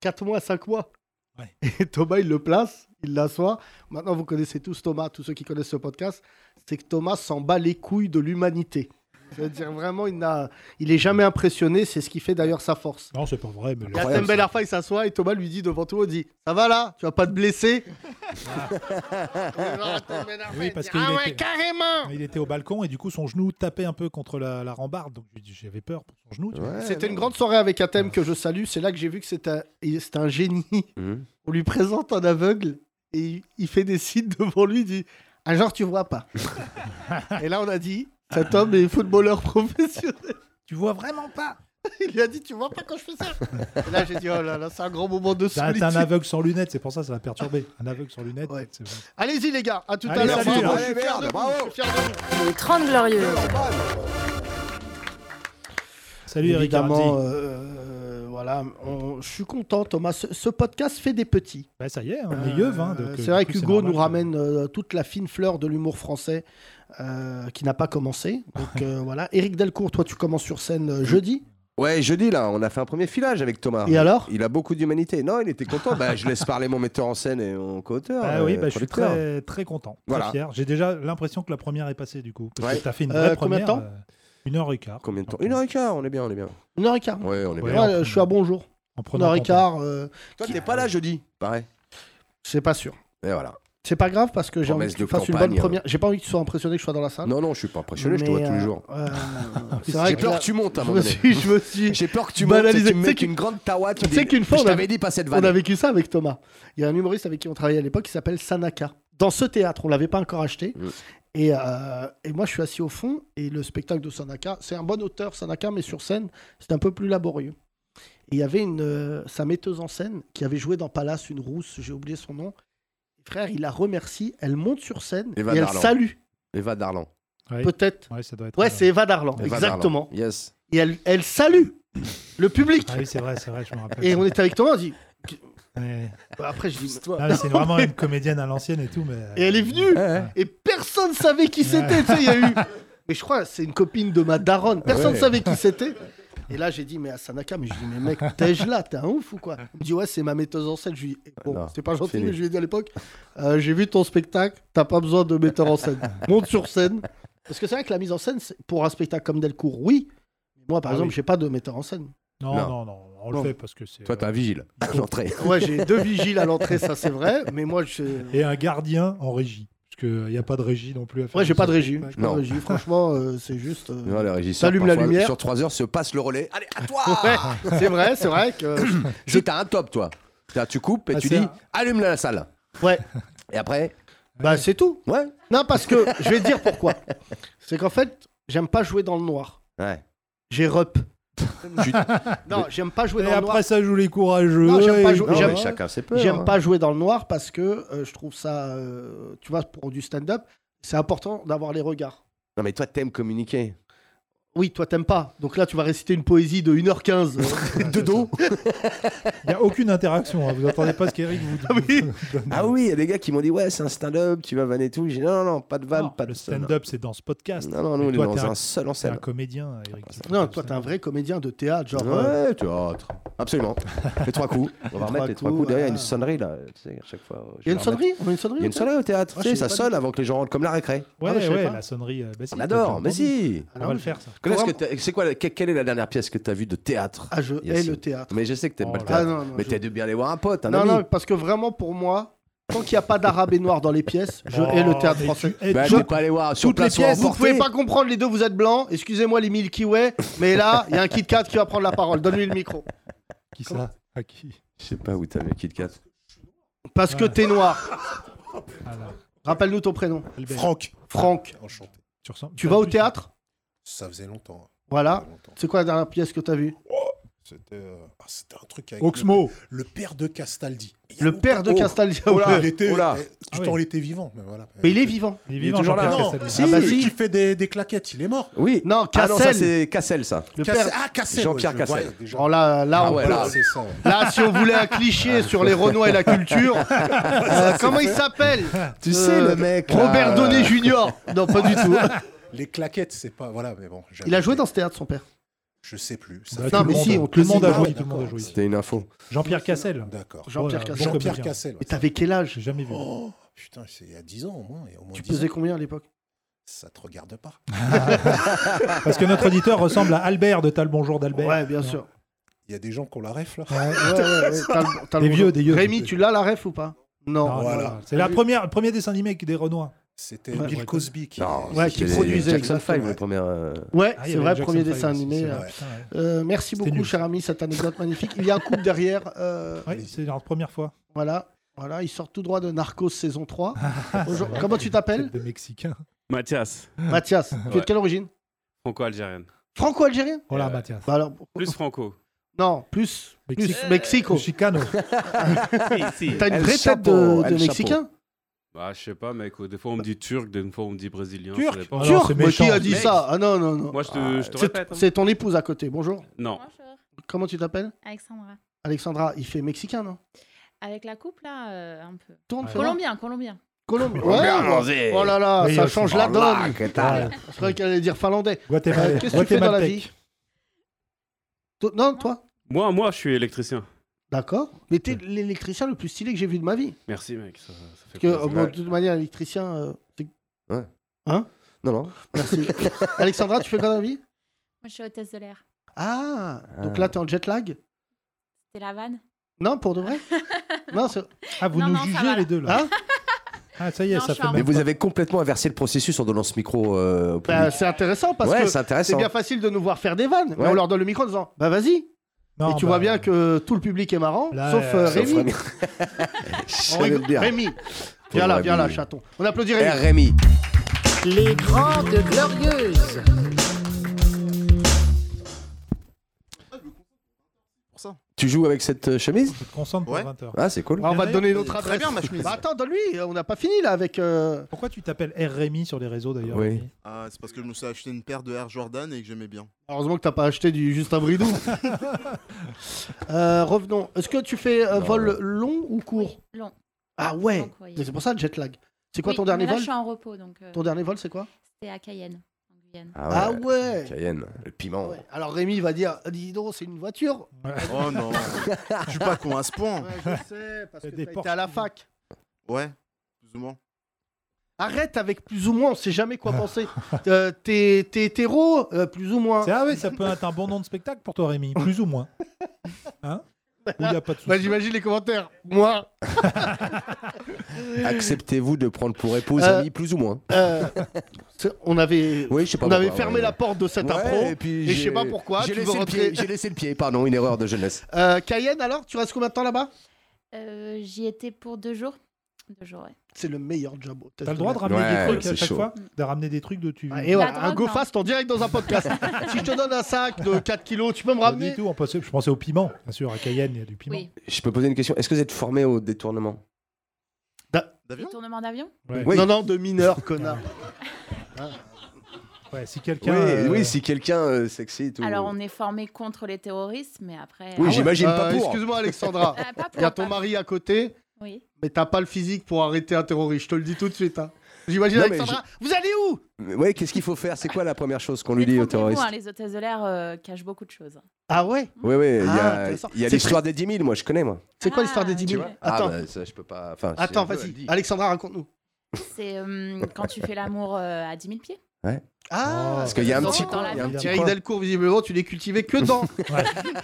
Speaker 6: 4 mois, 5 mois.
Speaker 5: Ouais.
Speaker 6: Et Thomas, il le place, il l'assoit. Maintenant, vous connaissez tous Thomas, tous ceux qui connaissent ce podcast. C'est que Thomas s'en bat les couilles de l'humanité. C'est-à-dire vraiment, il, n'a- il est jamais impressionné. C'est ce qui fait d'ailleurs sa force.
Speaker 5: Non, c'est pas vrai, mais
Speaker 6: Et
Speaker 4: Incroyable,
Speaker 6: Atem Ben
Speaker 4: ça.
Speaker 6: Arfa, il s'assoit et Thomas lui dit devant tout, on dit « Ça va là Tu vas pas te blesser ?»
Speaker 5: Oui, parce
Speaker 6: Ah
Speaker 5: qu'il était... il était au balcon et du coup son genou tapait un peu contre la, la rambarde, donc j'ai dit- j'avais peur pour son genou. tu vois.
Speaker 4: Ouais,
Speaker 6: C'était
Speaker 4: non.
Speaker 6: une grande soirée avec Atem que je salue. C'est là que j'ai vu que c'était un, il- c'était un génie.
Speaker 4: Mhm.
Speaker 6: On lui présente un aveugle et il- il fait des signes devant lui. Il dit Ah, genre, tu vois pas. et là, on a dit Cet homme est footballeur professionnel.
Speaker 5: Tu vois vraiment pas
Speaker 6: Il lui a dit Tu vois pas quand je fais ça Et là, j'ai dit Oh là là, c'est un grand moment de
Speaker 5: T'es Ah, un- t'es
Speaker 6: solitude.
Speaker 5: un aveugle sans lunettes, c'est pour ça que ça l'a perturbé. Un aveugle sans lunettes,
Speaker 6: Ouais.
Speaker 5: c'est vrai.
Speaker 6: Allez-y, les gars, à tout à
Speaker 5: Allez,
Speaker 6: l'heure.
Speaker 5: salut,
Speaker 6: Bravo,
Speaker 5: hein.
Speaker 6: je suis fier de
Speaker 4: Merde,
Speaker 6: vous,
Speaker 4: bravo.
Speaker 6: je suis fier de vous.
Speaker 2: Les 30 Glorieuses.
Speaker 5: Salut Eric
Speaker 6: Évidemment,
Speaker 5: Hardy.
Speaker 6: euh, voilà, on- je suis content, Thomas. Ce- ce podcast fait des petits.
Speaker 5: Bah, ça y est, on est yeux. Hein, donc,
Speaker 6: Euh,
Speaker 5: euh,
Speaker 6: c'est
Speaker 5: du
Speaker 6: vrai
Speaker 5: coup,
Speaker 6: qu'Hugo
Speaker 5: normal
Speaker 6: nous
Speaker 5: que-
Speaker 6: ramène euh, toute la fine fleur de l'humour français euh, qui n'a pas commencé. Donc euh, voilà. Eric Delcourt, toi tu commences sur scène euh, jeudi.
Speaker 4: Ouais, jeudi, là, on a fait un premier filage avec Thomas.
Speaker 6: Et alors
Speaker 4: Il a beaucoup d'humanité. Non, il était content. bah, je laisse parler mon metteur en scène et mon co-auteur.
Speaker 5: Ah
Speaker 4: euh,
Speaker 5: oui, bah, je suis
Speaker 4: producteur.
Speaker 5: très, très content,
Speaker 4: Voilà.
Speaker 5: très fier. J'ai déjà l'impression que la première est passée du coup. Parce
Speaker 4: Ouais.
Speaker 5: que t'as fait une
Speaker 6: Euh,
Speaker 5: vraie
Speaker 6: combien de temps
Speaker 5: première. euh, Une heure et quart.
Speaker 4: Combien de temps
Speaker 5: En-
Speaker 4: Une heure et quart, on est bien, on est bien.
Speaker 6: Une heure et quart.
Speaker 4: Ouais, on est
Speaker 5: Ouais.
Speaker 4: bien.
Speaker 6: Ouais, euh, je suis à bonjour.
Speaker 5: En
Speaker 6: Une
Speaker 5: prenant
Speaker 6: heure
Speaker 5: ton
Speaker 6: et
Speaker 5: temps.
Speaker 6: quart. euh,
Speaker 4: Toi, t'es pas là jeudi. Pareil.
Speaker 6: c'est pas sûr.
Speaker 4: Et voilà.
Speaker 6: C'est pas grave parce que j'ai envie
Speaker 4: Promesse
Speaker 6: que tu
Speaker 4: de
Speaker 6: fasses une
Speaker 4: campagne,
Speaker 6: bonne première. J'ai pas envie que tu sois impressionné que je sois dans la salle.
Speaker 4: Non, non, je suis pas impressionné, je te
Speaker 6: Mais,
Speaker 4: vois tous les
Speaker 6: euh,
Speaker 4: jours.
Speaker 6: euh, c'est vrai
Speaker 4: J'ai
Speaker 6: que
Speaker 4: peur
Speaker 6: là,
Speaker 4: que tu montes à un
Speaker 6: je
Speaker 4: moment
Speaker 6: me
Speaker 4: donné.
Speaker 6: suis, je me suis-
Speaker 4: J'ai peur que tu montes
Speaker 6: Banalisé.
Speaker 4: et tu me
Speaker 6: Tu sais
Speaker 4: mettes
Speaker 6: que-
Speaker 4: une grande tawa. Ah, Tu
Speaker 6: Tu sais
Speaker 4: dis,
Speaker 6: qu'une fois,
Speaker 4: je
Speaker 6: on a-
Speaker 4: t'avais dit pas cette
Speaker 6: On
Speaker 4: vanne.
Speaker 6: a vécu ça avec Thomas. Il y a un humoriste avec qui on travaillait à l'époque qui s'appelle Sanaka. Dans ce théâtre, on l'avait pas encore acheté.
Speaker 4: Mm.
Speaker 6: Et, euh, et moi, je suis assis au fond. Et le spectacle de Sanaka, c'est un bon auteur, Sanaka, mais sur scène, c'est un peu plus laborieux. Et il y avait une, euh, sa metteuse en scène qui avait joué dans Palace, une rousse, j'ai oublié son nom. Frère, il la remercie. Elle monte sur scène et,
Speaker 4: Eva
Speaker 6: elle
Speaker 4: Darlan.
Speaker 6: salue.
Speaker 4: Eva Darlan.
Speaker 5: Ouais.
Speaker 6: peut-être.
Speaker 5: Ouais, ça doit être.
Speaker 6: Ouais,
Speaker 5: ça.
Speaker 6: c'est Eva Darlan,
Speaker 4: Eva
Speaker 6: exactement.
Speaker 4: Darlan. Yes.
Speaker 6: Et elle, elle salue le public.
Speaker 5: Ah oui, c'est vrai, c'est vrai, je me rappelle.
Speaker 6: Et on était avec Thomas, on dit.
Speaker 5: Ouais.
Speaker 6: Après, je dis.
Speaker 5: Ah, mais c'est vraiment une comédienne à l'ancienne et tout. Mais... euh,
Speaker 6: Et elle est venue.
Speaker 4: Ouais, ouais.
Speaker 6: Et personne savait qui c'était. Tu sais, il y a eu. Mais je crois, c'est une copine de ma daronne. Personne
Speaker 4: Ouais.
Speaker 6: savait qui c'était. Et là, j'ai dit, mais à Sanaka, mais je dis, mais mec, t'es-je là T'es un ouf ou quoi Il me dit, ouais, c'est ma metteuse en scène. Je lui dis, eh, bon,
Speaker 4: Non,
Speaker 6: c'est pas gentil,
Speaker 4: fini.
Speaker 6: mais je lui ai dit à l'époque, euh, j'ai vu ton spectacle, t'as pas besoin de metteur en scène. Monte sur scène. Parce que c'est vrai que la mise en scène, c'est- pour un spectacle comme Delcourt, oui. Moi, par
Speaker 5: Ah
Speaker 6: exemple,
Speaker 5: oui.
Speaker 6: j'ai pas de metteur en scène.
Speaker 5: Non,
Speaker 4: Non.
Speaker 5: non, non, on le
Speaker 6: Non.
Speaker 5: fait parce que c'est. euh,
Speaker 4: Toi, t'es un vigile. J'entrais.
Speaker 6: Ouais, j'ai deux vigiles à l'entrée, ça c'est vrai, mais moi, je.
Speaker 5: Et un gardien en régie. Parce qu'il n'y a pas de régie non plus à faire.
Speaker 6: Ouais, j'ai
Speaker 5: dans
Speaker 6: pas de
Speaker 5: ce
Speaker 6: régie.
Speaker 5: spectacle.
Speaker 6: j'ai pas de
Speaker 4: Non.
Speaker 6: régie. Franchement, euh, c'est juste. euh,
Speaker 4: Non, le régisseur,
Speaker 6: T'allumes la
Speaker 4: parfois,
Speaker 6: lumière.
Speaker 4: Sur 3 heures, se passe le relais. Allez, à toi
Speaker 6: Ouais, c'est vrai, c'est vrai que. Bah,
Speaker 4: Si t'as un top, toi. T'as- Tu coupes et
Speaker 5: Ah,
Speaker 4: tu
Speaker 5: c'est
Speaker 4: dis,
Speaker 5: un-
Speaker 4: allume la salle.
Speaker 6: Ouais,
Speaker 4: Et après,
Speaker 6: bah c'est tout.
Speaker 4: ouais.
Speaker 6: Non, parce que je vais te dire pourquoi. C'est qu'en fait, j'aime pas jouer dans le noir.
Speaker 4: Ouais.
Speaker 6: J'ai rep. Non, j'aime pas jouer
Speaker 5: Et
Speaker 6: dans le noir.
Speaker 5: après ça joue les courageux.
Speaker 6: Non, j'aime pas
Speaker 5: et-
Speaker 6: jouer-
Speaker 4: Non,
Speaker 6: j'aime-
Speaker 4: mais chacun ses peurs.
Speaker 6: J'aime
Speaker 4: hein.
Speaker 6: pas jouer dans le noir parce que euh, je trouve ça, euh, tu vois, pour du stand-up, c'est important d'avoir les regards.
Speaker 4: Non, mais toi, t'aimes communiquer.
Speaker 6: Oui, toi t'aimes pas. Donc là, tu vas réciter une poésie de 1h15. euh,
Speaker 5: de dos. Il n'y a aucune interaction. hein. Vous n'entendez pas ce qu'Eric vous dit.
Speaker 4: Ah oui, il y a des gars qui m'ont dit, ouais, c'est un stand-up, tu vas vanner et tout. J'ai dit, non, non, non, pas de vanne,
Speaker 5: Non,
Speaker 4: pas de
Speaker 5: le
Speaker 4: scène.
Speaker 5: stand-up, c'est dans ce podcast.
Speaker 4: Non, non, nous,
Speaker 5: Mais
Speaker 4: on est
Speaker 5: toi,
Speaker 4: dans
Speaker 5: t'es
Speaker 4: un,
Speaker 5: un-
Speaker 4: seul en
Speaker 5: C'est un
Speaker 4: scène. Ah,
Speaker 5: comédien, Eric.
Speaker 6: Non, toi t'es un vrai comédien de théâtre, genre. euh,
Speaker 4: Ouais, théâtre. Absolument. Les trois coups. On va
Speaker 6: Les
Speaker 4: remettre
Speaker 6: trois
Speaker 4: les trois
Speaker 6: coups,
Speaker 4: coups. Derrière, il y a
Speaker 6: voilà.
Speaker 4: une sonnerie, là. Tu sais, à chaque fois. je
Speaker 6: Il y a
Speaker 4: vais
Speaker 6: une
Speaker 4: remettre-
Speaker 6: sonnerie On a une sonnerie
Speaker 4: Il y a une
Speaker 6: au théâtre
Speaker 4: sonnerie au théâtre.
Speaker 6: Ah,
Speaker 4: tu
Speaker 6: je
Speaker 4: sais,
Speaker 6: sais
Speaker 4: ça
Speaker 6: pas
Speaker 4: sonne avant que les gens rentrent, comme la récré.
Speaker 5: Ouais,
Speaker 6: Ah ouais, je sais
Speaker 5: ouais,
Speaker 6: pas.
Speaker 5: la sonnerie. euh, bah si,
Speaker 4: On
Speaker 5: t'as déjà
Speaker 4: adore, mais
Speaker 5: entendu.
Speaker 4: si.
Speaker 5: On
Speaker 6: Ah non,
Speaker 5: va le
Speaker 6: mais-
Speaker 5: faire, ça.
Speaker 4: Qu'est-ce
Speaker 6: Comment-
Speaker 4: que t'as- C'est quoi, la- que- quelle est la dernière pièce que t'as vue de théâtre
Speaker 6: Ah, je hais
Speaker 4: Yacine.
Speaker 6: le théâtre.
Speaker 4: Mais je sais que t'aimes
Speaker 5: Oh
Speaker 4: pas le
Speaker 5: là
Speaker 4: théâtre.
Speaker 6: Ah non, non,
Speaker 4: mais
Speaker 6: je-
Speaker 4: t'as dû bien aller voir un pote, un
Speaker 6: Non,
Speaker 4: ami.
Speaker 6: non, parce que vraiment, pour moi, tant qu'il n'y a pas d'arabe et noir dans les pièces, je hais
Speaker 5: Oh,
Speaker 6: le théâtre
Speaker 5: mais
Speaker 6: français.
Speaker 5: tu hais
Speaker 4: Bah,
Speaker 5: tout.
Speaker 4: t'es pas allé voir sur
Speaker 6: Toutes les
Speaker 4: place ou
Speaker 6: pièces, vous
Speaker 4: emporté.
Speaker 6: pouvez pas comprendre, les deux, vous êtes blancs. Excusez-moi, les Milky Way, mais là, il y a un Kit Kat qui va prendre la parole. Donne-lui le micro.
Speaker 5: Qui ça À qui
Speaker 4: Je sais pas où t'as vu Kit Kat.
Speaker 6: Parce que
Speaker 5: Ouais.
Speaker 6: t'es noir.
Speaker 5: Ah, là.
Speaker 6: Rappelle-nous ton prénom.
Speaker 5: Albert,
Speaker 10: Franck.
Speaker 6: Franck,
Speaker 10: Enchanté.
Speaker 5: tu ressembles-
Speaker 6: tu
Speaker 5: t'as
Speaker 6: vas au
Speaker 5: plus-
Speaker 6: théâtre
Speaker 10: Ça faisait longtemps. Ça
Speaker 6: Voilà.
Speaker 10: faisait longtemps.
Speaker 6: C'est quoi la dernière pièce que t'as vue
Speaker 10: C'était euh, ah, c'était un truc avec le,
Speaker 5: Oxmo.
Speaker 10: le père de Castaldi. Il y a
Speaker 6: Le père de
Speaker 4: Oh.
Speaker 6: Castaldi.
Speaker 4: Oh là.
Speaker 10: il était,
Speaker 4: Oh là.
Speaker 10: eh,
Speaker 5: Ah
Speaker 10: Du
Speaker 5: oui.
Speaker 10: temps, il était vivant. Mais voilà.
Speaker 6: Mais il est vivant.
Speaker 5: Il est
Speaker 4: est
Speaker 5: vivant,
Speaker 4: toujours là.
Speaker 5: Jean-Pierre
Speaker 10: Non,
Speaker 5: Castaldi.
Speaker 10: si,
Speaker 4: Ah bah
Speaker 10: celui
Speaker 4: si.
Speaker 10: qui fait des, des claquettes, il est mort.
Speaker 4: Oui.
Speaker 6: Non,
Speaker 4: Ah non, ça
Speaker 6: Cassel.
Speaker 4: c'est Cassel, ça.
Speaker 6: Le
Speaker 10: Cassel-
Speaker 6: père.
Speaker 10: Ah, Cassel.
Speaker 4: Jean-Pierre
Speaker 10: ouais, je le
Speaker 4: Cassel.
Speaker 10: voyais déjà.
Speaker 6: Oh là, là,
Speaker 4: Ah
Speaker 6: on
Speaker 4: ouais,
Speaker 6: peut-
Speaker 10: Voilà,
Speaker 4: là.
Speaker 10: c'est ça. Ah,
Speaker 6: Là, si on voulait un cliché sur les Renois et la culture, euh, comment il
Speaker 5: Ah,
Speaker 6: s'appelle
Speaker 4: Tu
Speaker 5: bah,
Speaker 6: Euh,
Speaker 4: sais, le mec. là,
Speaker 6: Robert
Speaker 4: euh,
Speaker 6: Donnet Junior. Non, pas du tout.
Speaker 10: Les claquettes, c'est pas. Voilà, mais bon. j'avais-
Speaker 6: Il a joué dans ce théâtre, son père.
Speaker 10: Je sais plus.
Speaker 5: Bah,
Speaker 10: fait
Speaker 5: tout le
Speaker 10: longtemps.
Speaker 6: mais si,
Speaker 5: monde-
Speaker 6: on te
Speaker 5: tout
Speaker 6: le
Speaker 5: le monde
Speaker 6: dit,
Speaker 5: a
Speaker 6: ah
Speaker 5: joué,
Speaker 10: oui,
Speaker 4: hein.
Speaker 5: tout le monde a joué.
Speaker 4: C'était une info.
Speaker 5: Jean-Pierre Cassel.
Speaker 10: D'accord.
Speaker 6: Jean-Pierre
Speaker 5: Voilà,
Speaker 6: Cassel.
Speaker 5: Jean-
Speaker 10: Jean-Pierre
Speaker 5: comédien.
Speaker 10: Cassel.
Speaker 6: Mais t'avais quel âge
Speaker 5: J'ai jamais vu.
Speaker 10: Oh, putain, c'est il y a 10 ans au moins. il y a au moins
Speaker 6: Tu
Speaker 10: 10 ans.
Speaker 6: pesais combien à l'époque
Speaker 10: Ça te regarde pas.
Speaker 6: Ah,
Speaker 5: Parce que notre auditeur ressemble à Albert de Tal Bonjour d'Albert.
Speaker 6: Ouais, bien
Speaker 5: Non.
Speaker 6: sûr.
Speaker 10: Il y a des gens qui ont la ref là.
Speaker 6: Ouais, ouais, ouais, ouais. T'as le- t'as le
Speaker 5: Des
Speaker 6: bon
Speaker 5: vieux,
Speaker 6: dos.
Speaker 5: des vieux.
Speaker 6: Rémi, tu l'as la ref ou pas
Speaker 5: Non,
Speaker 6: Non.
Speaker 5: non,
Speaker 10: Voilà.
Speaker 5: non. C'est la première, le premier dessin animé avec des Renois.
Speaker 10: C'était
Speaker 6: Ouais.
Speaker 10: Bill Cosby qui.
Speaker 4: Non,
Speaker 6: Ouais,
Speaker 4: c'était
Speaker 6: qui produisait,
Speaker 4: Jackson
Speaker 6: exactement.
Speaker 4: 5, le premier. euh,
Speaker 6: Ouais,
Speaker 5: Ah, il y
Speaker 6: c'est
Speaker 5: avait
Speaker 6: vrai,
Speaker 5: Jackson
Speaker 6: premier
Speaker 5: Five
Speaker 6: dessin
Speaker 5: aussi,
Speaker 6: animé.
Speaker 5: c'est
Speaker 6: là.
Speaker 5: vrai, putain, ouais.
Speaker 6: Euh, merci
Speaker 5: C'était
Speaker 6: beaucoup,
Speaker 5: nul.
Speaker 6: cher ami, cette anecdote magnifique. Il y a un couple derrière. euh,
Speaker 5: Oui, c'est leur première fois.
Speaker 6: voilà, voilà, il sort tout droit de Narcos saison 3. Bonjour. Comment tu t'appelles
Speaker 5: De Mexicains.
Speaker 11: Mathias,
Speaker 6: Mathias. Tu es de
Speaker 11: Ouais.
Speaker 6: quelle origine
Speaker 11: franco-algérienne.
Speaker 6: Franco-algérien
Speaker 5: Oh là, Mathias.
Speaker 6: Bah alors,
Speaker 11: Plus franco.
Speaker 6: non, plus, plus
Speaker 5: Mexique.
Speaker 6: Mexico.
Speaker 5: Chicano.
Speaker 11: si, si.
Speaker 6: T'as une
Speaker 4: El
Speaker 6: vraie tête
Speaker 4: Chapo,
Speaker 6: de, de
Speaker 4: El Chapo.
Speaker 6: Mexicain
Speaker 11: Bah, je sais pas, mec. Des fois, on me dit turc, des fois, on me dit brésilien.
Speaker 10: Turc
Speaker 11: ça dépend.
Speaker 5: Ah non,
Speaker 6: Turc
Speaker 5: c'est
Speaker 6: Mais qui
Speaker 5: méchant.
Speaker 6: a dit
Speaker 11: Mec.
Speaker 6: ça Ah non, non, non.
Speaker 11: Moi, je te, je te
Speaker 6: C'est-
Speaker 11: répète. hein.
Speaker 6: C'est ton épouse à côté. Bonjour.
Speaker 11: Non.
Speaker 12: Bonjour,
Speaker 6: Comment tu t'appelles
Speaker 12: Alexandra.
Speaker 6: Alexandra, il fait mexicain, non
Speaker 12: Avec la coupe là, euh, un peu.
Speaker 6: Tourne,
Speaker 5: Ouais.
Speaker 6: fais-le.
Speaker 12: Colombien, colombien.
Speaker 6: Colombe.
Speaker 4: Robert
Speaker 6: Ouais,
Speaker 4: Lanzé.
Speaker 6: oh là là,
Speaker 5: Oui,
Speaker 6: ça
Speaker 5: euh,
Speaker 6: change la
Speaker 4: Oh là,
Speaker 6: donne.
Speaker 4: que
Speaker 5: Ah,
Speaker 4: dalle.
Speaker 6: Je croyais qu'elle allait dire finlandais.
Speaker 5: Guatemala.
Speaker 6: Euh, Qu'est-ce que tu fais dans la
Speaker 5: Guatemaltèque.
Speaker 6: vie Toi- Non, toi
Speaker 11: Moi, moi, je suis électricien.
Speaker 6: D'accord. Mais t'es l'électricien le plus stylé que j'ai vu de ma vie.
Speaker 11: Merci, mec. Ça, ça fait
Speaker 6: Parce que,
Speaker 11: plaisir.
Speaker 6: euh, bon, de toute manière, l'électricien. euh, c'est- Hein
Speaker 4: Non, non.
Speaker 6: Merci. Alexandra, tu fais quoi dans la vie
Speaker 12: Moi, je suis hôtesse de l'air.
Speaker 6: Ah Donc là, t'es en jet lag
Speaker 12: C'est la vanne
Speaker 6: Non, pour de vrai Non, c'est.
Speaker 5: Ah, vous
Speaker 12: Non,
Speaker 5: nous
Speaker 12: non, ça
Speaker 5: jugez
Speaker 12: va,
Speaker 5: les
Speaker 12: là.
Speaker 5: deux là.
Speaker 6: Hein
Speaker 5: Ah, ça y est,
Speaker 12: Non,
Speaker 5: ça
Speaker 12: je
Speaker 5: fait
Speaker 12: suis en
Speaker 4: Mais
Speaker 5: même.
Speaker 4: vous avez complètement inversé le processus en donnant ce micro euh, au
Speaker 6: Bah,
Speaker 4: public.
Speaker 6: c'est intéressant parce
Speaker 4: Ouais,
Speaker 6: que
Speaker 4: c'est
Speaker 6: c'est
Speaker 4: intéressant.
Speaker 6: bien facile de nous voir faire des vannes. Mais
Speaker 4: Ouais.
Speaker 6: on leur donne le micro en disant Bah vas-y.
Speaker 5: Non,
Speaker 6: Et tu
Speaker 5: bah,
Speaker 6: vois bien que tout le public est marrant,
Speaker 5: Là,
Speaker 6: sauf euh,
Speaker 5: euh,
Speaker 4: Sauf
Speaker 6: Rémi. On
Speaker 4: J'allais
Speaker 6: rigole-
Speaker 4: le dire.
Speaker 6: Rémi. Viens là,
Speaker 4: Rémi.
Speaker 6: viens là, chaton. On applaudit
Speaker 4: Eh,
Speaker 6: Rémi.
Speaker 4: Rémi.
Speaker 1: Les Grandes Glorieuses.
Speaker 10: Pour
Speaker 9: ça.
Speaker 4: Tu joues avec cette euh, chemise
Speaker 5: Tu te concentres
Speaker 9: pour Ouais.
Speaker 5: 20 heures.
Speaker 4: Ah, c'est cool. Ah
Speaker 6: Ah, on va te donner une autre
Speaker 9: Très
Speaker 6: adresse.
Speaker 9: bien, ma chemise.
Speaker 6: Bah, attends, donne-lui, on n'a pas fini là avec. euh,
Speaker 5: Pourquoi tu t'appelles R. Rémi sur les réseaux d'ailleurs
Speaker 4: Oui.
Speaker 5: Rémi
Speaker 9: Ah, c'est parce que je me suis acheté une paire de Air Jordan et que j'aimais bien.
Speaker 6: Heureusement que t'as pas acheté du Justin Bridou. Euh, revenons. Est-ce que tu fais euh,
Speaker 4: Non.
Speaker 6: vol long ou court
Speaker 12: Long.
Speaker 6: Ah ouais.
Speaker 12: Donc, oui.
Speaker 6: Mais C'est pour ça le jet lag. C'est quoi
Speaker 12: Oui,
Speaker 6: ton dernier
Speaker 12: mais là,
Speaker 6: vol
Speaker 12: Je suis en repos, donc euh,
Speaker 6: Ton dernier vol, c'est quoi
Speaker 12: c'était à Cayenne, en Guyane.
Speaker 6: Ah ouais.
Speaker 4: Cayenne, le piment.
Speaker 6: Ouais. Alors Rémi va dire, dis donc, c'est une voiture.
Speaker 9: Oh non, je suis pas con à ce point.
Speaker 6: Ouais, je sais, parce que
Speaker 5: Il y a des
Speaker 6: t'as
Speaker 5: portes
Speaker 6: été à la fac.
Speaker 9: Ouais, plus ou moins.
Speaker 6: Arrête avec plus ou moins, on sait jamais
Speaker 5: Ah.
Speaker 6: quoi penser. Euh, T'es t'es hétéro, euh, plus ou moins.
Speaker 5: C'est- Ah oui, ça peut être un bon nom de spectacle pour toi Rémi, plus ou moins. Hein Ou il n'y a pas de
Speaker 6: Bah,
Speaker 5: souci.
Speaker 6: J'imagine les commentaires. Moi.
Speaker 4: Acceptez-vous de prendre pour épouse,
Speaker 6: Euh,
Speaker 4: ami, plus ou moins
Speaker 6: euh, c'est- on avait,
Speaker 4: Oui, je sais pas.
Speaker 6: on avait
Speaker 4: pourquoi,
Speaker 6: fermé
Speaker 4: ouais.
Speaker 6: la porte de cette
Speaker 4: Ouais,
Speaker 6: impro.
Speaker 4: puis
Speaker 6: et je
Speaker 4: j'ai-
Speaker 6: sais pas pourquoi,
Speaker 4: J'ai
Speaker 6: tu veux
Speaker 4: laissé, le
Speaker 6: rentrer-
Speaker 4: pied, j'ai laissé le pied, pardon, une erreur de jeunesse.
Speaker 6: Euh, Cayenne, alors, tu restes combien de temps là-bas
Speaker 12: Euh, J'y étais pour deux jours. Deux jours, ouais.
Speaker 6: C'est le meilleur job. au test
Speaker 5: T'as le
Speaker 6: de
Speaker 5: droit de ramener
Speaker 4: Ouais,
Speaker 5: des trucs à
Speaker 4: c'est
Speaker 5: chaque
Speaker 4: chaud.
Speaker 5: fois De ramener des trucs de tu.
Speaker 6: Ah, Et voilà,
Speaker 12: La
Speaker 6: un
Speaker 12: drogue,
Speaker 6: go
Speaker 12: non.
Speaker 6: fast en direct dans un podcast. si je te donne un sac de 4 kilos, tu peux me
Speaker 5: Pas du
Speaker 6: ramener
Speaker 5: tout, on pensait- je pensais au piment, bien sûr, à Cayenne, il y a du piment.
Speaker 12: Oui.
Speaker 4: Je peux poser une question Est-ce que vous êtes formé au détournement
Speaker 9: D'avion
Speaker 12: Détournement d'avion
Speaker 5: Ouais.
Speaker 4: Oui.
Speaker 6: Non, non, de Ah. mineur, connard.
Speaker 5: Ouais, si
Speaker 4: Oui,
Speaker 5: quelqu'un. euh,
Speaker 4: oui, si quelqu'un euh, s'excite. Ou...
Speaker 12: Alors, on est formé contre les terroristes, mais après.
Speaker 4: Oui,
Speaker 12: Ah,
Speaker 4: j'imagine
Speaker 6: Euh,
Speaker 4: pas pour.
Speaker 6: Excuse-moi, Alexandra.
Speaker 12: euh, pas pour
Speaker 6: Il y a
Speaker 12: pas-
Speaker 6: ton mari à côté,
Speaker 12: Oui.
Speaker 6: mais t'as pas le physique pour arrêter un terroriste, je te le dis tout de suite. hein. J'imagine
Speaker 4: Non, mais
Speaker 6: Alexandra. Vous allez où
Speaker 4: Mais Ouais, qu'est-ce qu'il faut faire C'est quoi la première chose qu'on lui
Speaker 12: Mais
Speaker 4: dit aux
Speaker 12: trompez-vous,
Speaker 4: terroristes
Speaker 12: hein, les hôtesses de l'air euh, cachent beaucoup de choses.
Speaker 6: Ah ouais
Speaker 4: Oui, oui, il y
Speaker 6: Ah,
Speaker 4: a-
Speaker 6: intéressant.
Speaker 4: il y a
Speaker 6: C'est
Speaker 4: l'histoire des 10 000, moi je connais, moi.
Speaker 6: C'est quoi
Speaker 12: Ah,
Speaker 6: l'histoire des 10
Speaker 12: tu
Speaker 6: 000
Speaker 12: vois
Speaker 6: Attends,
Speaker 4: Ah, bah, ça, je peux pas. Enfin, c'est-
Speaker 6: attends
Speaker 4: elle dit.
Speaker 6: vas-y. Alexandra,
Speaker 4: Oh.
Speaker 6: raconte-nous.
Speaker 12: C'est euh, quand tu fais l'amour euh, à 10 000 pieds.
Speaker 6: Ah
Speaker 4: Parce qu'il y a un
Speaker 6: dans-
Speaker 4: petit
Speaker 12: dans
Speaker 4: coin.
Speaker 12: la
Speaker 4: il y a un
Speaker 12: vie.
Speaker 4: petit
Speaker 6: Thierry
Speaker 4: coin.
Speaker 6: Delcourt, visiblement, tu l'es cultivé que dans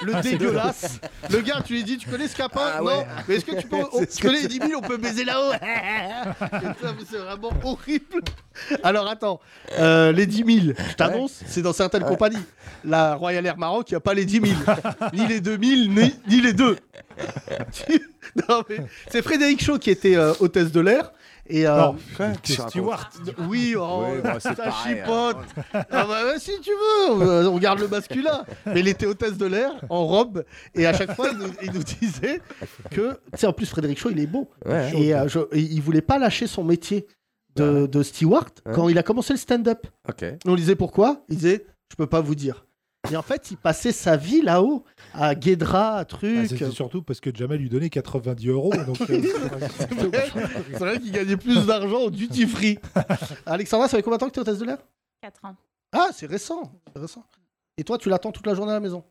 Speaker 6: le
Speaker 5: c'est
Speaker 6: dégueulasse. Le gars, tu lui dis, tu connais ce capin
Speaker 4: Ah
Speaker 6: Non.
Speaker 4: ouais.
Speaker 6: Mais est-ce que tu peux.
Speaker 4: C'est
Speaker 6: on-
Speaker 4: ce
Speaker 6: tu
Speaker 4: que
Speaker 6: connais
Speaker 4: tu-
Speaker 6: les 10 000, on peut baiser là-haut Putain, Ah, mais C'est vraiment horrible. Alors attends, euh, les 10 000, je t'annonce, c'est dans certaines compagnies. La Royal Air Maroc, il n'y a pas les 10 000. ni les 2 000, ni, ni les deux. Tu- non, mais c'est Frédéric Chaud qui était euh, hôtesse de l'air. Et, euh,
Speaker 5: Non,
Speaker 4: tu
Speaker 5: c'est
Speaker 4: racontes.
Speaker 5: Stewart.
Speaker 6: oui, oh,
Speaker 4: Ouais, bah, c'est
Speaker 6: ça
Speaker 4: pareil,
Speaker 6: chipote. Ah bah ouais, si tu veux, euh, on garde le masculin. Mais il était hôtesse de l'air en robe et à chaque fois il nous, il nous disait que, tu sais, en plus Frédéric Shaw, il est beau
Speaker 4: Ouais.
Speaker 6: et euh, je- et il voulait pas lâcher son métier de, de steward
Speaker 4: Ouais.
Speaker 6: quand il a commencé le stand-up.
Speaker 4: Ok.
Speaker 6: On lui disait pourquoi Il disait, je peux pas vous dire. Et en fait, il passait sa vie là-haut à Guédra, à
Speaker 5: Ah,
Speaker 6: truc.
Speaker 5: C'était surtout parce que Jamal lui donnait 90 euros. Donc, euh,
Speaker 6: C'est vrai qu'il gagnait plus d'argent au duty free. Alexandra, ça fait combien de temps que t'es hôtesse de l'air
Speaker 12: 4 ans.
Speaker 6: Ah, c'est récent. c'est récent. Et toi, tu l'attends toute la journée à la maison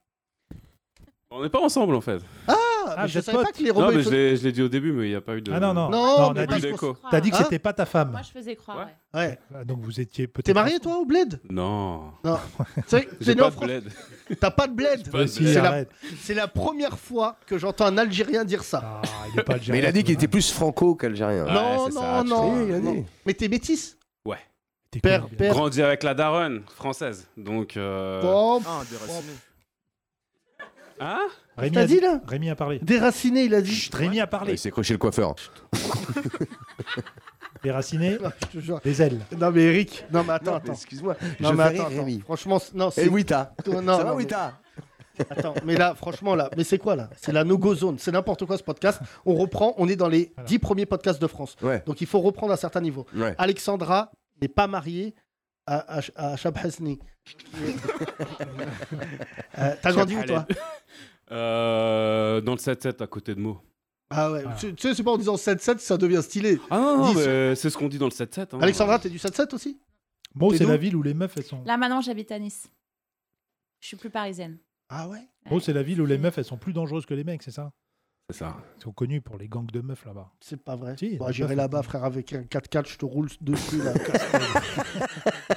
Speaker 11: On n'est pas ensemble en fait.
Speaker 6: Ah,
Speaker 5: Ah,
Speaker 6: mais
Speaker 5: vous
Speaker 6: je
Speaker 5: êtes
Speaker 6: savais
Speaker 5: potes.
Speaker 6: pas que les
Speaker 11: Non,
Speaker 6: robots.
Speaker 11: mais je l'ai- je l'ai dit au début, mais il n'y a pas eu de.
Speaker 5: Ah non, non.
Speaker 6: Non,
Speaker 5: on
Speaker 6: mais
Speaker 5: a
Speaker 11: pas
Speaker 5: dit,
Speaker 11: de co.
Speaker 5: t'as dit que
Speaker 6: Hein
Speaker 5: c'était pas ta femme.
Speaker 12: Moi, je faisais croire.
Speaker 11: Ouais.
Speaker 12: ouais.
Speaker 6: Ouais.
Speaker 5: Ah, Donc vous étiez peut-être.
Speaker 6: T'es marié toi au bled
Speaker 11: Non.
Speaker 6: C'est-
Speaker 11: J'ai
Speaker 6: c'est
Speaker 11: pas
Speaker 6: né en
Speaker 11: de
Speaker 6: France.
Speaker 11: bled.
Speaker 6: T'as pas de bled.
Speaker 11: Pas de
Speaker 5: Si,
Speaker 11: bled.
Speaker 6: C'est la-
Speaker 5: arrête.
Speaker 6: C'est la première fois que j'entends un Algérien dire ça.
Speaker 5: Ah, il est pas
Speaker 4: Mais il a dit qu'il
Speaker 5: algérien,
Speaker 4: était plus franco qu'algérien.
Speaker 11: Ouais,
Speaker 6: non,
Speaker 11: c'est
Speaker 6: non,
Speaker 11: ça, tu
Speaker 6: non.
Speaker 11: vois.
Speaker 4: Oui, il a
Speaker 6: non.
Speaker 4: dit.
Speaker 6: Mais t'es métisse
Speaker 5: t'es
Speaker 6: Père,
Speaker 5: colombien.
Speaker 6: père.
Speaker 11: Grandi avec la daronne française. Donc. euh,
Speaker 6: Oh,
Speaker 9: Ah, déraciné.
Speaker 11: Hein
Speaker 5: Rémi
Speaker 6: T'as
Speaker 5: a
Speaker 6: dit là
Speaker 5: Rémi a parlé.
Speaker 6: Déraciné, il a dit.
Speaker 5: Rémi a
Speaker 4: Il
Speaker 5: parlé.
Speaker 4: s'est croché le coiffeur.
Speaker 5: Déraciné,
Speaker 6: Non, je te jure.
Speaker 5: des ailes.
Speaker 6: Non mais Eric, non mais attends,
Speaker 4: Non, mais
Speaker 6: attends.
Speaker 4: Excuse-moi.
Speaker 6: Non
Speaker 4: je
Speaker 6: mais
Speaker 4: ferai
Speaker 6: attends, attends.
Speaker 4: Rémi.
Speaker 6: franchement, c'est- non, c'est
Speaker 4: Et Wita.
Speaker 6: toi, non,
Speaker 4: Ça va,
Speaker 6: non, mais-
Speaker 4: Wita
Speaker 6: Attends, mais là, franchement, là, mais c'est quoi là C'est la no-go zone, c'est n'importe quoi ce podcast. On reprend, on est dans les
Speaker 5: Voilà.
Speaker 6: 10 premiers podcasts de France.
Speaker 4: Ouais.
Speaker 6: Donc il faut reprendre à certains niveaux.
Speaker 4: Ouais.
Speaker 6: Alexandra n'est pas mariée à, à, à Shab Hasni. Euh, T'as grandi où toi
Speaker 11: Euh, Dans le 7-7 à côté de Meaux.
Speaker 6: Ah ouais,
Speaker 5: Ah.
Speaker 6: tu, tu sais, c'est pas en disant 7-7 ça devient stylé.
Speaker 11: Ah non, non,
Speaker 6: Dix.
Speaker 11: mais c'est ce qu'on dit dans le 7-7. hein.
Speaker 6: Alexandra, t'es du 7-7 aussi
Speaker 5: Bon,
Speaker 6: T'es
Speaker 5: c'est
Speaker 6: d'où
Speaker 5: la ville où les meufs elles sont.
Speaker 12: Là, maintenant, j'habite à Nice. Je suis plus parisienne.
Speaker 6: Ah ouais
Speaker 5: Bon, c'est la ville où les meufs elles sont plus dangereuses que les mecs, c'est ça
Speaker 11: C'est ça.
Speaker 5: Ils sont connus pour les gangs de meufs là-bas.
Speaker 6: C'est pas vrai.
Speaker 5: Si,
Speaker 6: Bon,
Speaker 5: la
Speaker 6: J'irai
Speaker 5: meuf,
Speaker 6: là-bas,
Speaker 5: elle-
Speaker 6: frère, avec un 4x4, je te roule dessus là.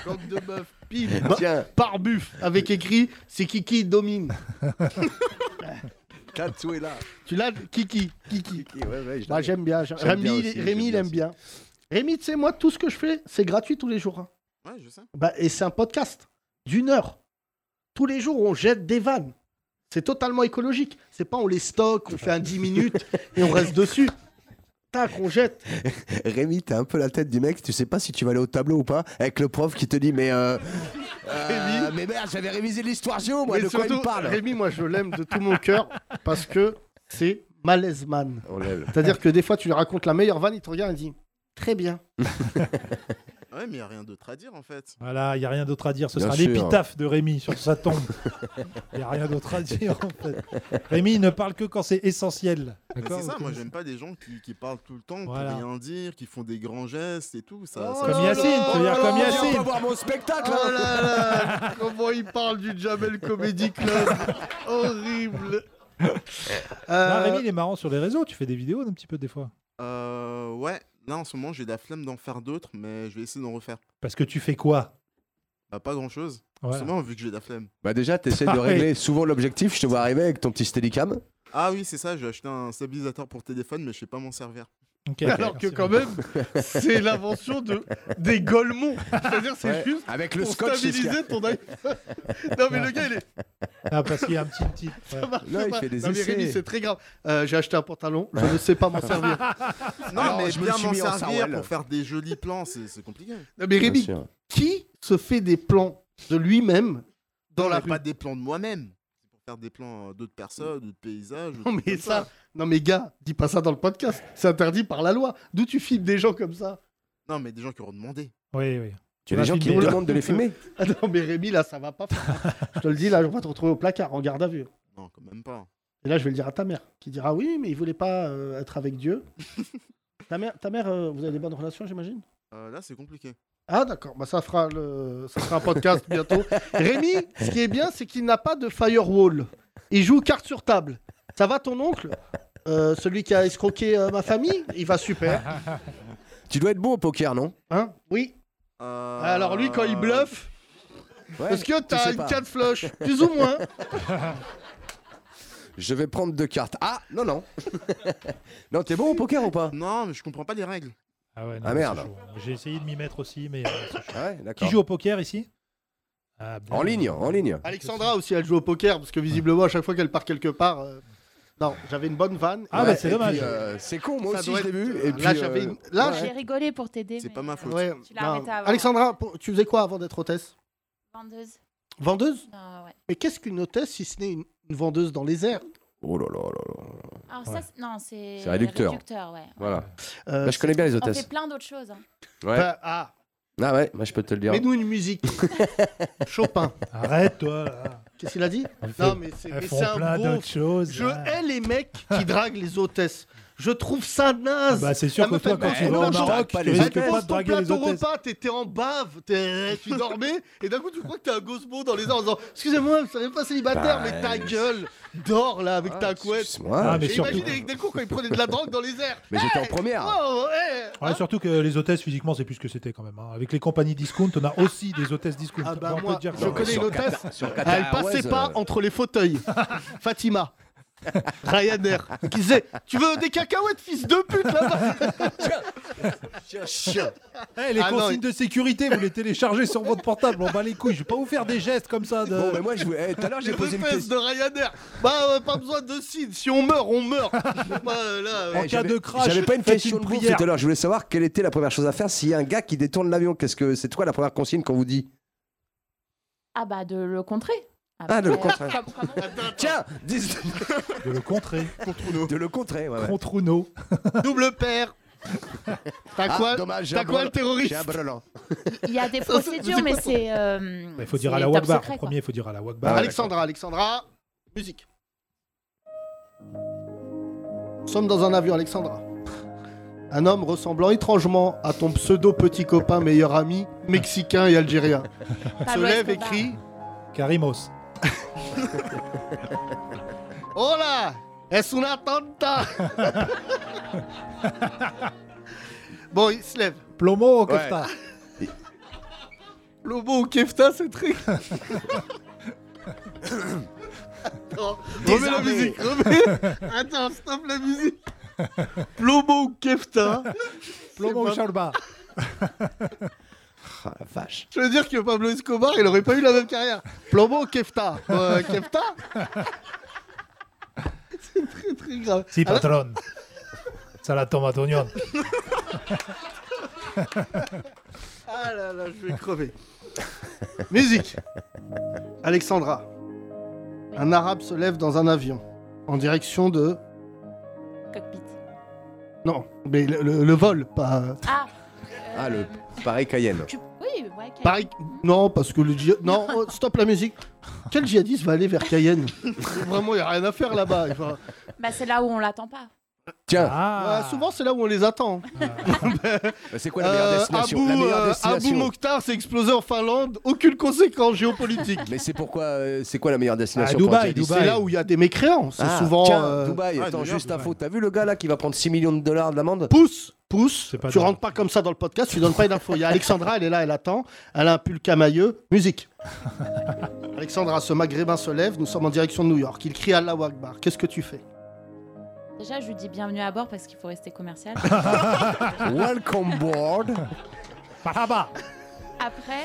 Speaker 6: Bande de meufs, pile.
Speaker 5: Bah,
Speaker 4: Tiens,
Speaker 6: Par buff, avec écrit c'est Kiki domine.
Speaker 4: Tatou est là.
Speaker 6: Tu l'as Kiki, Kiki.
Speaker 4: Ouais, ouais, je
Speaker 6: Bah,
Speaker 4: l'avais.
Speaker 6: j'aime bien.
Speaker 4: J'aime
Speaker 6: Rémi,
Speaker 4: bien
Speaker 6: il-
Speaker 4: aussi,
Speaker 6: Rémi,
Speaker 4: j'aime
Speaker 6: il
Speaker 4: bien
Speaker 6: aime
Speaker 4: aussi.
Speaker 6: bien. Rémi, tu sais, moi, tout ce que je fais, c'est gratuit tous les jours. hein.
Speaker 9: Ouais, je sais.
Speaker 6: Bah, et c'est un podcast d'une heure. Tous les jours, on jette des vannes. C'est totalement écologique. C'est pas on les stocke, on fait un 10 minutes et on reste dessus. tac, on jette.
Speaker 4: Rémi, t'as un peu la tête du mec, tu sais pas si tu vas aller au tableau ou pas, avec le prof qui te dit mais euh, euh, mais merde, j'avais révisé l'histoire géo, moi,
Speaker 6: Mais
Speaker 4: de quoi il me
Speaker 6: surtout,
Speaker 4: parle
Speaker 6: Rémi, moi, je l'aime de tout mon cœur parce que c'est malaise man.
Speaker 4: On l'aime.
Speaker 6: C'est-à-dire que des fois, tu lui racontes la meilleure vanne, il te regarde et dit Très bien.
Speaker 9: Ouais, mais il n'y a rien d'autre à dire en fait.
Speaker 6: Ah,
Speaker 5: Voilà, il n'y a rien d'autre à dire. Ce
Speaker 4: Bien
Speaker 5: sera
Speaker 4: sûr.
Speaker 5: l'épitaphe de Rémi sur sa tombe. Il n'y a rien d'autre à dire, en fait. Rémi il ne parle que quand c'est essentiel.
Speaker 9: Mais
Speaker 5: D'accord
Speaker 9: Ah, C'est ça,
Speaker 5: Vous
Speaker 9: moi
Speaker 5: connaissez-
Speaker 9: j'aime pas des gens qui, qui parlent tout le temps,
Speaker 5: Voilà.
Speaker 9: pour rien dire, qui font des grands gestes et tout. Ça,
Speaker 5: Oh
Speaker 9: ça-
Speaker 5: là Comme Yacine, là, tu veux dire oh comme là là, Yacine. on va voir hein.
Speaker 4: mon spectacle hein.
Speaker 9: Oh là là
Speaker 6: Comment il parle du Jamel Comedy Club Horrible
Speaker 5: Non,
Speaker 6: Euh,
Speaker 5: Rémi, il est marrant sur les réseaux. Tu fais des vidéos un petit peu des fois.
Speaker 9: Euh, ouais, là en ce moment j'ai de la flemme d'en faire d'autres, mais je vais essayer d'en refaire.
Speaker 5: Parce que tu fais quoi
Speaker 9: Bah, pas grand chose.
Speaker 5: Voilà.
Speaker 9: Justement, vu que j'ai de la flemme.
Speaker 4: Bah déjà, t'essayes de
Speaker 5: Ah oui.
Speaker 4: régler souvent l'objectif, je te vois arriver avec ton petit Steadicam.
Speaker 9: Ah oui, c'est ça, j'ai acheté un stabilisateur pour téléphone, mais je sais pas m'en servir.
Speaker 5: Ok.
Speaker 6: Alors que quand même, c'est l'invention de des golemons. C'est-à-dire c'est
Speaker 4: Ouais,
Speaker 6: juste
Speaker 4: avec le
Speaker 6: pour
Speaker 4: scotch, c'est ce qu'il y a.
Speaker 6: stabiliser ton iPhone. non mais le gars il est
Speaker 5: Ah, parce qu'il y a un petit petit. ouais.
Speaker 6: marche
Speaker 4: Là, il
Speaker 6: pas.
Speaker 4: fait des
Speaker 6: Non, mais
Speaker 4: essais.
Speaker 6: Rémi, c'est très grave. Euh, j'ai acheté un pantalon, je ne sais pas m'en servir.
Speaker 9: Non,
Speaker 4: Alors,
Speaker 9: mais
Speaker 4: je me
Speaker 9: bien
Speaker 4: suis
Speaker 9: m'en
Speaker 4: mis en
Speaker 9: servir
Speaker 4: sarouel.
Speaker 9: pour faire des jolis plans, c'est c'est compliqué.
Speaker 6: Non, mais Rémi,
Speaker 4: sûr.
Speaker 6: qui se fait des plans de lui-même dans la
Speaker 9: Mais
Speaker 6: rue
Speaker 9: pas des plans de moi-même. C'est pour faire des plans euh, d'autres personnes, d'autres paysages.
Speaker 6: Non
Speaker 9: ou des
Speaker 6: mais
Speaker 9: trucs comme
Speaker 6: ça, non mais gars, dis pas ça dans le podcast. C'est interdit par la loi. D'où tu filmes des gens comme ça
Speaker 9: Non, mais des gens qui auront demandé.
Speaker 5: Oui, oui.
Speaker 4: Tu as
Speaker 5: vas
Speaker 4: des gens qui
Speaker 5: filmer.
Speaker 4: nous demandent de les filmer
Speaker 6: Ah non mais Rémi là ça va pas. frère. je te le dis là, on va te retrouver au placard en garde à vue.
Speaker 9: Non, quand même pas.
Speaker 6: Et là je vais le dire à ta mère qui dira oui mais il voulait pas euh, être avec Dieu. ta mère, ta mère, euh, vous avez des bonnes relations j'imagine
Speaker 9: Euh, là, c'est compliqué.
Speaker 6: Ah d'accord, bah ça fera le, ça fera un podcast bientôt. Rémi, ce qui est bien, c'est qu'il n'a pas de firewall. Il joue carte sur table. Ça va ton oncle Euh, Celui qui a escroqué euh, ma famille Il va super.
Speaker 4: Tu dois être bon au poker, non
Speaker 6: Hein Oui.
Speaker 9: Euh,
Speaker 6: Alors lui, quand il bluffe,
Speaker 4: Ouais,
Speaker 6: est-ce que
Speaker 4: tu sais
Speaker 6: t'as une
Speaker 4: pas.
Speaker 6: carte flush Plus ou moins.
Speaker 4: Je vais prendre deux cartes. Ah, non, non. non, t'es bon au poker ou pas
Speaker 9: Non, mais je comprends pas les règles.
Speaker 5: Ah, ouais, non,
Speaker 4: Ah,
Speaker 5: c'est
Speaker 4: merde.
Speaker 5: chaud. J'ai essayé de m'y mettre aussi, mais. euh, c'est chaud.
Speaker 4: Ah ouais,
Speaker 5: Qui
Speaker 4: d'accord.
Speaker 5: joue au poker ici Ah, bien.
Speaker 4: En ligne, en ligne.
Speaker 6: Alexandra aussi, elle joue au poker, parce que visiblement, à chaque fois qu'elle part quelque part... euh, Non, j'avais une bonne vanne.
Speaker 5: Ah,
Speaker 4: Ouais,
Speaker 5: bah, c'est
Speaker 4: et
Speaker 5: dommage.
Speaker 4: puis, euh, c'est con, moi
Speaker 6: Ça
Speaker 4: aussi
Speaker 6: doit
Speaker 4: je l'ai
Speaker 6: être- euh,
Speaker 4: vu. Et puis, euh,
Speaker 6: Là, j'avais une- Là,
Speaker 4: ouais.
Speaker 12: J'ai rigolé pour t'aider.
Speaker 9: C'est
Speaker 12: mais,
Speaker 9: pas ma
Speaker 12: euh,
Speaker 9: faute.
Speaker 6: Ouais,
Speaker 12: Tu l'as
Speaker 6: non.
Speaker 12: arrêté avant.
Speaker 6: Alexandra, pour- tu faisais quoi avant d'être hôtesse
Speaker 12: Vendeuse.
Speaker 6: Vendeuse
Speaker 12: Non, ouais.
Speaker 6: Mais qu'est-ce qu'une hôtesse si ce n'est une, une vendeuse dans les airs
Speaker 4: Oh là là là là.
Speaker 12: Alors
Speaker 5: Ouais.
Speaker 12: ça, c'est- non, c'est.
Speaker 4: C'est réducteur.
Speaker 12: ouais.
Speaker 4: Voilà.
Speaker 6: Euh,
Speaker 4: Bah, je connais bien les
Speaker 12: On fait
Speaker 4: hôtesses.
Speaker 12: plein d'autres choses. hein.
Speaker 4: Ouais.
Speaker 6: bah, ah,
Speaker 4: Ah ouais, moi je peux te le dire.
Speaker 6: mets-nous une musique. Chopin.
Speaker 5: Arrête, toi. là.
Speaker 6: Qu'est-ce qu'il a dit
Speaker 5: Elles
Speaker 6: Non,
Speaker 5: font-
Speaker 6: mais c'est
Speaker 5: Elles
Speaker 6: mais
Speaker 5: font
Speaker 6: c'est un
Speaker 5: plein
Speaker 6: gros.
Speaker 5: d'autres choses. hein.
Speaker 6: Je
Speaker 5: là.
Speaker 6: hais les mecs qui draguent les hôtesses. Je trouve ça naze. Ah,
Speaker 5: Bah, c'est sûr
Speaker 6: Ça
Speaker 5: que
Speaker 6: me
Speaker 5: toi,
Speaker 6: fait
Speaker 5: quand
Speaker 6: peur.
Speaker 5: tu
Speaker 6: Elle
Speaker 5: vas au
Speaker 6: pose ton-
Speaker 5: Maroc, tu
Speaker 4: pas les
Speaker 6: Elle
Speaker 5: risques pas
Speaker 6: pose
Speaker 5: de
Speaker 6: ton
Speaker 5: draguer
Speaker 6: plat,
Speaker 5: les
Speaker 6: ton
Speaker 5: hôtesses.
Speaker 6: repas, t'étais en bave, t'es- tu dormais, et d'un coup tu crois que t'as un gosbo dans les airs en disant Excusez-moi, vous savez pas célibataire,
Speaker 4: Bah,
Speaker 6: mais ta
Speaker 4: euh,
Speaker 6: gueule, dors là avec ta couette.
Speaker 4: Excuse-moi.
Speaker 5: Ah, mais
Speaker 6: Et
Speaker 5: surtout-
Speaker 6: imagine Eric Delcourt quand il prenait de la drogue dans les airs.
Speaker 4: Mais j'étais en
Speaker 6: Hey,
Speaker 4: première.
Speaker 6: oh, hey,
Speaker 5: Ouais,
Speaker 6: hein
Speaker 5: surtout que les hôtesses physiquement c'est plus ce que c'était quand même. hein. Avec les compagnies discount, on a aussi des hôtesses discount.
Speaker 6: Ah bah
Speaker 5: on peut
Speaker 6: moi,
Speaker 5: dire
Speaker 6: je
Speaker 5: ça.
Speaker 6: connais une
Speaker 4: Sur
Speaker 6: hôtesse,
Speaker 4: Qatar- sur Qatar
Speaker 6: elle passait
Speaker 4: Airways,
Speaker 6: pas
Speaker 4: euh,
Speaker 6: entre les fauteuils. Fatima. Ryanair, qui disait Tu veux des cacahuètes, fils de pute là-bas
Speaker 4: Tiens, chien.
Speaker 5: Eh, les
Speaker 6: Ah non,
Speaker 5: consignes de sécurité, vous les téléchargez sur votre portable, on bat les couilles. Je vais pas vous faire des gestes comme ça. De...
Speaker 4: Bon, mais moi je voulais. eh, Tout à l'heure j'ai
Speaker 6: Les
Speaker 4: posé une
Speaker 6: fesses
Speaker 4: question.
Speaker 6: de Ryanair. Bah, euh, pas besoin de signe. Si on meurt, on meurt. Bah, euh, là, euh,
Speaker 5: En
Speaker 4: Eh,
Speaker 5: cas
Speaker 4: j'avais-
Speaker 5: de crash,
Speaker 4: J'avais pas une
Speaker 5: faites
Speaker 4: question
Speaker 5: une
Speaker 4: de bouffe
Speaker 5: prière.
Speaker 4: tout à l'heure. Je voulais savoir quelle était la première chose à faire s'il y a un gars qui détourne l'avion. Qu'est-ce que c'est quoi la première consigne qu'on vous dit
Speaker 12: Ah bah de le contrer.
Speaker 4: Ah, de le
Speaker 12: bah,
Speaker 4: contrer.
Speaker 12: comme- comme-
Speaker 4: Tiens, dis-
Speaker 5: De le contrer.
Speaker 4: de le contrer. Ouais, ouais.
Speaker 5: Contre Uno.
Speaker 6: double père. T'as
Speaker 4: Ah,
Speaker 6: quoi
Speaker 4: dommage, j'ai
Speaker 6: T'as
Speaker 4: un
Speaker 6: quoi
Speaker 4: brelan-
Speaker 6: le terroriste
Speaker 4: J'ai un brelan.
Speaker 12: Il y a des
Speaker 6: Ça, c'est- c'est
Speaker 12: procédures,
Speaker 6: quoi
Speaker 12: mais
Speaker 6: ton-
Speaker 12: c'est. euh,
Speaker 5: Il faut
Speaker 12: c'est
Speaker 5: dire à la
Speaker 12: étape
Speaker 5: Wagbar.
Speaker 12: secret,
Speaker 5: En
Speaker 12: quoi.
Speaker 5: premier, il faut dire à la Wagbar.
Speaker 4: Ah ouais,
Speaker 6: Alexandra, Alexandra, musique. Nous sommes dans un avion, Alexandra. Un homme ressemblant étrangement à ton pseudo petit copain meilleur ami, mexicain et algérien, se
Speaker 12: Pablo
Speaker 6: lève et
Speaker 12: Escobar.
Speaker 6: crie
Speaker 5: Karimos.
Speaker 6: Hola, es una tonta Bon, il se lève.
Speaker 5: Plomo au Oh, kefta.
Speaker 6: Le mot kefta, c'est très. Attends, remets la
Speaker 4: Désarmé.
Speaker 6: musique, remets. Attends, stop la musique. Plomo ou kefta.
Speaker 5: Plomo au Shalba.
Speaker 4: Ah, la vache.
Speaker 6: Je veux dire que Pablo Escobar, il aurait pas eu la même carrière. Plomo ou kefta. Euh, kefta C'est très très grave.
Speaker 5: Si,
Speaker 6: Alors,
Speaker 5: patron. Ça la tomate oignon.
Speaker 6: Ah là là, je vais crever. Musique. Alexandra. Un arabe se lève dans un avion en direction de.
Speaker 12: Cockpit.
Speaker 6: Non, mais le, le- le vol, pas.
Speaker 12: Ah
Speaker 4: Ah, le Paris Cayenne.
Speaker 12: Oui, ouais, Cayenne.
Speaker 6: Pareil. Non, parce que le dji- Non, oh, stop la musique. Quel djihadiste va aller vers Cayenne Vraiment, il n'y a rien à faire là-bas. Il va-
Speaker 12: Bah, c'est là où on l'attend pas.
Speaker 4: Tiens.
Speaker 6: Ouais, souvent, c'est là où on les attend.
Speaker 4: Bah, c'est quoi la meilleure
Speaker 6: Euh,
Speaker 4: destination
Speaker 6: Abou,
Speaker 4: La meilleure
Speaker 6: euh,
Speaker 4: destination.
Speaker 6: Abou Mokhtar s'est explosé en Finlande. Aucune conséquence géopolitique.
Speaker 4: Mais c'est pourquoi euh, c'est quoi la meilleure destination
Speaker 6: Ah, Dubaï,
Speaker 4: pour un djihadiste
Speaker 6: Dubaï. C'est là où il y a des mécréants, c'est souvent,
Speaker 4: tiens,
Speaker 6: euh,
Speaker 4: Dubaï,
Speaker 6: Ah,
Speaker 4: attends,
Speaker 6: New York,
Speaker 4: juste info.
Speaker 6: Dubaï.
Speaker 4: T'as vu le gars là qui va prendre 6 millions de dollars d'amende
Speaker 6: Pousse, pousse. Tu
Speaker 4: drôle.
Speaker 6: rentres pas comme ça dans le podcast, tu donnes pas une info. Il y a Alexandra, elle est là, elle attend. Elle a un pull camailleux. Musique. Alexandra, ce maghrébin se lève. Nous sommes en direction de New York. Il crie Allah Akbar. Qu'est-ce que tu fais
Speaker 12: Déjà, je lui dis bienvenue à bord parce qu'il faut rester commercial.
Speaker 4: Welcome board.
Speaker 12: Après,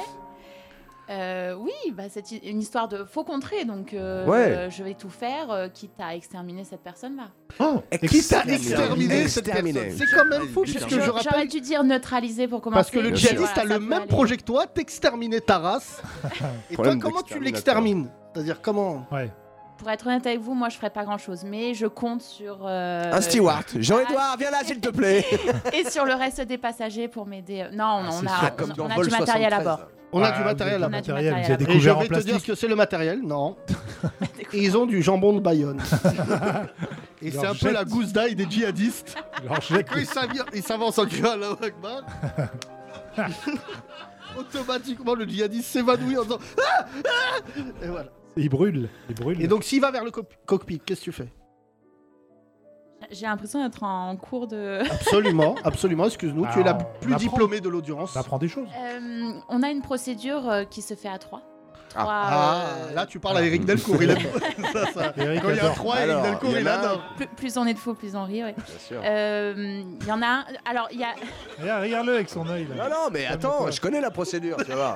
Speaker 12: euh, oui, bah, c'est i- une histoire de faux contrée, donc euh,
Speaker 4: Ouais.
Speaker 12: euh, je vais tout faire, euh, quitte à exterminer cette personne-là.
Speaker 6: Oh,
Speaker 5: Hein
Speaker 6: Quitte à exterminer cette
Speaker 4: Exterminer.
Speaker 6: personne. C'est quand même fou, puisque je
Speaker 12: J'aurais
Speaker 6: rappelle.
Speaker 12: dû dire neutraliser pour commencer.
Speaker 6: Parce que le
Speaker 12: mais
Speaker 6: djihadiste
Speaker 12: voilà,
Speaker 6: a le
Speaker 12: ça peut
Speaker 6: même
Speaker 12: aller.
Speaker 6: projet que toi, t'exterminer ta race. Et toi,
Speaker 4: Problème
Speaker 6: comment tu
Speaker 4: d'exterminateur.
Speaker 6: l'extermines C'est-à-dire comment
Speaker 5: Ouais.
Speaker 12: Pour être honnête avec vous, moi, je ferai pas grand-chose, mais je compte sur... euh, Ah.
Speaker 4: Un steward. Jean-Edouard, viens là, s'il te plaît.
Speaker 12: Et sur le reste des passagers pour m'aider.
Speaker 6: Ah,
Speaker 12: Non, on,
Speaker 4: c'est
Speaker 12: a,
Speaker 4: sûr, comme
Speaker 12: on-
Speaker 4: dans
Speaker 12: on a
Speaker 4: Vol
Speaker 12: du matériel à
Speaker 4: 73.
Speaker 12: bord.
Speaker 6: On a
Speaker 5: Ah,
Speaker 6: du
Speaker 5: vous
Speaker 6: matériel
Speaker 5: avez
Speaker 6: là-bas.
Speaker 5: du matériel, vous avez
Speaker 6: Et je vais
Speaker 5: découvert en
Speaker 6: te dire ce
Speaker 5: plastique.
Speaker 6: que c'est le matériel. Non. Et ils ont du jambon de Bayonne. Et c'est
Speaker 5: Leur
Speaker 6: un peu
Speaker 5: jette.
Speaker 6: la gousse d'ail des djihadistes.
Speaker 5: Leur
Speaker 6: Et
Speaker 5: jette.
Speaker 6: quand ils s'avirent- ils s'avancent en criant Allahu Akbar, automatiquement le djihadiste s'évanouit en disant Ah Ah Et voilà.
Speaker 5: Il brûle. Il brûle.
Speaker 6: Et donc s'il va vers le co- cockpit, qu'est-ce que tu fais
Speaker 12: J'ai l'impression d'être en cours de...
Speaker 6: Absolument, absolument, excuse-nous, tu es la
Speaker 5: Ah, on
Speaker 6: plus
Speaker 5: apprend.
Speaker 6: diplômée de l'audience.
Speaker 5: T'apprends des choses.
Speaker 12: Euh, on a une procédure euh, qui se fait à trois. Trois,
Speaker 6: Ah,
Speaker 12: euh,
Speaker 6: là tu parles à Eric Delcourt, il aime ça, ça.
Speaker 5: Eric
Speaker 6: Quand il y a
Speaker 5: adore.
Speaker 6: trois, Eric
Speaker 4: Alors,
Speaker 6: Delcourt,
Speaker 4: il y
Speaker 6: il
Speaker 4: en a un-
Speaker 6: adore.
Speaker 12: Plus, plus on est de faux, plus on rit, ouais.
Speaker 4: sûr.
Speaker 12: Euh, Il y en a un. Alors, il y a.
Speaker 5: Regarde- Regarde-le avec son œil.
Speaker 4: Non,
Speaker 5: là.
Speaker 4: non, mais attends,
Speaker 5: Calme-toi.
Speaker 4: je connais la procédure, tu vois.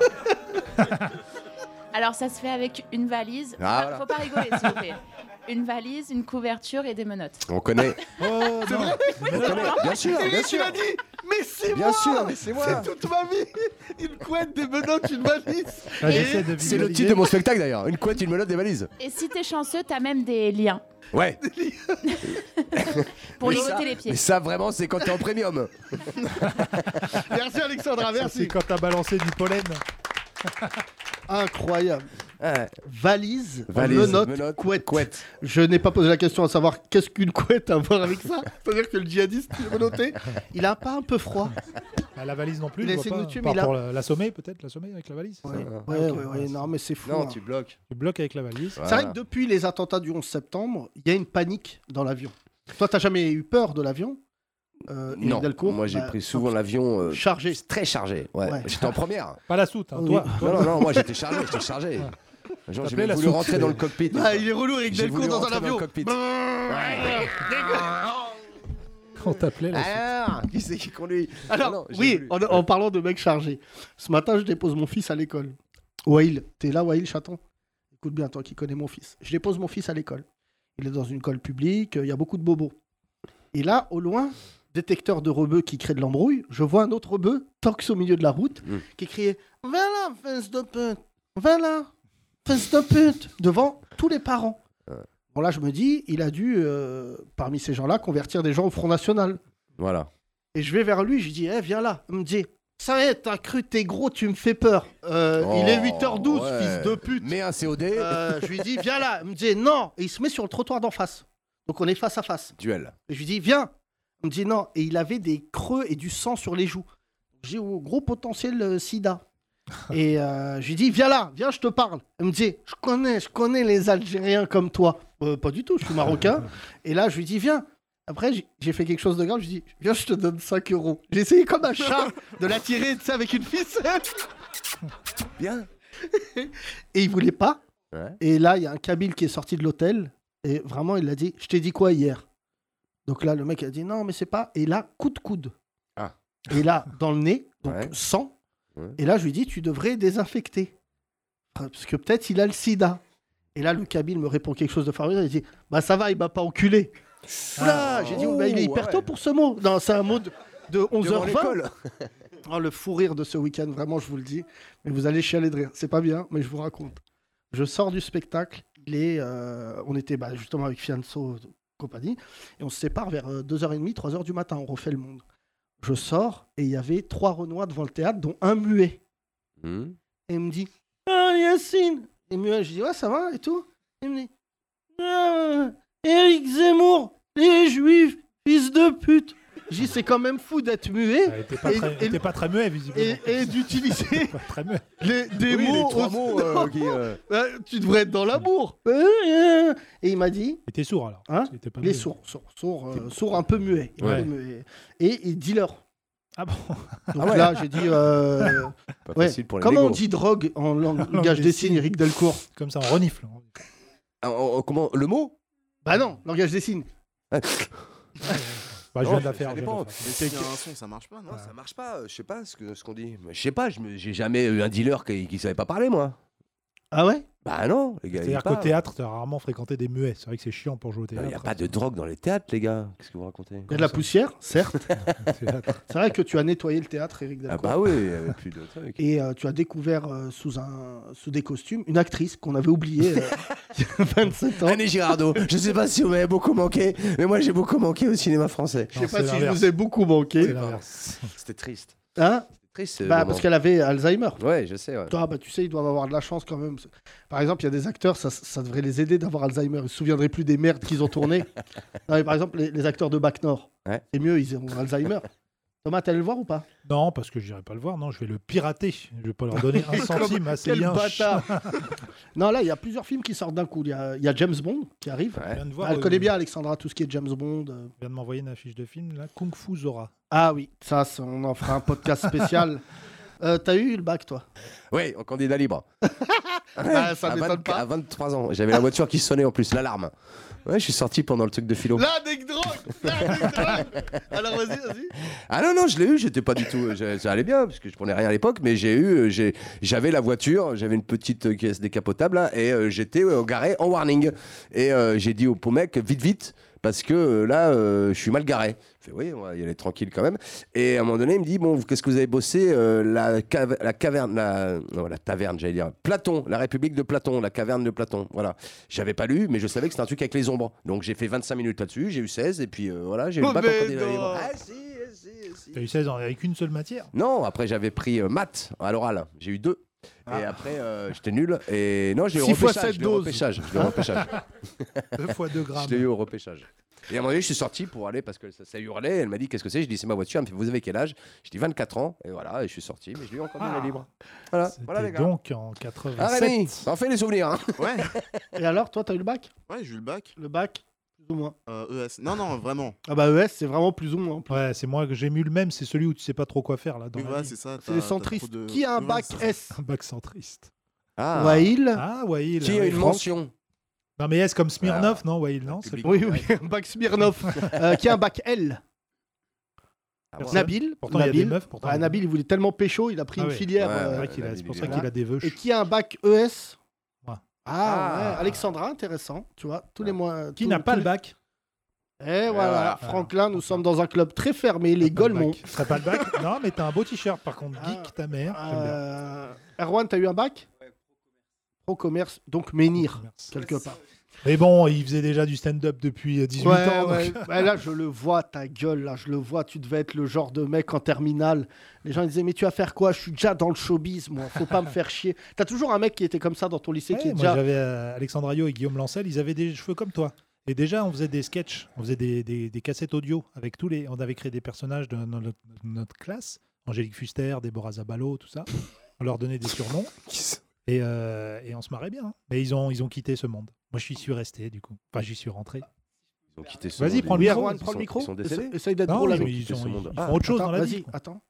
Speaker 12: Alors, ça se fait avec une valise.
Speaker 4: Ah,
Speaker 12: Faut-
Speaker 4: voilà.
Speaker 12: Faut pas rigoler, s'il vous plaît. Une valise, une couverture et des menottes.
Speaker 4: On connaît.
Speaker 5: Oh, non.
Speaker 4: On connaît. Bien sûr,
Speaker 6: C'est lui
Speaker 4: bien
Speaker 6: qui
Speaker 4: sûr.
Speaker 6: l'a dit Mais c'est
Speaker 4: Bien
Speaker 6: moi
Speaker 4: sûr, mais c'est moi.
Speaker 6: C'est toute ma vie Une couette, des menottes, une valise
Speaker 5: Ah, j'essaie de
Speaker 4: C'est le
Speaker 5: visualiser.
Speaker 4: titre de mon spectacle d'ailleurs. Une couette, une melotte, des valises.
Speaker 12: Et si t'es chanceux, t'as même des liens
Speaker 4: Ouais.
Speaker 12: pour
Speaker 4: Mais
Speaker 12: ligoter
Speaker 4: ça-
Speaker 12: les pieds.
Speaker 4: Mais ça, vraiment, c'est quand t'es en premium.
Speaker 6: Merci Alexandra,
Speaker 5: Ça, C'est
Speaker 6: merci
Speaker 5: quand t'as balancé du pollen.
Speaker 6: Incroyable
Speaker 4: Ah Ouais.
Speaker 6: Valise,
Speaker 4: Valise,
Speaker 6: menottes,
Speaker 4: menottes,
Speaker 6: couette.
Speaker 4: couette.
Speaker 6: Je n'ai pas posé la question à savoir qu'est-ce qu'une couette à voir avec ça C'est-à-dire que le djihadiste, il est menotté, il a pas un peu froid
Speaker 5: Ah, la valise non plus. je vois
Speaker 6: Laissez-nous
Speaker 5: pas.
Speaker 6: tuer,
Speaker 5: Par-
Speaker 6: mais là-
Speaker 5: Pour la- l'assommer, peut-être, l'assommer avec la valise.
Speaker 6: Ouais,
Speaker 4: Ah,
Speaker 6: ouais,
Speaker 5: ok,
Speaker 6: ouais,
Speaker 5: ouais,
Speaker 6: ouais, non mais c'est fou
Speaker 4: Non,
Speaker 6: hein.
Speaker 4: tu bloques.
Speaker 5: Tu bloques avec la valise.
Speaker 6: C'est vrai que depuis les attentats du 11 septembre, il y a une panique dans l'avion. Toi, t'as jamais eu peur de l'avion euh, Eric
Speaker 4: Non,
Speaker 6: Delcourt
Speaker 4: moi j'ai
Speaker 6: Bah,
Speaker 4: pris souvent l'avion euh,
Speaker 6: Chargé.
Speaker 4: très chargé. Ouais.
Speaker 6: Ouais.
Speaker 4: J'étais en première.
Speaker 5: Pas la soute, hein,
Speaker 6: Oui.
Speaker 5: toi.
Speaker 4: Non, non, non, moi j'étais chargé, j'étais chargé. Genre, j'ai
Speaker 5: T'appelais
Speaker 4: même
Speaker 5: la
Speaker 4: voulu
Speaker 5: soute,
Speaker 4: rentrer
Speaker 5: mais-
Speaker 4: dans le cockpit.
Speaker 6: Ah, il est relou Eric
Speaker 4: J'ai
Speaker 6: Delcourt
Speaker 4: voulu
Speaker 6: dans un
Speaker 4: rentrer
Speaker 6: avion.
Speaker 4: le cockpit.
Speaker 5: On t'appelait la soute.
Speaker 4: Alors, qui c'est qui conduit
Speaker 6: Alors,
Speaker 4: Ah non, j'ai
Speaker 6: oui,
Speaker 4: voulu.
Speaker 6: en, en parlant de mec chargé, ce matin, je dépose mon fils à l'école. Wail, t'es là, Wail, chaton Écoute bien, toi qui connais mon fils. Je dépose mon fils à l'école. Il est dans une école publique, euh, il y a beaucoup de bobos. Et là, au loin, détecteur de rebeux qui crée de l'embrouille, je vois un autre rebeu, torx au milieu de la route,
Speaker 4: Mm.
Speaker 6: qui criait Va là, fesse de pute Va là, fesse de pute devant tous les parents. Bon, là, je me dis, il a dû, euh, parmi ces gens-là, convertir des gens au Front National.
Speaker 4: Voilà.
Speaker 6: Et je vais vers lui, je lui dis, eh, viens là. Il me dit, ça y est, t'as cru, t'es gros, tu me fais peur. Euh, il est
Speaker 4: Oh,
Speaker 6: 8h12,
Speaker 4: ouais.
Speaker 6: fils de pute.
Speaker 4: Mets un COD,
Speaker 6: Euh, je lui dis, viens là. Il me dit, non. Et il se met sur le trottoir d'en face. Donc on est face à face.
Speaker 4: duel.
Speaker 6: Et je lui dis, viens. Il me dit, non. Et il avait des creux et du sang sur les joues. J'ai au gros potentiel euh, sida. Et euh, je lui dis, viens là, viens, je te parle. Il me dit, je connais, je connais les Algériens comme toi. Euh, pas du tout, je suis marocain. Et là, je lui dis, viens. Après, j'ai- j'ai fait quelque chose de grave, je lui dis, viens, je te donne 5 euros. J'ai essayé comme un chat de l'attirer, tu sais, avec une ficelle.
Speaker 4: Bien.
Speaker 6: Et il voulait pas.
Speaker 4: Ouais.
Speaker 6: Et là, il y a un Kabyle qui est sorti de l'hôtel. Et vraiment, il a dit Je t'ai dit quoi hier Donc là, le mec a dit Non, mais c'est pas. Et là, coup de coude.
Speaker 4: Ah.
Speaker 6: Et là, dans le nez, donc
Speaker 4: Ouais.
Speaker 6: sang.
Speaker 4: Ouais.
Speaker 6: Et là, je lui dis Tu devrais désinfecter. Enfin, Parce que peut-être il a le sida. Et là, le Kabyle me répond quelque chose de formidable. Il dit Bah, ça va, il m'a pas enculé.
Speaker 4: Ah.
Speaker 6: Oula, j'ai dit, oh, bah, il est hyper tôt pour ce mot. Non, c'est un mot de, de 11h20.
Speaker 4: l'école.
Speaker 6: Oh, le fou rire de ce week-end, vraiment, je vous le dis. Mais vous allez chialer de rire. C'est pas bien, mais je vous raconte. Je sors du spectacle. Il est, euh, on était bah, justement avec Fianso compagnie. Et on se sépare vers euh, 2h30, 3h du matin. On refait le monde. Je sors et il y avait trois Renois devant le théâtre, dont un muet. Et il me dit Ah, Yacine Et Muel, je dis Ouais, ça va et tout. Il me dit Ah, Éric Zemmour, les juifs, fils de pute Je dis C'est quand même fou d'être muet.
Speaker 5: T'es Ah, pas,
Speaker 6: et-
Speaker 5: très-
Speaker 6: et-
Speaker 5: t'es pas très muet, visiblement.
Speaker 6: et, et d'utiliser les, des
Speaker 5: Oui, les
Speaker 6: mots.
Speaker 5: trois
Speaker 6: au-
Speaker 5: mots, euh,
Speaker 6: Non.
Speaker 5: qui, euh,
Speaker 6: Bah, tu devrais être dans l'amour. Euh, euh. Et il m'a dit.
Speaker 5: Il était sourd alors.
Speaker 6: Hein
Speaker 5: était pas
Speaker 6: Il est
Speaker 5: muet.
Speaker 6: sourd, sourd, sourd, euh, sourd, un peu muet. un peu
Speaker 5: Ouais.
Speaker 6: muet. Et il dit leur.
Speaker 5: Ah bon
Speaker 6: Donc
Speaker 5: Ah ouais.
Speaker 6: là, j'ai dit. euh,
Speaker 5: Pas
Speaker 6: ouais.
Speaker 5: facile pour les
Speaker 6: Comment on
Speaker 4: légaux.
Speaker 6: dit drogue en langue
Speaker 5: Langue
Speaker 6: langage
Speaker 5: des
Speaker 6: des signes,
Speaker 5: signes.
Speaker 6: Eric Delcourt
Speaker 5: Comme ça, on renifle.
Speaker 4: Ah, comment Le mot
Speaker 6: Bah non, langage des signes.
Speaker 5: Bah, je
Speaker 4: Non,
Speaker 5: viens de la faire,
Speaker 4: ça
Speaker 5: je viens
Speaker 4: dépend.
Speaker 5: de la faire.
Speaker 4: Mais
Speaker 9: C'est
Speaker 4: c'est-
Speaker 9: un son, ça marche pas, non
Speaker 4: Non, ça marche pas. euh, Je sais pas ce que- ce qu'on dit. Je sais pas, je me- j'ai jamais eu un dealer qui, qui savait pas parler, moi.
Speaker 6: Ah ouais
Speaker 4: Bah non, les gars.
Speaker 5: C'est-à-dire
Speaker 4: il
Speaker 5: qu'au
Speaker 4: parle.
Speaker 5: théâtre, t'as rarement fréquenté des muets. C'est vrai que c'est chiant pour jouer au
Speaker 4: Il
Speaker 5: théâtre.
Speaker 4: n'y a pas de drogue dans les théâtres, les gars. Qu'est-ce que vous racontez
Speaker 6: Il y a de la poussière, certes. C'est vrai que tu as nettoyé le théâtre, Eric
Speaker 4: Ah
Speaker 6: Delcourt.
Speaker 4: bah oui, il y avait plus de trucs.
Speaker 6: Et euh, tu as découvert euh, sous, un, sous des costumes une actrice qu'on avait oubliée euh, il y a 27 ans.
Speaker 4: Annie Girardot, je sais pas si vous m'avez beaucoup manqué, mais moi j'ai beaucoup manqué au cinéma français.
Speaker 6: Je sais pas si je vous ai beaucoup manqué.
Speaker 4: C'était triste.
Speaker 6: Hein
Speaker 4: Triste. euh,
Speaker 6: Bah, parce qu'elle avait Alzheimer.
Speaker 4: Ouais, je sais. ouais.
Speaker 6: Ah, bah, tu sais, ils doivent avoir de la chance quand même. Par exemple, il y a des acteurs, ça, ça devrait les aider d'avoir Alzheimer. Ils se souviendraient plus des merdes qu'ils ont tournées. Non, mais par exemple, les, les acteurs de Bac Nord,
Speaker 4: Ouais.
Speaker 6: c'est mieux, ils ont Alzheimer. Thomas, t'allais le voir ou pas
Speaker 5: Non, parce que j'irai pas le voir. Non, je vais le pirater. Je vais pas leur donner un
Speaker 6: Comme-
Speaker 5: centime à ces
Speaker 6: quel
Speaker 5: liens.
Speaker 6: bâtard. Non, là, il y a plusieurs films qui sortent d'un coup. Il y, a- il y a James Bond qui arrive.
Speaker 5: Je viens de voir,
Speaker 6: Ah, elle
Speaker 5: euh,
Speaker 6: connaît bien, Alexandra, tout ce qui est James Bond. euh.
Speaker 5: Je viens de m'envoyer une affiche de film, là. Kung Fu Zora.
Speaker 6: Ah oui, ça, c'est- on en fera un podcast spécial. Euh, T'as eu le bac, toi
Speaker 4: Oui, en candidat libre.
Speaker 6: Ah, ça
Speaker 4: à,
Speaker 6: m'étonne
Speaker 4: 20 à 23 ans, j'avais la voiture qui sonnait en plus, l'alarme. Ouais, je suis sorti pendant le truc de philo.
Speaker 6: L'anecdote L'anecdote Alors, vas-y, vas-y.
Speaker 4: Ah non, non, je l'ai eu, j'étais pas du tout. euh, je- ça allait bien, parce que je prenais rien à l'époque, mais j'ai eu. euh, j'ai- J'avais la voiture, j'avais une petite euh, caisse décapotable, là, et euh, j'étais euh, garé en warning. Et euh, j'ai dit au pauvre mec, vite, vite, parce que euh, là, euh, je suis mal garé. Je fais, oui, on va y aller tranquille quand même. Et à un moment donné, il me dit, bon, vous- qu'est-ce que vous avez bossé Euh, la, cave- la caverne, la, non, la taverne, j'allais dire. Platon, la République de Platon, la caverne de Platon. Voilà. J'avais pas lu, mais je savais que c'était un truc avec les ombres. Donc j'ai fait 25 minutes là-dessus, j'ai eu 16, et puis euh, voilà, j'ai eu le bac en candidat libre. Ah,
Speaker 5: T'as eu 16 ans avec une seule matière.
Speaker 4: non, après j'avais pris euh, maths à l'oral, j'ai eu deux. Et
Speaker 13: Ah.
Speaker 4: après, euh, j'étais nul. Et non, j'ai eu au
Speaker 5: Six fois
Speaker 4: repêchage.
Speaker 5: sept
Speaker 4: Je l'ai au
Speaker 5: doses.
Speaker 4: repêchage. Je l'ai au repêchage.
Speaker 5: Deux fois deux grammes.
Speaker 4: Je l'ai eu au repêchage. Et à un moment donné, je suis sorti pour aller parce que ça, ça hurlait. Elle m'a dit Qu'est-ce que c'est Je dis C'est ma voiture. Elle me fait Vous avez quel âge Je dis 24 ans. Et voilà, et je suis sorti. Mais je l'ai eu encore
Speaker 5: Ah.
Speaker 4: libre. Voilà, voilà les
Speaker 5: C'était
Speaker 4: gars.
Speaker 5: donc en
Speaker 4: Ah,
Speaker 5: 87.
Speaker 4: Rémi, ça en fait les souvenirs. Hein.
Speaker 9: Ouais.
Speaker 6: Et alors, toi, t'as eu le bac
Speaker 9: Ouais, j'ai eu le bac.
Speaker 6: Le bac Plus ou moins.
Speaker 9: Euh, ES. Non, non, vraiment.
Speaker 6: Ah bah ES, c'est vraiment plus ou moins. en plus.
Speaker 5: Ouais, c'est moi que j'ai mis le même, c'est celui où tu sais pas trop quoi faire là. dans
Speaker 9: Oui,
Speaker 5: la
Speaker 9: voilà,
Speaker 5: vie.
Speaker 9: c'est ça.
Speaker 6: C'est
Speaker 9: t'as-
Speaker 6: les
Speaker 9: t'as
Speaker 6: centristes.
Speaker 9: trop de-
Speaker 6: Qui a un
Speaker 9: Ouais,
Speaker 6: bac
Speaker 9: c'est ça.
Speaker 6: S
Speaker 5: Un bac centriste.
Speaker 4: Ah.
Speaker 6: Wail
Speaker 5: Ah, Wail.
Speaker 4: Qui a
Speaker 5: oui,
Speaker 4: une
Speaker 5: Franck.
Speaker 4: mention
Speaker 5: Non, mais est-ce comme Smirnov, non Wail, non c'est
Speaker 6: Oui, oui, un bac Smirnov. Euh, qui a un bac L
Speaker 9: Ah,
Speaker 4: Ah,
Speaker 5: Personne.
Speaker 6: Nabil.
Speaker 5: Pourtant, il y a
Speaker 6: Nabil.
Speaker 5: des meufs, pourtant,
Speaker 6: Ah,
Speaker 5: il y a des
Speaker 6: Nabil, il voulait tellement pécho, il a pris
Speaker 5: Ah
Speaker 6: une
Speaker 5: ouais.
Speaker 6: filière.
Speaker 5: Ouais,
Speaker 6: euh,
Speaker 5: ouais, qu'il a- c'est pour ça
Speaker 6: voilà.
Speaker 5: qu'il a des vœux.
Speaker 6: Et qui a un bac ES
Speaker 5: Moi.
Speaker 6: Ah, ouais,
Speaker 5: Ah.
Speaker 6: Alexandra, intéressant. Tu vois, tous les mois.
Speaker 5: Qui
Speaker 6: tous-
Speaker 5: n'a pas
Speaker 6: tous
Speaker 5: le
Speaker 6: les-
Speaker 5: bac
Speaker 6: Eh voilà,
Speaker 5: voilà.
Speaker 6: Franklin, nous sommes dans un club très fermé, les Golemont.
Speaker 5: T'as pas le bac Non, mais t'as un beau t-shirt par contre. Geek ta mère. J'aime bien.
Speaker 6: Euh, Erwan, t'as eu un bac Pro commerce, donc menhir, quelque part.
Speaker 5: Mais bon, il faisait déjà du stand-up depuis 18
Speaker 6: Ouais,
Speaker 5: ans. donc- euh,
Speaker 6: ouais. Ouais, là, je le vois, ta gueule, là, je le vois. Tu devais être le genre de mec en terminale. Les gens ils disaient, mais tu vas faire quoi Je suis déjà dans le showbiz, moi. Faut pas me faire chier. T'as toujours un mec qui était comme ça dans ton lycée qui est
Speaker 5: Ouais, moi,
Speaker 6: déjà.
Speaker 5: j'avais euh, Alexandre Ayot et Guillaume Lancel, ils avaient des cheveux comme toi. Et déjà, on faisait des sketchs, on faisait des, des- des cassettes audio avec tous les. On avait créé des personnages de no- notre, notre classe, Angélique Fuster, Déborah Zabalo, tout ça. On leur donnait des surnoms. et, euh, et on se marrait bien. hein. Mais ils ont, ils ont quitté ce monde. Moi, j'y suis resté, du coup. Enfin, j'y suis rentré.
Speaker 4: Ils ont quitté ce
Speaker 5: Vas-y,
Speaker 4: monde.
Speaker 5: prends le
Speaker 4: Ils
Speaker 5: micro.
Speaker 4: sont-
Speaker 5: Ils
Speaker 4: ils sont- Ils sont décédés.
Speaker 6: Essa- Essaye d'être
Speaker 5: Non,
Speaker 6: drôle
Speaker 5: ils ont-
Speaker 6: avec.
Speaker 5: ils
Speaker 4: Quitté ce
Speaker 5: ont-
Speaker 4: monde.
Speaker 5: ils
Speaker 4: Ah.
Speaker 5: font autre chose
Speaker 6: Attends,
Speaker 5: dans la
Speaker 6: vas-y,
Speaker 5: vie.
Speaker 6: Attends.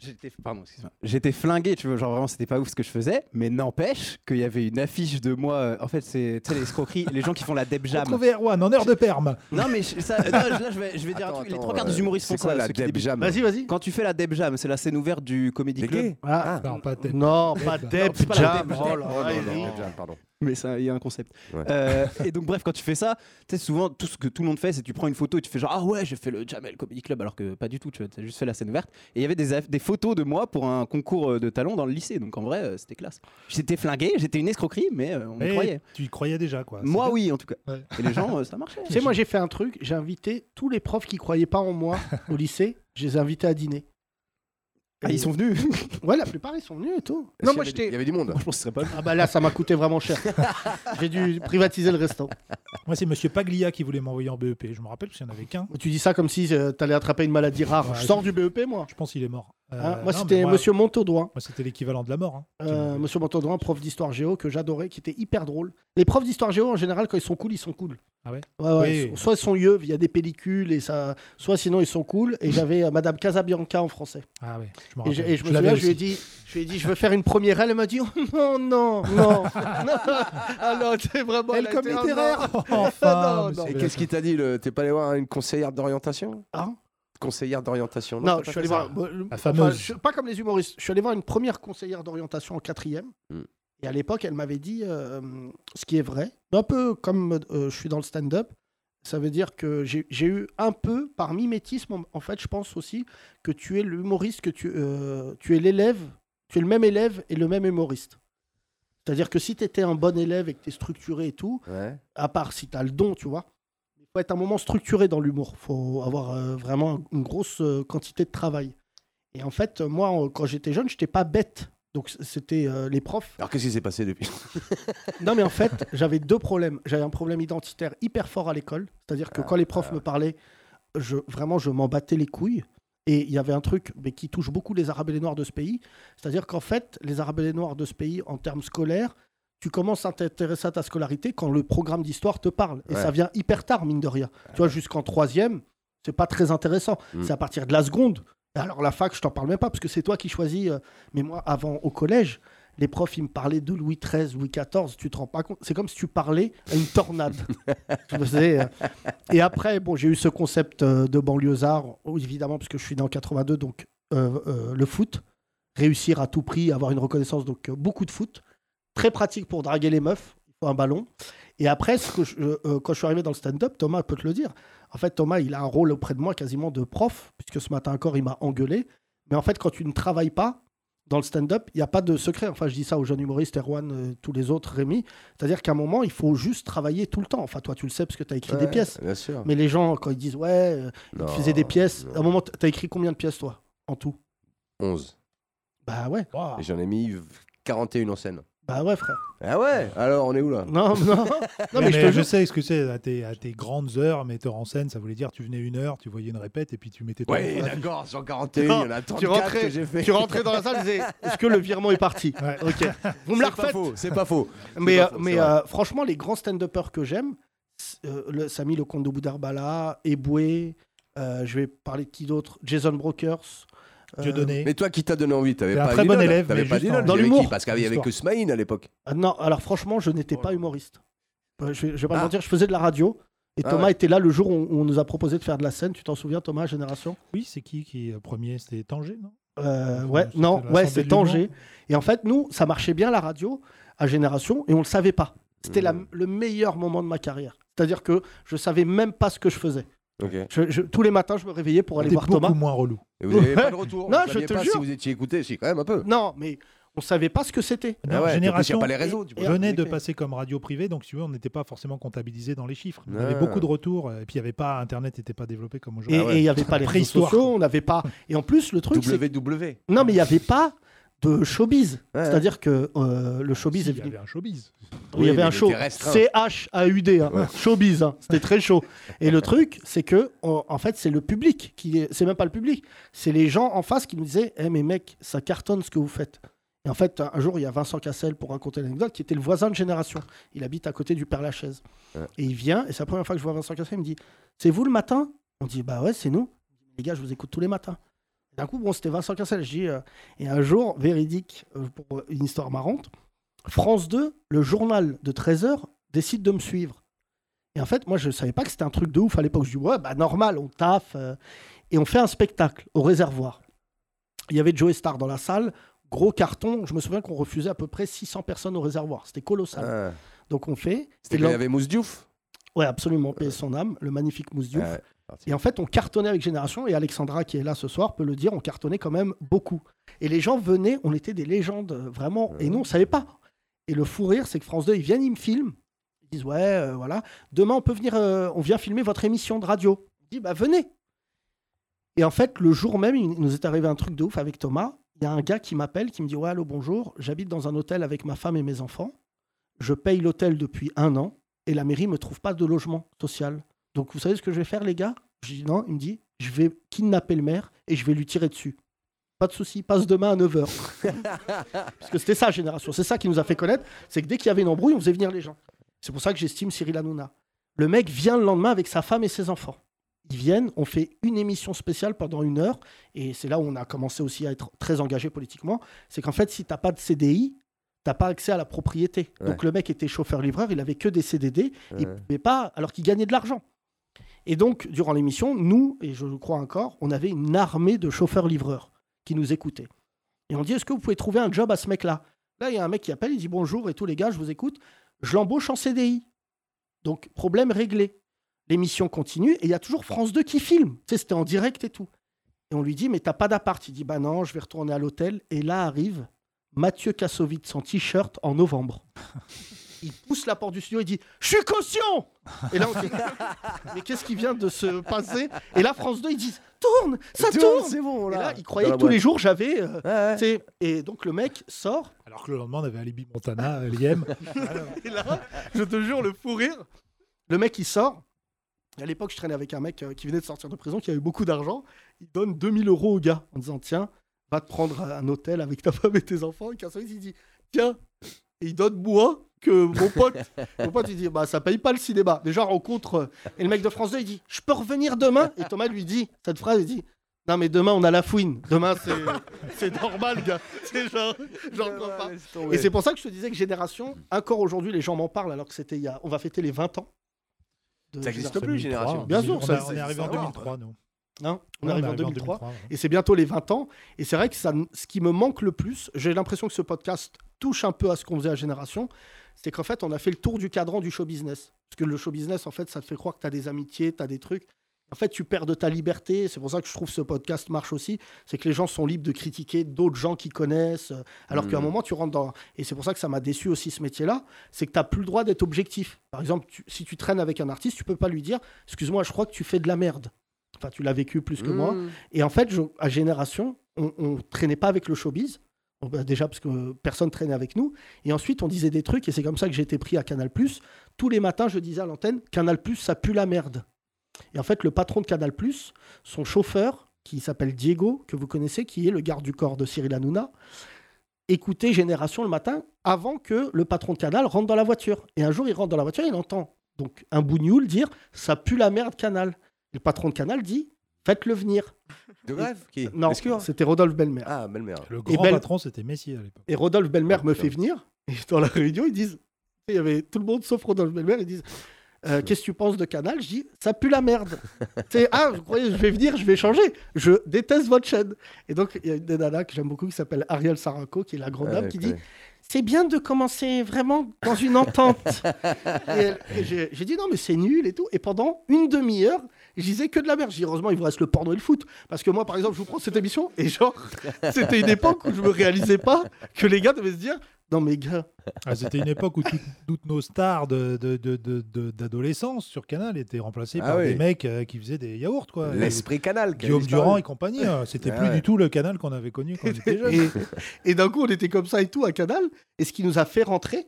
Speaker 13: J'étais, pardon, excuse-moi. J'étais flingué, tu vois, genre vraiment c'était pas ouf ce que je faisais, mais n'empêche qu'il y avait une affiche de moi. euh, en fait, c'est tu sais, les escroqueries, les gens qui font la deb jam.
Speaker 5: Trouver Erwan en heure de perme.
Speaker 13: Non mais je- ça, Euh, non, je- là je vais, je vais dire un truc. les trois quarts
Speaker 4: euh,
Speaker 13: des humoristes
Speaker 4: c'est
Speaker 13: font
Speaker 4: quoi,
Speaker 13: ça.
Speaker 4: la
Speaker 13: ceux qui
Speaker 4: deb
Speaker 13: débutent.
Speaker 4: jam
Speaker 6: Vas-y, vas-y.
Speaker 13: Quand tu fais la deb jam, c'est la scène ouverte du comédie club.
Speaker 4: gays
Speaker 6: Ah.
Speaker 5: Non, pas de
Speaker 6: Non,
Speaker 5: Deb.
Speaker 6: pas
Speaker 5: Non,
Speaker 6: Deb
Speaker 13: c'est pas la
Speaker 6: Jam.
Speaker 13: Deb Jam.
Speaker 6: Oh là
Speaker 4: Oh,
Speaker 6: là,
Speaker 4: non, non,
Speaker 6: Eric.
Speaker 4: non, Jam, pardon.
Speaker 13: mais ça, il y a un concept.
Speaker 4: Ouais.
Speaker 13: Euh, et donc, bref, quand tu fais ça, tu sais, souvent, tout ce que tout le monde fait, c'est tu prends une photo et tu fais genre, ah ouais, j'ai fait le Jamel Comedy Club, alors que pas du tout, tu as juste fait la scène verte. Et il y avait des, aff- des photos de moi pour un concours euh, de talent dans le lycée, donc en vrai, euh, c'était classe. J'étais flingué, j'étais une escroquerie, mais euh, on me
Speaker 5: Mais
Speaker 13: croyait.
Speaker 5: Eh, Tu y croyais déjà, quoi.
Speaker 13: Moi, oui, en tout cas. Et les gens, euh, ça marchait.
Speaker 6: Tu sais, moi j'ai fait un truc, j'ai invité tous les profs qui croyaient pas en moi au lycée, je les ai invités à dîner.
Speaker 13: Ah, ils sont venus
Speaker 6: Ouais, la plupart ils sont venus et tout.
Speaker 13: Est-ce
Speaker 6: Non, moi
Speaker 13: qu'il y avait-
Speaker 6: j'étais.
Speaker 13: il y avait du monde. Moi, je pense que ce serait pas.
Speaker 6: Ah bah là, ça m'a coûté vraiment cher. j'ai dû privatiser le restaurant.
Speaker 5: Moi, c'est Monsieur Paglia qui voulait m'envoyer en BEP. Je me rappelle parce qu'il n'y en avait qu'un.
Speaker 6: Tu dis ça comme si euh, t'allais attraper une maladie rare.
Speaker 5: Ouais,
Speaker 6: je sors du BEP, moi.
Speaker 5: Je pense qu'il est mort. Euh,
Speaker 6: Hein, moi,
Speaker 5: non,
Speaker 6: c'était
Speaker 5: mais moi-
Speaker 6: Monsieur Montaudoin.
Speaker 5: Moi, c'était l'équivalent de la mort. hein.
Speaker 6: Euh, Monsieur Montaudoin, prof d'histoire géo que j'adorais, qui était hyper drôle. Les profs d'histoire géo, en général, quand ils sont cool, ils sont cool.
Speaker 5: Ah ouais
Speaker 6: Ouais, ouais,
Speaker 5: Oui.
Speaker 6: so- Soit ils sont yeux via des pellicules, et ça... soit sinon ils sont cool. Et j'avais euh, Madame Casabianca en français.
Speaker 5: Ah ouais, je me
Speaker 6: Et je,
Speaker 5: rappelle.
Speaker 6: et je me
Speaker 5: Je l'avais
Speaker 6: souviens, je lui, ai
Speaker 5: aussi.
Speaker 6: dit, je lui ai dit, je veux faire une première. Elle m'a dit, oh, non, non, non. ah non, c'est vraiment.
Speaker 13: Elle
Speaker 6: a
Speaker 13: comme
Speaker 6: été- oh,
Speaker 13: littéraire.
Speaker 6: non.
Speaker 13: Enfin,
Speaker 6: non, non.
Speaker 4: Et qu'est-ce qui t'a dit le- T'es pas allé voir une conseillère d'orientation Conseillère d'orientation
Speaker 6: Ah. Non,
Speaker 4: t'as pas
Speaker 6: je suis
Speaker 4: fait
Speaker 6: allé
Speaker 4: ça
Speaker 6: voir. bah, enfin, je- pas comme les humoristes. Je suis allé voir une première conseillère d'orientation en quatrième.
Speaker 4: Hmm.
Speaker 6: Et à l'époque, elle m'avait dit euh, ce qui est vrai. Un peu comme euh, je suis dans le stand-up. Ça veut dire que j'ai j'ai eu un peu, par mimétisme, en, en fait, je pense aussi que tu es l'humoriste, que tu, euh, tu es l'élève, tu es le même élève et le même humoriste. C'est-à-dire que si tu étais un bon élève et que tu es structuré et tout,
Speaker 4: Ouais.
Speaker 6: à part si tu as le don, tu vois, il faut être un moment structuré dans l'humour. Il faut avoir euh, vraiment une grosse euh, quantité de travail. Et en fait, euh, moi, en- quand j'étais jeune, j'étais pas bête. Donc c- c'était euh, les profs.
Speaker 4: Alors qu'est-ce qui s'est passé depuis
Speaker 6: Non, mais en fait, j'avais deux problèmes. J'avais un problème identitaire hyper fort à l'école. C'est-à-dire que quand les profs me parlaient, je, vraiment, je m'en battais les couilles. Et il y avait un truc mais qui touche beaucoup les Arabes et les Noirs de ce pays. C'est-à-dire qu'en fait, les Arabes et les Noirs de ce pays, en termes scolaires, tu commences à t'intéresser à ta scolarité quand le programme d'histoire te parle. Et
Speaker 13: Ouais.
Speaker 6: ça vient hyper tard, mine de rien. Tu vois, jusqu'en troisième, c'est pas très intéressant.
Speaker 13: Mm.
Speaker 6: C'est à partir de la seconde. Et Alors la fac, je t'en parle même pas parce que c'est toi qui choisis. euh, mais moi, avant au collège, les profs ils me parlaient de Louis XIII, Louis XIV. Tu te rends pas compte C'est comme si tu parlais à une tornade. Tu me faisais, euh, Et après, bon, j'ai eu ce concept euh, de banlieusard, oh, évidemment parce que je suis né en 82, donc euh, euh, le foot, réussir à tout prix, avoir une reconnaissance, donc euh, beaucoup de foot très pratique pour draguer les meufs. Il faut un ballon. Et après, ce que je- euh, quand je suis arrivé dans le stand-up, Thomas peut te le dire. En fait, Thomas, il a un rôle auprès de moi quasiment de prof, puisque ce matin encore, il m'a engueulé. Mais en fait, quand tu ne travailles pas dans le stand-up, il n'y a pas de secret. Enfin, je dis ça aux jeunes humoristes, Erwan, euh, tous les autres, Rémi. C'est-à-dire qu'à un moment, il faut juste travailler tout le temps. Enfin, toi, tu le sais parce que tu as écrit des
Speaker 4: Ouais,
Speaker 6: pièces.
Speaker 4: bien sûr.
Speaker 6: Mais les gens, quand ils disent, ouais, euh, ils te
Speaker 4: Non,
Speaker 6: faisaient des pièces. À un moment, tu as écrit combien de pièces, toi, en tout
Speaker 4: 11.
Speaker 6: Bah ouais.
Speaker 4: Et j'en ai mis 41 en scène.
Speaker 6: Bah ouais, frère.
Speaker 4: Ah ouais Alors on est où là
Speaker 6: Non, non.
Speaker 5: Non, mais, je, sais ce que c'est à tes, à tes grandes heures, metteur en scène, ça voulait dire tu venais une heure, tu voyais une répète et puis tu mettais. ton nom
Speaker 4: Ouais,
Speaker 5: sur la fiche.
Speaker 4: d'accord, 141, il y en a 34
Speaker 6: tu rentrais,
Speaker 4: que j'ai fait.
Speaker 6: tu rentrais dans la salle, tu disais, est-ce que le virement est parti Ok. Vous me la
Speaker 4: C'est pas
Speaker 6: refaites
Speaker 4: faux, C'est pas faux. C'est
Speaker 6: Mais,
Speaker 4: pas
Speaker 6: euh,
Speaker 4: faux,
Speaker 6: mais
Speaker 4: c'est vrai.
Speaker 6: euh, franchement, les grands stand-uppers que j'aime, c'est, euh, le- Samy Le Comte de Boudarbala, Eboué, euh, je vais parler de qui d'autre Jason Brokers. euh,
Speaker 4: Mais toi, qui t'a donné envie T'avais
Speaker 6: T'es un
Speaker 4: pas
Speaker 6: très bon
Speaker 4: d'idole,
Speaker 6: élève,
Speaker 4: T'avais
Speaker 6: mais
Speaker 4: pas
Speaker 6: juste
Speaker 4: d'idole
Speaker 6: en- dans
Speaker 4: t'avais qui
Speaker 6: l'humour.
Speaker 4: Parce qu'il y avait
Speaker 6: L'histoire.
Speaker 4: que Smaïn à l'époque.
Speaker 6: Ah Non, alors franchement, je n'étais pas humoriste. Euh, Je, vais- je vais pas
Speaker 4: Ah.
Speaker 6: te mentir, je faisais de la radio. Et
Speaker 5: Ah
Speaker 6: Thomas
Speaker 5: ouais.
Speaker 6: était là le jour où on, où on nous a proposé de faire de la scène. Tu t'en souviens, Thomas, Génération
Speaker 5: Oui, c'est qui qui euh, premier C'était Tanger, non
Speaker 6: Euh, ouais,
Speaker 5: c'était
Speaker 6: non,
Speaker 5: la
Speaker 6: ouais,
Speaker 5: santé
Speaker 6: c'est
Speaker 5: de l'humour.
Speaker 6: Tanger. Et en fait, nous, ça marchait bien la radio à Génération et on le savait pas. C'était
Speaker 5: Hmm.
Speaker 6: la- le meilleur moment de ma carrière. C'est-à-dire que je savais même pas ce que je faisais.
Speaker 4: Ok.
Speaker 6: Je- je- tous les matins, je me réveillais pour aller
Speaker 5: T'es
Speaker 6: voir
Speaker 5: beaucoup
Speaker 6: Thomas.
Speaker 5: moins relou.
Speaker 4: Et vous avez pas de
Speaker 6: Ouais.
Speaker 4: retour
Speaker 6: Non,
Speaker 4: vous
Speaker 6: je
Speaker 4: saviez
Speaker 6: te
Speaker 4: pas
Speaker 6: jure.
Speaker 4: Si vous étiez écouté, si, quand même un peu.
Speaker 6: Non, mais on savait pas ce que c'était.
Speaker 4: Ah ouais, puis
Speaker 5: Non,
Speaker 4: en plus, y a
Speaker 5: génération
Speaker 4: pas les réseaux, tu peux pas
Speaker 6: Ah,
Speaker 5: venait de
Speaker 4: connecter.
Speaker 5: passer comme radio privée, donc si tu veux, on n'était pas forcément comptabilisé dans les chiffres. On
Speaker 4: Ouais.
Speaker 5: avait beaucoup de retours, et puis il y avait pas Internet, n'était pas développé comme
Speaker 6: Et
Speaker 5: aujourd'hui.
Speaker 4: Ah
Speaker 6: et il y avait pas les réseaux
Speaker 5: Préhistoire.
Speaker 6: sociaux, on n'avait pas. Et en plus, le truc, c'est que-
Speaker 4: WW.
Speaker 6: non, mais il y avait pas de showbiz. C'est-à-dire que euh, le showbiz est
Speaker 5: Il y
Speaker 6: venu.
Speaker 5: avait un showbiz.
Speaker 6: Oui, il y avait un show. C-H-A-U-D. hein. Showbiz. hein. C'était très chaud. Et le truc, c'est que, en en fait, c'est le public qui. est- C'est même pas le public. C'est les gens en face qui nous disaient Eh, mais mec, ça cartonne ce que vous faites. Et en fait, un jour, il y a Vincent Cassel, pour raconter l'anecdote, qui était le voisin de génération. Il habite à côté du Père Lachaise. Et il vient, et c'est la première fois que je vois Vincent Cassel, il me dit C'est vous le matin On dit Bah ouais, c'est nous. Les gars, je vous écoute tous les matins. D'un coup, bon, c'était Vincent Cassel. Je dis, euh, et un jour, véridique, euh, pour une histoire marrante, France 2, le journal de 13h, décide de me suivre. Et en fait, moi, je savais pas que c'était un truc de ouf à l'époque. Je dis, ouais, bah normal, on taffe. euh, et on fait un spectacle au réservoir. Il y avait Joe Star dans la salle. gros carton. Je me souviens qu'on refusait à peu près 600 personnes au réservoir. C'était colossal. Donc on fait.
Speaker 4: C'était quand Ah. il y avait Mousse Diouf
Speaker 6: Ouais, absolument. Paix son âme, le magnifique Mousse Diouf.
Speaker 4: Ouais,
Speaker 6: et en fait, on cartonnait avec Génération, et Alexandra, qui est là ce soir, peut le dire, on cartonnait quand même beaucoup. Et les gens venaient, on était des légendes, euh, vraiment. Et nous, on savait pas. Et le fou rire, c'est que France 2, ils viennent, ils me filment. Ils disent, ouais, euh, voilà. Demain, on peut venir, euh, on vient filmer votre émission de radio. Je dis, bah, venez. Et en fait, le jour même, il nous est arrivé un truc de ouf avec Thomas. Il y a un gars qui m'appelle, qui me dit Ouais, allô, bonjour, j'habite dans un hôtel avec ma femme et mes enfants. Je paye l'hôtel depuis un an et la mairie ne me trouve pas de logement social. Donc, vous savez ce que je vais faire, les gars Je dis Non, il me dit Je vais kidnapper le maire et je vais lui tirer dessus. Pas de souci, passe demain à 9h. Parce que c'était ça, Génération. C'est ça qui nous a fait connaître. C'est que dès qu'il y avait une embrouille, on faisait venir les gens. C'est pour ça que j'estime Cyril Hanouna. Le mec vient le lendemain avec sa femme et ses enfants. Ils viennent, on fait une émission spéciale pendant une heure. Et c'est là où on a commencé aussi à être très engagé politiquement. C'est qu'en fait, si t'as pas de CDI, t'as pas accès à la propriété.
Speaker 14: Ouais.
Speaker 6: Donc le mec était chauffeur-livreur, il avait que des CDD. Il
Speaker 14: Ouais.
Speaker 6: pouvait pas, alors qu'il gagnait de l'argent. Et donc, durant l'émission, nous, et je le crois encore, on avait une armée de chauffeurs-livreurs qui nous écoutaient. Et on dit, est-ce que vous pouvez trouver un job à ce mec-là Là, il y a un mec qui appelle, il dit, bonjour et tous les gars, je vous écoute. Je l'embauche en CDI. Donc, problème réglé. L'émission continue et il y a toujours France 2 qui filme. Tu sais, c'était en direct et tout. Et on lui dit, mais t'as pas d'appart. Il dit, bah non, je vais retourner à l'hôtel. Et là arrive Mathieu Kassovitz en t-shirt en novembre. Il pousse la porte du studio et dit Je suis caution Et là, on dit Mais qu'est-ce qui vient de se passer Et là, France 2, ils disent Tourne Ça
Speaker 4: Tourne,
Speaker 6: tourne,
Speaker 4: c'est bon, là.
Speaker 6: Et là, ils croyaient
Speaker 4: Dans
Speaker 6: que
Speaker 4: la
Speaker 6: tous les
Speaker 4: boîte.
Speaker 6: jours, j'avais. euh, tu sais, Et donc, le mec sort.
Speaker 5: Alors que le lendemain, on avait Alibi Montana, Liem.
Speaker 6: Et là, je te jure, le fou rire. Le mec, il sort. Et À l'époque, je traînais avec un mec euh, qui venait de sortir de prison, qui avait beaucoup d'argent. Il donne 2000 euros au gars en disant Tiens, va te prendre un hôtel avec ta femme et tes enfants. Et Kassovitz, il dit Tiens, et il donne moi que mon pote. mon pote, il dit Bah, ça paye pas le cinéma. Déjà, rencontre. euh, Et le mec de France 2, il dit Je peux revenir demain Et Thomas lui dit Cette phrase, il dit Non, mais demain, on a la fouine. Demain, c'est- c'est normal, gars. C'est genre, j'en crois pas.
Speaker 14: tomber.
Speaker 6: Et c'est pour ça que je te disais que Génération, encore aujourd'hui, les gens m'en parlent alors que c'était il y a. On va fêter les 20 ans. de
Speaker 4: Ça existe
Speaker 6: Génération.
Speaker 4: plus, Génération.
Speaker 6: Bien sûr,
Speaker 4: On
Speaker 6: ça
Speaker 4: a- on est arrivé en
Speaker 6: ça va.
Speaker 4: 2003, nous.
Speaker 6: Hein on
Speaker 5: Ouais,
Speaker 6: arrive en 2003, et c'est bientôt les 20 ans. Et c'est vrai que ça, ce qui me manque le plus, j'ai l'impression que ce podcast touche un peu à ce qu'on faisait à Génération, c'est qu'en fait, on a fait le tour du cadran du show business. Parce que le show business, en fait, ça te fait croire que tu as des amitiés, tu as des trucs. En fait, tu perds de ta liberté. C'est pour ça que je trouve que ce podcast marche aussi. C'est que les gens sont libres de critiquer d'autres gens qu'ils connaissent. euh, Alors qu'à un
Speaker 14: Mhm.
Speaker 6: moment, tu rentres dans. Et c'est pour ça que ça m'a déçu aussi ce métier-là. C'est que tu n'as plus le droit d'être objectif. Par exemple, tu- si tu traînes avec un artiste, tu peux pas lui dire Excuse-moi, je crois que tu fais de la merde. Enfin, tu l'as vécu plus que moi.
Speaker 14: Mhm.
Speaker 6: Et en fait, je- à Génération, on, on traînait pas avec le showbiz. Bon, bah, déjà parce que personne traînait avec nous. Et ensuite, on disait des trucs, et c'est comme ça que j'ai été pris à Canal. Tous les matins, je disais à l'antenne Canal, ça pue la merde. Et en fait, le patron de Canal, son chauffeur, qui s'appelle Diego, que vous connaissez, qui est le garde du corps de Cyril Hanouna, écoutait Génération le matin avant que le patron de Canal rentre dans la voiture. Et un jour, il rentre dans la voiture, il entend donc un bougnoul dire Ça pue la merde, Canal. Et le patron de Canal dit Faites-le venir.
Speaker 4: De grève qui
Speaker 6: Non, c'était Rodolphe Belmer.
Speaker 4: Ah, Belmer.
Speaker 5: Le
Speaker 6: Et
Speaker 5: grand
Speaker 6: Bel-
Speaker 5: patron, c'était Messi à l'époque.
Speaker 6: Et Rodolphe Belmer me fait venir. Et dans la réunion, ils disent il y avait tout le monde sauf Rodolphe Belmer. Ils disent Euh, Qu'est-ce que tu penses de Canal Je dis Ça pue la merde. C'est Ah, vous croyez, je vais venir, je vais changer. Je déteste votre chaîne. Et donc, il y a une des nanas que j'aime beaucoup qui s'appelle Ariel Saraco, qui est la grande
Speaker 14: Ouais,
Speaker 5: Ah,
Speaker 8: Ah,
Speaker 6: dame, qui
Speaker 14: ouais.
Speaker 6: dit C'est bien de commencer vraiment dans une entente. Et elle- et j'ai j'ai dit non, mais c'est nul et tout. Et pendant une demi-heure, je disais que de la merde. J'ai dit, heureusement, il vous reste le porno et le foot. Parce que moi, par exemple, je vous prends cette émission et genre, c'était une époque où je me réalisais pas que les gars devaient se dire non, mais gars.
Speaker 5: Ah, c'était une époque où tout- toutes nos stars de- de- de- de- de- d'adolescence sur Canal étaient remplacées
Speaker 4: Ah
Speaker 5: par
Speaker 4: oui.
Speaker 5: des mecs euh, qui faisaient des yaourts. quoi.
Speaker 4: L'esprit Canal, qui a
Speaker 5: Guillaume
Speaker 4: disparu.
Speaker 5: Durand et compagnie. euh, C'était
Speaker 4: Ah
Speaker 5: plus
Speaker 4: ouais.
Speaker 5: du tout le Canal qu'on avait connu quand on était jeune.
Speaker 6: Et, et d'un coup, on était comme ça et tout à Canal. Et ce qui nous a fait rentrer,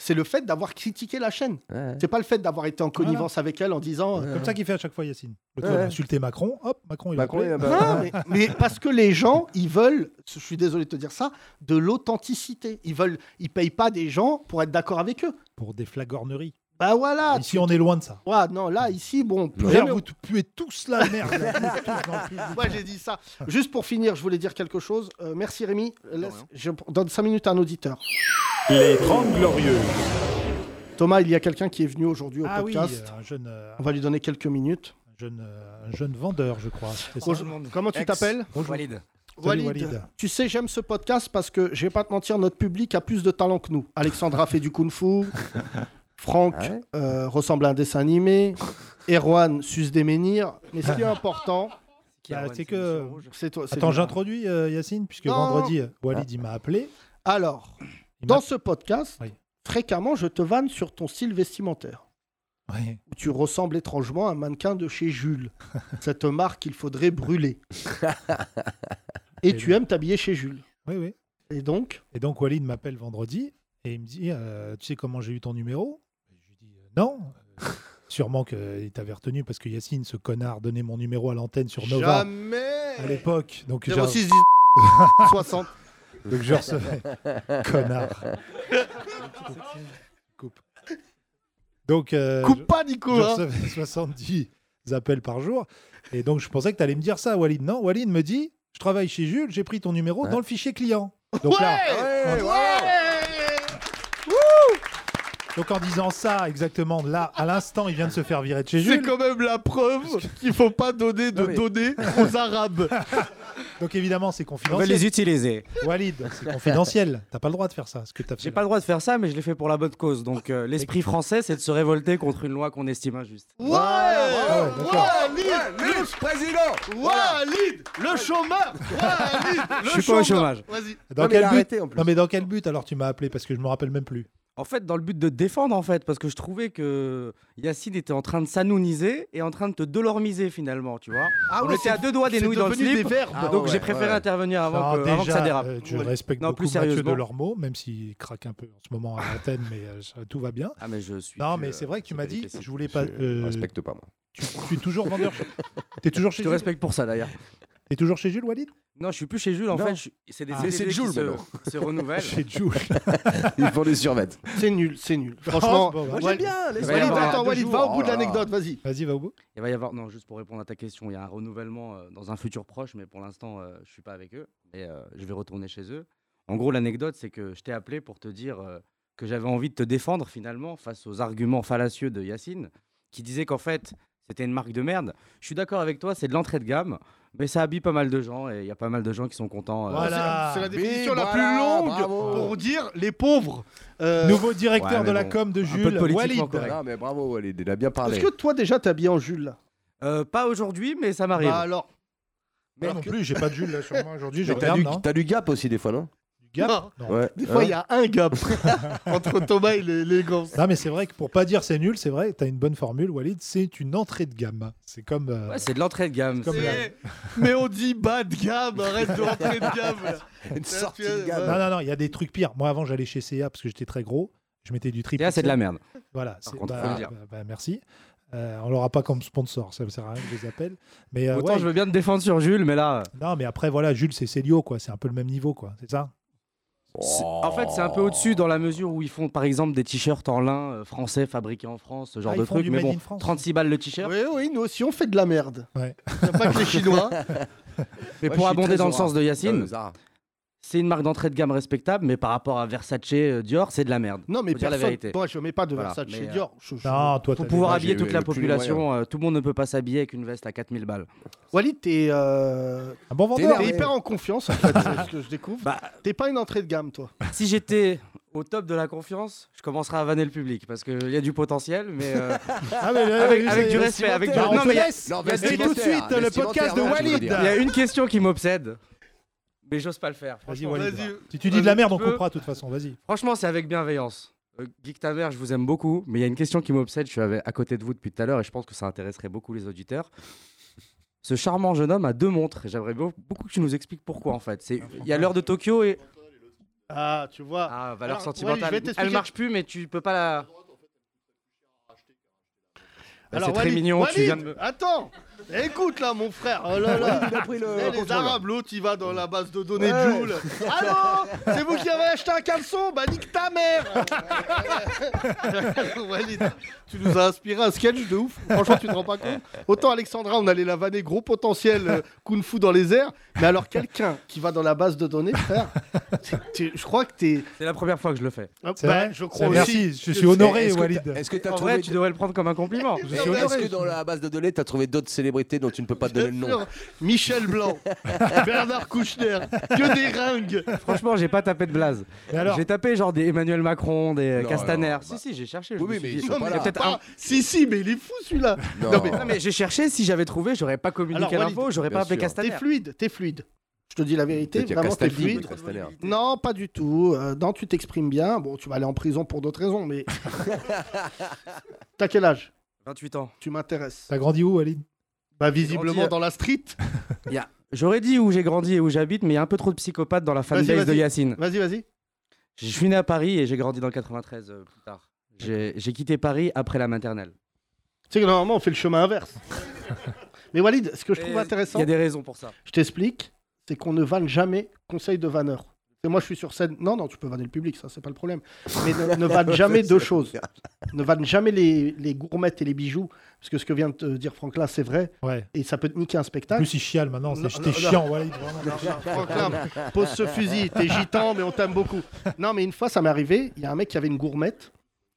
Speaker 6: c'est le fait d'avoir critiqué la chaîne. C'est pas le fait d'avoir été en connivence avec elle en disant.
Speaker 5: Comme ça qu'il fait à chaque fois Yacine. Le
Speaker 6: Ouais.
Speaker 5: truc, insulter Macron, hop, Macron il
Speaker 6: Macron,
Speaker 5: a Ah,
Speaker 6: il a-
Speaker 4: Ah,
Speaker 6: Non, mais, mais parce que les gens, ils veulent, je suis désolé de te dire ça, de l'authenticité. Ils veulent, ils payent pas des gens pour être d'accord avec eux.
Speaker 5: Pour des flagorneries.
Speaker 6: Bah voilà.
Speaker 5: Ici, on est loin de ça.
Speaker 6: Ouais, non, là, ici, bon, plus
Speaker 5: Non.
Speaker 6: jamais-
Speaker 5: D'ailleurs, vous puez tous la merde.
Speaker 6: Moi, j'ai dit ça. Juste pour finir, je voulais dire quelque chose. Euh, merci Rémi. Laisse- je donne 5 minutes à un auditeur.
Speaker 15: Les 30 Glorieux.
Speaker 6: Thomas, il y a quelqu'un qui est venu aujourd'hui au
Speaker 5: Ah oui,
Speaker 6: podcast.
Speaker 5: euh, un jeune, euh,
Speaker 6: On va lui donner quelques minutes.
Speaker 5: un jeune, euh, un jeune Euh, vendeur, je crois. c'est ça
Speaker 6: Bonjour. Comment tu t'appelles
Speaker 5: Bonjour. Salut,
Speaker 6: Walid,
Speaker 5: Walid.
Speaker 6: tu sais, j'aime ce podcast parce que, je vais pas te mentir, notre public a plus de talent que nous. Alexandra fait du kung-fu, Franck
Speaker 5: Ah
Speaker 6: euh, ressemble à un dessin animé, Erwan suce des menhirs. Mais ce qui est important,
Speaker 5: Bah, c'est que.
Speaker 6: c'est toi. c'est
Speaker 5: Ah, Attends,
Speaker 6: lui.
Speaker 5: j'introduis euh, Yacine, puisque
Speaker 6: Non. Ah.
Speaker 5: vendredi, euh, Walid, il m'a appelé.
Speaker 6: Alors, dans ce podcast, fréquemment, je te vanne sur ton style vestimentaire. Où Tu ressembles étrangement à un mannequin de chez Jules. Cette marque qu'il faudrait brûler. Et tu aimes t'habiller chez Jules.
Speaker 5: Oui, oui.
Speaker 6: Et donc
Speaker 5: Et donc, Walid m'appelle vendredi et il me dit euh, Tu sais comment j'ai eu ton numéro Je lui dis euh, Non. Euh, Sûrement qu'il t'avait retenu parce que Yacine, ce connard, donnait mon numéro à l'antenne sur Nova
Speaker 6: Jamais
Speaker 5: à l'époque. Donc, j'ai-
Speaker 6: 06 10 60.
Speaker 5: Donc, je recevais. connard. Coupe. Donc, euh,
Speaker 6: Coupe
Speaker 5: je-
Speaker 6: pas, Nico,
Speaker 5: Je
Speaker 6: hein.
Speaker 5: recevais 70 appels par jour. Et donc, je pensais que tu allais me dire ça, Walid. Non, Walid me dit Je travaille chez Jules, j'ai pris ton numéro dans le fichier client. Donc là,
Speaker 6: Ouais,
Speaker 5: donc en disant ça, exactement, là, à l'instant, il vient de se faire virer de chez
Speaker 6: C'est
Speaker 5: Jules.
Speaker 6: quand même la preuve qu'il faut pas donner de
Speaker 5: Non, mais-
Speaker 6: données aux Arabes.
Speaker 5: Donc évidemment, c'est
Speaker 14: On
Speaker 5: confidentiel.
Speaker 14: va les utiliser.
Speaker 5: Walid, c'est confidentiel. T'as pas le droit de faire ça. Ah, Ce que t'as fait. Ah,
Speaker 14: J'ai pas le droit de faire ça, mais je l'ai fait pour la bonne cause. Donc euh, l'esprit
Speaker 5: hein.
Speaker 14: français, c'est de se révolter contre une loi qu'on estime injuste.
Speaker 6: Ouais,
Speaker 5: Ah
Speaker 6: Walid, le président. Walid, le chômeur. Walid, le
Speaker 14: Je suis pas au
Speaker 6: chômeur.
Speaker 14: chômage.
Speaker 6: Vas-y.
Speaker 5: Dans
Speaker 14: Non, mais il
Speaker 5: quel
Speaker 14: a
Speaker 5: but
Speaker 14: arrêté, en plus.
Speaker 5: Non, mais dans quel but alors tu m'as appelé parce que je me rappelle même plus.
Speaker 14: En fait, dans le but de te défendre, en fait, parce que je trouvais que Yacine était en train de s'anouniser et en train de te dolormiser finalement, tu vois.
Speaker 6: Ah
Speaker 14: On
Speaker 6: ouais,
Speaker 14: était à
Speaker 6: c'est-
Speaker 14: deux doigts des
Speaker 6: c'est
Speaker 14: nouilles dans le
Speaker 6: devenu
Speaker 14: slip.
Speaker 6: des verbes. Ah
Speaker 14: Donc
Speaker 6: ouais,
Speaker 14: j'ai préféré
Speaker 6: ouais.
Speaker 14: intervenir avant,
Speaker 5: Non,
Speaker 14: que, avant que ça
Speaker 5: Ah, déjà,
Speaker 14: dérape.
Speaker 5: euh, je respecte
Speaker 14: non,
Speaker 5: beaucoup
Speaker 14: plus
Speaker 5: Mathieu
Speaker 14: sérieusement.
Speaker 5: Delormeau, même s'il craque un peu en ce moment à l'antenne, mais euh, ça- tout va bien.
Speaker 14: Ah mais je suis.
Speaker 5: non,
Speaker 14: plus,
Speaker 5: mais
Speaker 14: euh,
Speaker 5: c'est vrai que tu m'as
Speaker 14: pas des
Speaker 5: dit,
Speaker 14: questions.
Speaker 5: je voulais pas.
Speaker 14: Je
Speaker 5: euh,
Speaker 4: respecte pas, moi.
Speaker 5: Tu, tu es toujours vendeur. chez- T'es toujours chez.
Speaker 14: Je te respecte pour ça d'ailleurs.
Speaker 5: T'es toujours chez Jules Walid
Speaker 14: Non, je suis plus chez Jules en
Speaker 5: Non.
Speaker 14: fait. je suis- C'est des
Speaker 5: Ah.
Speaker 14: CDD
Speaker 5: Mais c'est
Speaker 14: qui
Speaker 5: Jules,
Speaker 14: se,
Speaker 5: maintenant.
Speaker 14: se renouvellent.
Speaker 5: Chez Jules.
Speaker 4: Ils font des survêtements.
Speaker 6: C'est nul, c'est nul.
Speaker 14: Franchement,
Speaker 6: Moi,
Speaker 14: Walid-
Speaker 6: j'aime bien, laisse-
Speaker 14: Il va y
Speaker 6: Walid,
Speaker 14: avoir-
Speaker 6: attends,
Speaker 14: deux
Speaker 6: Walid,
Speaker 14: jours.
Speaker 6: va au bout
Speaker 14: Oh
Speaker 6: de
Speaker 14: là
Speaker 6: l'anecdote,
Speaker 14: là.
Speaker 6: vas-y.
Speaker 5: Vas-y, va au bout.
Speaker 14: Il va y avoir, non, juste pour répondre à ta question, il y a un renouvellement euh, dans un futur proche, mais pour l'instant, euh, je suis pas avec eux, mais euh, je vais retourner chez eux. En gros, l'anecdote, c'est que je t'ai appelé pour te dire euh, que j'avais envie de te défendre finalement face aux arguments fallacieux de Yacine, qui disait qu'en fait, c'était une marque de merde. Je suis d'accord avec toi, c'est de l'entrée de gamme, mais ça habille pas mal de gens et il y a pas mal de gens qui sont contents. euh,
Speaker 6: Voilà. C'est la définition
Speaker 14: Oui,
Speaker 6: la
Speaker 14: voilà,
Speaker 6: plus longue
Speaker 14: bravo.
Speaker 6: pour dire les pauvres. Euh,
Speaker 5: Nouveau
Speaker 14: Ouais, mais bon, un peu de politiquement correct.
Speaker 4: Non, mais bravo, Walid, il a bien parlé.
Speaker 6: Est-ce que toi déjà t'es habillé en Jules là
Speaker 14: Euh, Pas aujourd'hui, mais ça m'arrive.
Speaker 6: Bah alors.
Speaker 5: Moi non plus, j'ai pas de Jules là sur moi aujourd'hui. Je
Speaker 4: Mais t'as
Speaker 5: regarde. hein.
Speaker 4: du,
Speaker 5: non
Speaker 4: t'as du gap aussi, des fois, non
Speaker 5: Gap
Speaker 6: Non.
Speaker 4: Ouais.
Speaker 6: Des fois,
Speaker 4: Hein
Speaker 6: il y a un gap entre Thomas et l'élégance.
Speaker 5: Non, mais c'est vrai que pour pas dire c'est nul, c'est vrai, t'as une bonne formule, Walid, c'est une entrée de gamme. C'est comme. euh,
Speaker 14: Ouais, c'est de l'entrée de gamme.
Speaker 5: comme
Speaker 14: c'est-
Speaker 5: la-
Speaker 6: Mais on dit bas de gamme, arrête de rentrer de gamme. là.
Speaker 4: Une
Speaker 6: Ça,
Speaker 4: sortie
Speaker 6: tu vois,
Speaker 4: de gamme.
Speaker 5: Non, non, non, il y a des trucs pires. Moi, avant, j'allais chez CA parce que j'étais très gros. Je mettais du triple.
Speaker 14: CA, c'est de la merde.
Speaker 5: Voilà.
Speaker 14: Par
Speaker 5: c'est-
Speaker 14: contre,
Speaker 5: bah,
Speaker 14: faut le dire.
Speaker 5: bah, bah, merci. Euh, on l'aura pas comme sponsor, ça ne sert à rien que je les appelle. Mais, euh,
Speaker 14: Autant
Speaker 5: ouais,
Speaker 14: je veux bien te défendre sur Jules, mais là. euh.
Speaker 5: Non, mais après, voilà, Jules, c'est Célio, quoi. C'est un peu le même niveau, quoi. C'est ça
Speaker 14: C'est- En fait, c'est un peu au-dessus dans la mesure où ils font par exemple des t-shirts en lin euh, français fabriqués en France, ce genre
Speaker 6: Ah,
Speaker 14: de
Speaker 6: ils font
Speaker 14: truc.
Speaker 6: du
Speaker 14: Mais
Speaker 6: made
Speaker 14: bon,
Speaker 6: in France.
Speaker 14: 36 balles le t-shirt.
Speaker 6: Oui, oui, nous aussi on fait de la merde.
Speaker 5: Ouais.
Speaker 6: Y a pas que les Chinois.
Speaker 14: Mais
Speaker 6: Moi, je
Speaker 14: pour
Speaker 6: suis
Speaker 14: abonder
Speaker 6: très
Speaker 14: dans le
Speaker 6: Zara.
Speaker 14: sens de
Speaker 6: Euh,
Speaker 14: Yacine,
Speaker 6: Zara.
Speaker 14: c'est une marque d'entrée de gamme respectable, mais par rapport à Versace, euh, Dior, c'est de la merde.
Speaker 6: Non, mais
Speaker 14: Faut dire
Speaker 6: personne-
Speaker 14: la vérité.
Speaker 6: moi, je mets pas de Versace
Speaker 14: mais,
Speaker 6: chez
Speaker 14: euh,
Speaker 6: Dior. Je- je-
Speaker 5: Non, toi,
Speaker 14: Pour
Speaker 5: t'as-
Speaker 14: pouvoir
Speaker 5: moi,
Speaker 14: habiller
Speaker 5: j'ai
Speaker 14: toute
Speaker 5: eu
Speaker 14: la
Speaker 5: le plus
Speaker 14: population, euh, tout le monde ne peut pas s'habiller avec une veste à 4000 balles.
Speaker 6: Walid, t'es. euh,
Speaker 5: Un bon
Speaker 6: T'es
Speaker 14: vendeur, hein. Bah,
Speaker 6: t'es
Speaker 14: ouais.
Speaker 6: hyper en confiance, en fait, c'est ce que je découvre. T'es pas une entrée de gamme, toi.
Speaker 14: Bah, Si j'étais au top de la confiance, je commencerais à vanner le public parce qu'il y a du potentiel, mais euh,
Speaker 5: Ah, mais là,
Speaker 14: avec,
Speaker 5: lui,
Speaker 14: avec
Speaker 5: ça y
Speaker 14: du
Speaker 5: est,
Speaker 14: respect, avec du
Speaker 5: on te
Speaker 14: mais il y a-
Speaker 5: laisse.
Speaker 14: il y a-
Speaker 5: Vas-y, tout de suite, le podcast de Walid.
Speaker 14: Il y a une question qui m'obsède, mais j'ose pas le faire.
Speaker 5: Vas-y,
Speaker 14: franchement.
Speaker 5: Walid. Si tu dis de la merde, on
Speaker 14: Tu peux-
Speaker 5: comprend de toute façon. Vas-y.
Speaker 14: Franchement, c'est avec bienveillance. Euh, Geek ta mère, je vous aime beaucoup, mais il y a une question qui m'obsède. Je suis avec- à côté de vous depuis tout à l'heure et je pense que ça intéresserait beaucoup les auditeurs. Ce charmant jeune homme a deux montres. et J'aimerais beau- beaucoup que tu nous expliques pourquoi en fait. C'est- Il y a l'heure de Tokyo et
Speaker 6: Ah, tu vois.
Speaker 14: Ah, valeur
Speaker 6: Alors, Walid, je
Speaker 14: sentimentale.
Speaker 6: vais
Speaker 14: Elle
Speaker 6: t'expliquer.
Speaker 14: marche plus, mais tu peux pas la. Bah,
Speaker 6: Alors,
Speaker 14: c'est très
Speaker 6: Walid,
Speaker 14: mignon. tu
Speaker 6: Walid,
Speaker 14: viens de me-
Speaker 6: Attends Écoute là, mon frère. Oh là là.
Speaker 14: Walid, il a pris le
Speaker 6: Eh, les
Speaker 14: contrôle.
Speaker 6: Arabes, l'autre, il va dans la base de données
Speaker 14: Ouais.
Speaker 6: de Joule. Allô C'est vous qui avez acheté un caleçon Bah, nique ta mère Walid, tu nous as inspiré un sketch de ouf. Franchement, tu te rends pas compte. Autant Alexandra, on allait la vanner, gros potentiel euh, kung-fu dans les airs. Mais alors, quelqu'un qui va dans la base de données, frère, c'est- tu- je crois que t'es.
Speaker 14: C'est la première fois que je le fais.
Speaker 6: Hop, bah, je crois aussi.
Speaker 4: Est-ce que t'as- Est-ce que t'as
Speaker 14: En
Speaker 4: trouvé
Speaker 14: vrai, tu devrais le prendre comme un compliment.
Speaker 4: Est-ce que dans la base de données, t'as trouvé d'autres célébrités dont tu ne peux pas te donner le nom.
Speaker 6: Michel Blanc, Bernard Kouchner, que des ringues.
Speaker 14: Franchement, j'ai pas tapé de blaze.
Speaker 6: Mais alors
Speaker 14: J'ai tapé genre des Emmanuel Macron, des
Speaker 6: Non,
Speaker 14: Euh, Castaner.
Speaker 6: alors,
Speaker 14: si, si, j'ai cherché.
Speaker 6: Oui, oui, mais ils sont pas là.
Speaker 14: peut-être
Speaker 6: Ah, Si, si, mais il est fou celui-là.
Speaker 14: Non. mais, non, mais j'ai cherché, si j'avais trouvé, j'aurais pas communiqué
Speaker 6: Walid,
Speaker 14: l'info, j'aurais pas appelé Castaner.
Speaker 6: T'es fluide, t'es fluide. Je te dis la vérité,
Speaker 14: Peut-être qu'il y a
Speaker 6: vraiment t'es
Speaker 14: Castaldi,
Speaker 6: fluide.
Speaker 14: peut-être Castaner.
Speaker 6: Non, pas du tout. Euh, dans tu t'exprimes bien. Bon, tu vas aller en prison pour d'autres raisons, mais t'as quel âge
Speaker 14: 28 ans.
Speaker 6: Tu m'intéresses.
Speaker 5: T'as grandi où, Aline
Speaker 6: Bah visiblement dans la street.
Speaker 14: Il y a- J'aurais dit où j'ai grandi et où j'habite, mais il y a un peu trop de psychopathes dans la
Speaker 6: Vas-y,
Speaker 14: fanbase de
Speaker 6: vas-y.
Speaker 14: Yacine.
Speaker 6: Vas-y, vas-y.
Speaker 14: Je suis né à Paris et j'ai grandi dans le 93 euh, plus tard. J'ai j'ai quitté Paris après la maternelle.
Speaker 6: Tu sais que normalement on fait le chemin inverse. mais Walid, ce que je
Speaker 14: Et
Speaker 6: trouve intéressant.
Speaker 14: Il y a des raisons pour ça.
Speaker 6: Je t'explique, c'est qu'on ne vanne jamais conseil de vanneur. Et moi, je suis sur scène. Non, non, tu peux vanner le public, ça, c'est pas le problème. Mais ne, ne vanne jamais deux choses. Ne vanne jamais les, les gourmettes et les bijoux, parce que ce que vient de te dire Franklin, c'est vrai.
Speaker 5: Ouais.
Speaker 6: Et ça peut te niquer un spectacle.
Speaker 5: En plus, il chiale maintenant, c'est-
Speaker 6: Non,
Speaker 5: t'es
Speaker 6: non,
Speaker 5: chiant,
Speaker 6: non.
Speaker 5: Walid, vraiment.
Speaker 6: Non, non, Franklin, pose ce fusil, t'es gitan, mais on t'aime beaucoup. Non, mais une fois, ça m'est arrivé, il y a un mec qui avait une gourmette,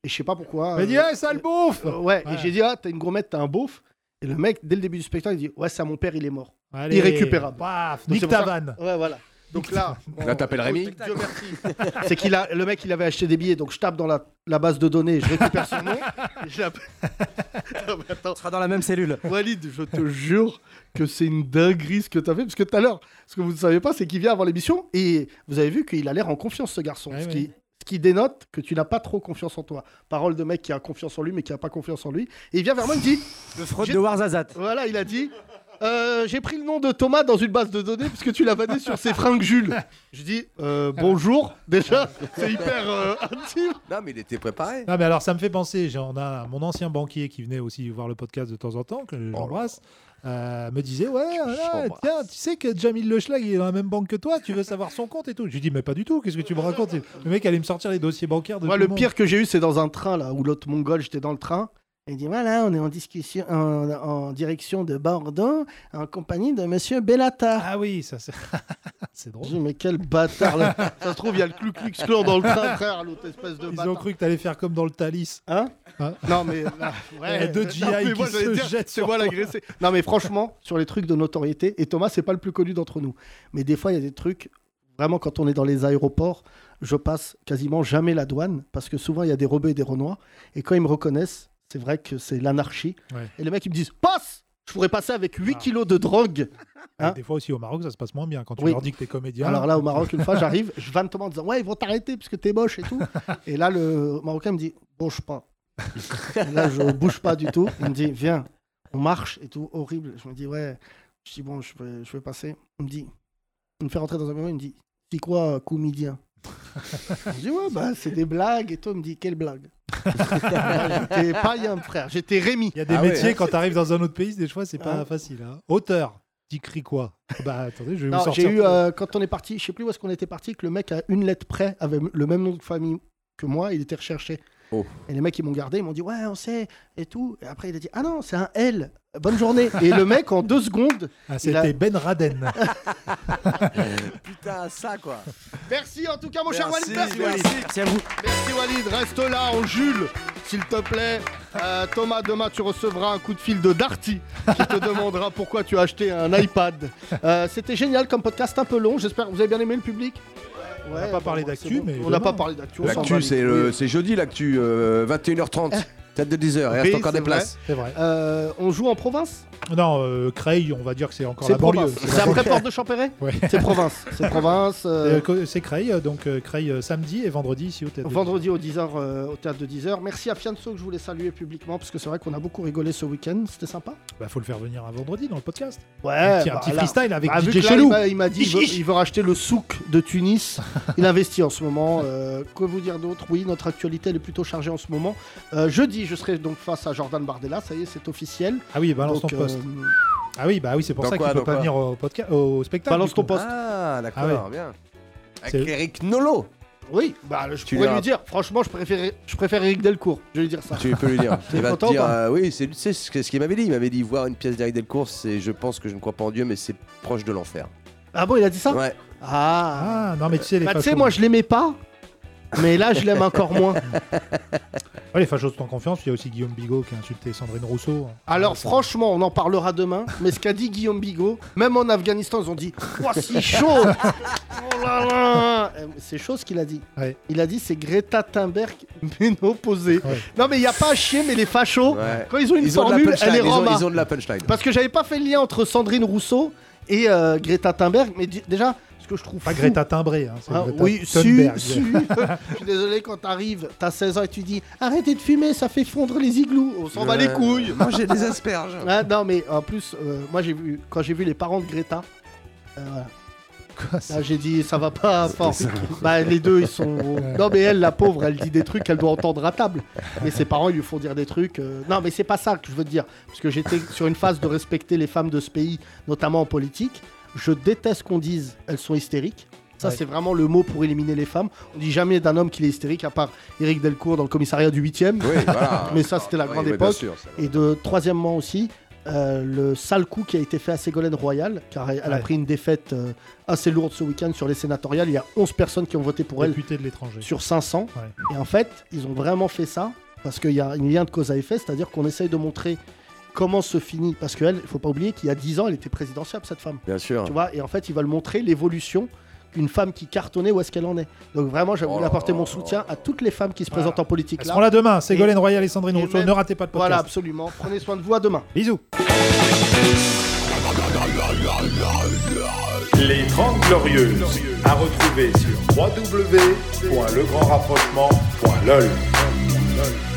Speaker 6: et je sais pas pourquoi.
Speaker 5: Il a dit,
Speaker 6: euh,
Speaker 5: Eh, sale bouffe
Speaker 6: euh, ouais, et j'ai dit, ah, t'as une gourmette, t'as un beauf. Et le mec, dès le début du spectacle, il dit, ouais, ça, mon père, il est mort.
Speaker 5: Allez,
Speaker 6: Irrécupérable.
Speaker 5: paf,
Speaker 6: Donc,
Speaker 5: nique
Speaker 6: c'est pour
Speaker 5: ta
Speaker 6: ça-
Speaker 5: vanne.
Speaker 6: Ouais, voilà. Donc là, bon,
Speaker 4: Là, t'appelles Rémi
Speaker 6: Dieu merci. C'est qu'il a, le mec, il avait acheté des billets, donc je tape dans la, la base de données, je récupère son nom. et Je l'appelle. Non, mais attends.
Speaker 14: sera dans la même cellule.
Speaker 6: Walid, je te jure que c'est une dinguerie ce que t'as fait, parce que tout à l'heure, ce que vous ne savez pas, c'est qu'il vient avant l'émission et vous avez vu qu'il a l'air en confiance, ce garçon, ce, Qui, ce qui dénote que tu n'as pas trop confiance en toi. Parole de mec qui a confiance en lui, mais qui n'a pas confiance en lui. Et il vient vers moi, il me dit
Speaker 14: Le fraude
Speaker 6: J'ai-
Speaker 14: de Warzazat.
Speaker 6: Voilà, il a dit. euh, J'ai pris le nom de Thomas dans une base de données parce que tu l'as vanné sur ses fringues Jules. Je dis euh, bonjour déjà, c'est hyper euh, intime. Ah.
Speaker 4: Non, mais il était préparé.
Speaker 5: Non, mais alors ça me fait penser, j'ai- on a mon ancien banquier qui venait aussi voir le podcast de temps en temps,
Speaker 6: Oh
Speaker 5: que j'embrasse, euh, me disait Ouais, voilà, tiens, tu sais que Jamil Le Schlag il est dans la même banque que toi, tu veux savoir son compte et tout. Je lui dis Mais pas du tout, qu'est-ce que tu me racontes Le mec allait me sortir les dossiers bancaires de.
Speaker 6: Moi,
Speaker 5: tout
Speaker 6: le
Speaker 5: monde.
Speaker 6: pire que j'ai eu, c'est dans un train, là, où l'autre mongol, j'étais dans le train. Il dit voilà, on est en discussion, en, en direction de Bordeaux, en compagnie de Monsieur Bellatar.
Speaker 5: Ah oui, ça c'est. C'est drôle.
Speaker 6: Je dis, mais quel bâtard là Ça se trouve, il y a le clou clou clan dans le train, frère, l'autre espèce de
Speaker 5: Ils
Speaker 6: bâtard.
Speaker 5: ont cru que t'allais faire comme dans le Thalys.
Speaker 6: Hein, Non, mais.
Speaker 5: Il y a deux GI qui se
Speaker 6: c'est
Speaker 5: jettent sur
Speaker 6: moi
Speaker 5: toi.
Speaker 6: l'agressé. Non, mais franchement, sur les trucs de notoriété, et Thomas, c'est pas le plus connu d'entre nous. Mais des fois, il y a des trucs, vraiment, quand on est dans les aéroports, je passe quasiment jamais la douane, parce que souvent, il y a des rebeux et des renois. Et quand ils me reconnaissent, c'est vrai que c'est l'anarchie.
Speaker 5: Ouais. Ah.
Speaker 6: Et les mecs, ils me disent Passe Je pourrais passer avec 8 kilos de drogue. Hein
Speaker 5: Des fois aussi au Maroc, ça se passe moins bien quand tu
Speaker 6: Oui.
Speaker 5: leur dis que t'es comédien.
Speaker 6: Alors là, au Maroc, une fois, j'arrive, je vanne Thomas en disant Ouais, ils vont t'arrêter parce que t'es moche et tout. Et là, le Marocain me dit Bouge pas. Et là, je bouge pas du tout. Il me dit Viens, on marche et tout, horrible. Je me dis Ouais, je dis Bon, je vais, je vais passer. Il me dit Il me fait rentrer dans un bureau, il me dit C'est quoi, euh, comédien Je dis Ouais, bah, c'est des blagues et tout. Il me dit Quelle blague J'étais païen, frère. J'étais Rémi.
Speaker 5: Il y a des métiers, quand t'arrives dans un autre pays, des fois, c'est
Speaker 6: Ah.
Speaker 5: pas facile. hein. Auteur, tu cries quoi Bah attendez, je vais vous
Speaker 6: Non,
Speaker 5: sortir.
Speaker 6: j'ai eu, euh, quand on est parti, je sais plus où est-ce qu'on était parti, que le mec à une lettre près avait m- le même nom de famille que moi, il était recherché.
Speaker 4: Oh.
Speaker 6: Et les mecs, ils m'ont gardé, ils m'ont dit, ouais, on sait, et tout. Et après, il a dit, ah non, c'est un L, bonne journée. et le mec, en deux secondes.
Speaker 5: Ah,
Speaker 6: il a-
Speaker 5: C'était Ben Raden.
Speaker 4: Putain, ça quoi.
Speaker 6: Merci en tout cas, mon cher
Speaker 4: Merci,
Speaker 6: Walid.
Speaker 4: Walid.
Speaker 6: Merci, Walid. Merci, Walid. Reste là, on Jules, s'il te plaît. Euh, Thomas, demain, tu recevras un coup de fil de Darty qui te demandera pourquoi tu as acheté un iPad. Euh, C'était génial comme podcast, un peu long. J'espère que vous avez bien aimé le public. on n'a pas parlé d'actu,
Speaker 5: mais
Speaker 6: On n'a
Speaker 5: demain.
Speaker 6: pas parlé d'actu. on s'en bat
Speaker 4: L'actu,
Speaker 6: les
Speaker 4: c'est
Speaker 6: couilles.
Speaker 4: le- c'est jeudi, l'actu, euh, 21h30. Tête de 10h, il reste
Speaker 6: Oui,
Speaker 4: encore des
Speaker 6: c'est vrai.
Speaker 4: places.
Speaker 5: C'est vrai.
Speaker 6: Euh, on joue en province
Speaker 5: Non, euh, Creil, on va dire que c'est encore
Speaker 6: C'est
Speaker 5: la banlieue.
Speaker 6: province. C'est après Porte de Champéret C'est province. C'est province. euh,
Speaker 5: Euh, co- C'est Creil, euh, donc euh, Creil euh, samedi et vendredi ici au Théâtre. de-
Speaker 6: Vendredi au, 10h, euh, au théâtre de 10h. Merci à Fianso que je voulais saluer publiquement parce que c'est vrai qu'on a beaucoup rigolé ce week-end. C'était sympa.
Speaker 5: Bah, faut le faire venir un vendredi dans le podcast.
Speaker 6: Ouais,
Speaker 5: Un petit, un
Speaker 6: bah
Speaker 5: petit
Speaker 6: là-
Speaker 5: freestyle avec
Speaker 6: bah, vu
Speaker 5: DJ
Speaker 6: que là,
Speaker 5: Chelou.
Speaker 6: Il m'a- il m'a dit
Speaker 5: Ich,
Speaker 6: il veut,
Speaker 5: ich.
Speaker 6: il veut racheter le souk de Tunis. Il investit en ce moment. Euh, que vous dire d'autre Oui, notre actualité elle est plutôt chargée en ce moment. Euh, jeudi, je serai donc face à Jordan Bardella. Ça y est, c'est officiel.
Speaker 5: Ah oui, balance
Speaker 6: Donc,
Speaker 5: ton poste.
Speaker 6: euh,
Speaker 5: Ah oui, bah oui, c'est pour
Speaker 6: Dans
Speaker 5: ça qu'il
Speaker 6: quoi,
Speaker 5: peut
Speaker 6: dans
Speaker 5: pas
Speaker 6: quoi
Speaker 5: venir au, podcast, au spectacle.
Speaker 6: Balance
Speaker 5: du
Speaker 6: ton
Speaker 5: coup.
Speaker 6: poste.
Speaker 4: Ah, d'accord,
Speaker 5: Ah ouais.
Speaker 4: bien.
Speaker 5: C'est-
Speaker 4: Avec Eric Nolo.
Speaker 6: Oui, bah, je
Speaker 4: Tu
Speaker 6: pourrais
Speaker 4: l'as-
Speaker 6: lui dire. Franchement, je préfère, je préfère Eric Delcourt. Je vais lui dire ça.
Speaker 4: Tu peux lui dire.
Speaker 6: T'es
Speaker 4: Il va
Speaker 6: content
Speaker 4: te
Speaker 6: ou
Speaker 4: dire,
Speaker 6: pas
Speaker 4: euh, oui, c'est c'est ce que- ce qu'il m'avait dit. Il m'avait dit voir une pièce d'Eric Delcourt, c'est je pense que je ne crois pas en Dieu, mais c'est proche de l'enfer.
Speaker 6: Ah bon, il a dit ça
Speaker 4: Ouais.
Speaker 6: Ah.
Speaker 5: Ah, non, mais tu sais, les
Speaker 6: Bah, tu sais,
Speaker 5: fachos.
Speaker 6: moi, je l'aimais pas. Mais là, je l'aime encore moins.
Speaker 5: Ouais, les fachos sont en confiance. Il y a aussi Guillaume Bigot qui a insulté Sandrine Rousseau.
Speaker 6: Alors franchement, on en parlera demain, mais ce qu'a dit Guillaume Bigot, même en Afghanistan, ils ont dit « Ouah, c'est chaud Oh là là Euh, C'est chaud ce qu'il a dit. Il a dit c'est Greta Thunberg, mais non posée. Non mais il n'y a pas à chier, mais les fachos, Oh, quand ils ont une
Speaker 4: Ils ont de la
Speaker 6: formule,
Speaker 4: punchline,
Speaker 6: elle est
Speaker 4: ils ont-
Speaker 6: Roma.
Speaker 4: ils ont de la punchline.
Speaker 6: Parce que j'avais pas fait le lien entre Sandrine Rousseau et euh, Greta Thunberg, mais di- déjà, ce que je trouve
Speaker 5: Pas
Speaker 6: fou-
Speaker 5: Greta Timbré. Hein, c'est
Speaker 6: Ah,
Speaker 5: Greta
Speaker 6: oui, su,
Speaker 5: Thunberg.
Speaker 6: su. Je suis désolé quand t'arrives, t'as 16 ans et tu dis arrêtez de fumer, ça fait fondre les igloos. On s'en bat
Speaker 4: Ouais.
Speaker 6: les couilles.
Speaker 4: Mangez des asperges.
Speaker 6: Ah, non mais en plus, euh, moi j'ai vu quand j'ai vu les parents de Greta. euh, voilà. Là, j'ai dit ça va pas fort. Bah, les deux ils sont. Non mais elle la pauvre elle dit des trucs qu'elle doit entendre à table. Mais ses parents ils lui font dire des trucs. euh, Non mais c'est pas ça que je veux te dire parce que j'étais sur une phase de respecter les femmes de ce pays notamment en politique. Je déteste qu'on dise elles sont hystériques. Ça,
Speaker 5: Ouais.
Speaker 6: c'est vraiment le mot pour éliminer les femmes. On dit jamais d'un homme qu'il est hystérique, à part Éric Delcourt dans le commissariat du 8e.
Speaker 4: voilà.
Speaker 6: Mais ça, c'était la
Speaker 4: Oui,
Speaker 6: grande
Speaker 4: oui, bien
Speaker 6: époque.
Speaker 4: sûr, ça.
Speaker 6: et de troisièmement aussi, euh, le sale coup qui a été fait à Ségolène Royal, car elle elle a
Speaker 5: Ouais.
Speaker 6: pris une défaite euh, assez lourde ce week-end sur les sénatoriales. Il y a 11 personnes qui ont voté pour elle
Speaker 5: Députée de l'étranger.
Speaker 6: sur 500.
Speaker 5: Ouais.
Speaker 6: Et en fait, ils ont vraiment fait ça parce qu'il y a un lien de cause à effet, c'est-à-dire qu'on essaye de montrer comment se finit. Parce qu'elle, il faut pas oublier qu'il y a 10 ans, elle était présidentielle, cette femme.
Speaker 4: Bien sûr.
Speaker 6: Tu vois, et en fait, ils veulent montrer l'évolution qu'une femme qui cartonnait, où est-ce qu'elle en est. Donc vraiment, j'ai voulu apporter mon soutien à toutes les femmes qui se présentent en politique.
Speaker 5: Elles seront là demain. Ségolène
Speaker 6: Et-
Speaker 5: Royal et Sandrine
Speaker 6: et
Speaker 5: Rousseau.
Speaker 6: même-
Speaker 5: Ne ratez pas de podcast.
Speaker 6: Voilà, absolument. Prenez soin de vous à demain.
Speaker 5: Bisous.
Speaker 15: Les 30 Glorieuses, à retrouver sur www.legrandrapprochement.lol.